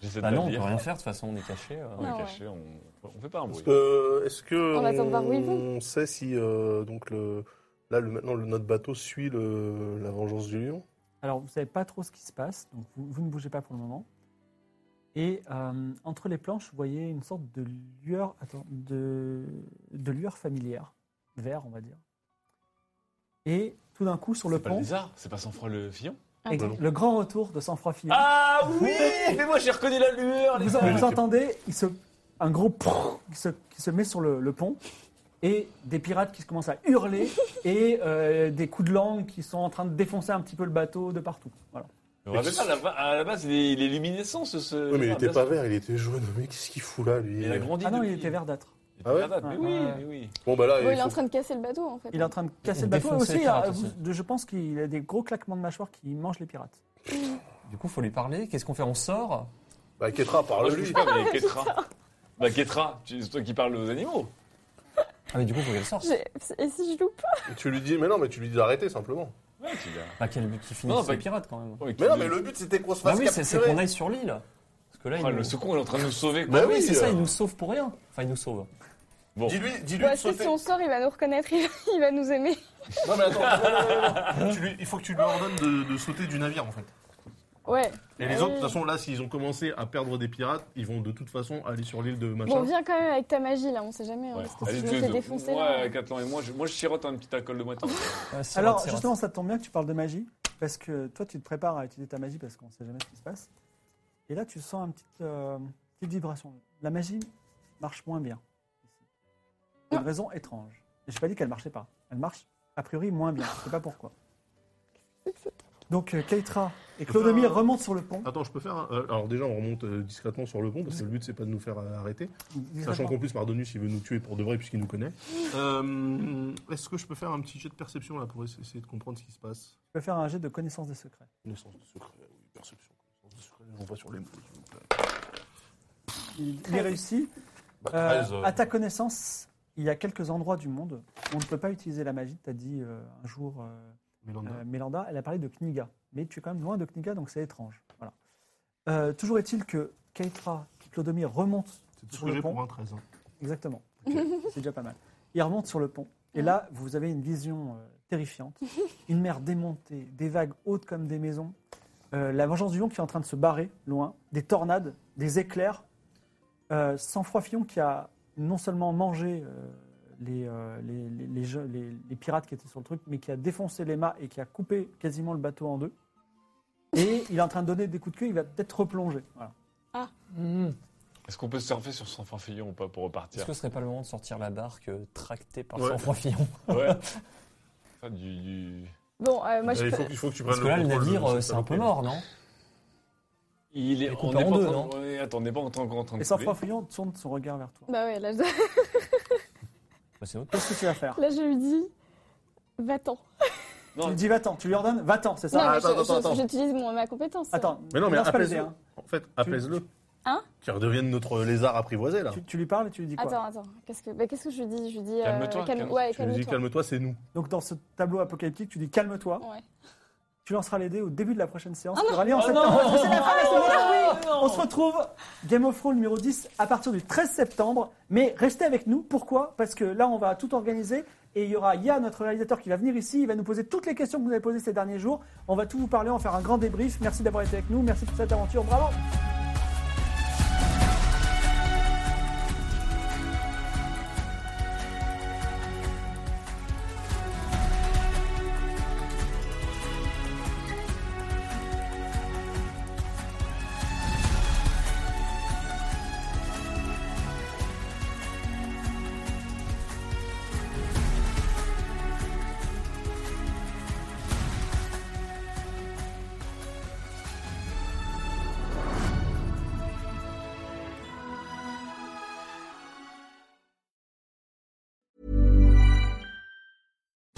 S3: J'essaie
S6: Bah
S3: de
S6: non,
S3: pas
S6: on
S3: le
S6: peut
S3: dire.
S6: rien faire, de toute façon, on est caché. euh.
S3: On
S5: Non,
S3: est
S5: Ah ouais.
S3: caché, on... on fait pas un
S4: Est-ce
S3: bruit.
S4: que, est-ce que
S5: On attend de voir où ils vont.
S4: on sait si euh, donc le là le, maintenant le, notre bateau suit le, la vengeance du lion
S1: Alors, vous ne savez pas trop ce qui se passe, donc vous, vous ne bougez pas pour le moment. Et euh, entre les planches, vous voyez une sorte de lueur, attends, de, de lueur familière, vert, on va dire. Et tout d'un coup, sur le
S3: C'est pas le
S1: pont,
S3: lézard, c'est pas sans froid le fillon.
S1: et
S4: pardon.
S1: le grand retour de sang-froid fillon.
S3: Ah oui Mais moi j'ai reconnu la lueur
S1: vous, en-
S4: gars.
S1: vous entendez il se, un gros prrr qui se, qui se met sur le, le pont et des pirates qui se commencent à hurler et euh, des coups de langue qui sont en train de défoncer un petit peu le bateau de partout. Voilà.
S3: On rappelle pas, à la va- à la base, il est, il est luminescent ce. ce-
S4: Oui, mais il
S3: Ah,
S4: était
S3: bien
S4: pas
S3: sûr.
S4: vert, il était jaune. Mais qu'est-ce qu'il fout là lui
S3: Il a grandi.
S1: Ah non, il
S3: depuis-
S1: était verdâtre.
S3: il était
S4: Ah ouais
S3: verdâtre, Mais oui,
S1: Ouais.
S3: mais oui.
S4: Bon bah là,
S5: Bon,
S4: il
S5: il est en
S4: faut-
S5: train de casser le bateau en fait.
S1: Il est en train de casser
S6: Et
S1: le bateau.
S6: défoncer
S1: Aussi,
S6: les pirates
S1: euh,
S6: aussi.
S1: vous- de- je pense qu'il a des gros claquements de mâchoire qui mangent les pirates.
S6: Du coup, faut lui parler. Qu'est-ce qu'on fait On sort
S4: bah Ketra
S3: Moi
S4: parle
S3: je
S4: lui.
S3: touche pas, mais Ketra. Bah Ketra, tu- c'est toi qui parles aux animaux.
S6: Ah, mais du coup, faut qu'elle sorte.
S5: J'ai- Et si je loupe
S4: tu lui dis mais non, mais tu lui dis d'arrêter simplement.
S3: Ouais, tu l'as.
S6: Pas Bah, qu'elle qui finisse
S3: Non,
S6: non,
S3: pas-
S6: pirate quand même.
S3: Ouais, qui-
S4: Mais non, mais le but c'était qu'on se
S6: Bah
S4: fasse
S6: oui, c'est c'est
S4: capturer.
S6: qu'on aille sur l'île. Parce que là, il
S3: Ah,
S6: nous-
S3: le second est en train de nous sauver. quoi.
S4: Bah
S6: Ah oui, c'est ça,
S4: euh,
S6: il nous sauve pour rien. Enfin, il nous sauve.
S3: Bon.
S4: Dis-lui, dis-lui
S5: Bah,
S4: de
S5: si,
S4: sauter. [laughs]
S5: si on sort, il va nous reconnaître, il va, il va nous aimer.
S4: Non mais attends, non, non, non, non. Tu lui- il faut que tu lui ordonnes de, de sauter du navire en fait.
S5: Ouais.
S4: Et les
S5: Ah oui.
S4: autres, de toute façon, là, s'ils ont commencé à perdre des pirates, ils vont de toute façon aller sur l'île de machin.
S5: Bon, viens quand même avec ta magie là, on sait jamais. hein,
S3: Ouais.
S5: parce que
S3: Allez,
S5: si je
S3: tous
S5: me
S3: les
S5: fais
S3: deux.
S5: défoncer là.
S3: Ouais, Catlan et moi, je, moi je sirote un petit alcool de moitié.
S6: Ouais, Ah, c'est
S1: Alors
S6: vrai, c'est vrai.
S1: justement, ça tombe bien que tu parles de magie, parce que toi tu te prépares à utiliser ta magie parce qu'on ne sait jamais ce qui se passe. Et là tu sens une petite, euh, petite vibration. La magie marche moins bien. ici. Pour une raison étrange. Je n'ai pas dit qu'elle marchait pas. Elle marche a priori moins bien. Je ne sais pas pourquoi. Donc euh, Keitra et Clodomir remontent sur le pont.
S4: Attends, je peux faire. un- euh, alors déjà, on remonte euh, discrètement sur le pont parce que le but c'est pas de nous faire euh, arrêter. Sachant qu'en plus, Mardonius il veut nous tuer pour de vrai puisqu'il nous connaît. Euh, Est-ce que je peux faire un petit jet de perception là pour essa- essayer de comprendre ce qui se passe
S1: Tu peux faire un jet de connaissance des secrets.
S4: Connaissance de secret, oui, perception. Connaissance de secret, on va sur les mots. s'il vous plaît.
S1: Il, il réussit.
S4: Bah, 13,
S1: Euh,
S4: euh,
S1: à ta connaissance, il y a quelques endroits du monde où on ne peut pas utiliser la magie. Tu as dit euh, un jour, euh,
S4: Mélanda.
S1: euh, Mélanda, elle a parlé de Kniga. Mais tu es quand même loin de Kniga, donc c'est étrange. Voilà. Euh, toujours est-il que Keitra et Clodomir remontent
S4: c'est tout ce
S1: sur
S4: que
S1: le
S4: j'ai
S1: pont.
S4: pour un 13. hein.
S1: Exactement. C'est déjà pas mal. Il remonte sur le pont. Et là, vous avez une vision euh, terrifiante. Une mer démontée, des vagues hautes comme des maisons. euh, la vengeance du lion qui est en train de se barrer loin. Des tornades, des éclairs. Euh, sans froid Fillon qui a non seulement mangé euh, les, euh, les, les- les je- les- les pirates qui étaient sur le truc, mais qui a défoncé les mâts et qui a coupé quasiment le bateau en deux. Et il est en train de donner des coups de queue, il va peut-être replonger. Voilà. Mm,
S3: Est-ce qu'on peut surfer sur son fanfillon ou pas pour
S6: Est-ce
S3: repartir
S6: que ce serait pas le moment de sortir la barque euh, tractée par
S4: Ouais.
S6: son sang fillon [laughs]
S3: Ouais. Enfin, du, du-
S5: Bon, euh, moi
S4: Euh,
S5: je
S4: il
S5: peux.
S4: faut, qu'il- faut que tu prennes
S6: Parce que là, le
S4: contrôle de
S6: navire, euh,
S4: cette
S6: c'est un peu
S4: localité.
S6: mort, non
S3: Il est
S6: est
S3: on
S6: coupé
S3: est
S6: en
S3: pas
S6: deux,
S3: en
S6: non
S3: train- ouais, Attends, on n'est pas encore en train de
S1: Et sans
S3: couler.
S1: froid Fillon tourne son regard vers toi.
S5: Bah ouais, là je, [laughs]
S6: Bah, C'est autre.
S1: Qu'est-ce que tu vas faire
S5: là, je lui dis va-t'en.
S1: Tu lui dis va-t'en, tu lui ordonnes va-t'en, c'est ça
S5: Non, mais
S4: attends,
S5: je-
S4: attends,
S5: je-
S4: attends.
S5: j'utilise mon- ma compétence.
S1: Attends,
S4: Mais non, mais
S1: lance pas le
S4: apaise-le.
S1: dé, hein.
S4: En fait, apaise-le.
S5: Hein
S4: Qu'il redevienne notre lézard apprivoisé là.
S1: Tu, tu lui parles et tu lui dis quoi
S5: Attends, attends. Qu'est-ce que, bah, qu'est-ce que je lui dis Je lui dis.
S3: Calme-toi,
S5: calme-
S3: calme-
S5: ouais,
S4: Tu lui dis
S5: calme-toi.
S4: calme-toi, c'est nous.
S1: Donc dans ce tableau apocalyptique, tu dis calme-toi,
S5: Ouais.
S1: Tu lanceras les dés au début de la prochaine séance
S5: Ah
S1: qui aura lieu en septembre. parce que c'est la fin de la saison. Oui. On se retrouve Game of Thrones numéro 10 à partir du 13 septembre. Mais restez avec nous. Pourquoi Parce que là, on va tout organiser. Et il y aura Ya, notre réalisateur, qui va venir ici. Il va nous poser toutes les questions que vous avez posées ces derniers jours. On va tout vous parler, on va faire un grand débrief. Merci d'avoir été avec nous. Merci pour cette aventure. Bravo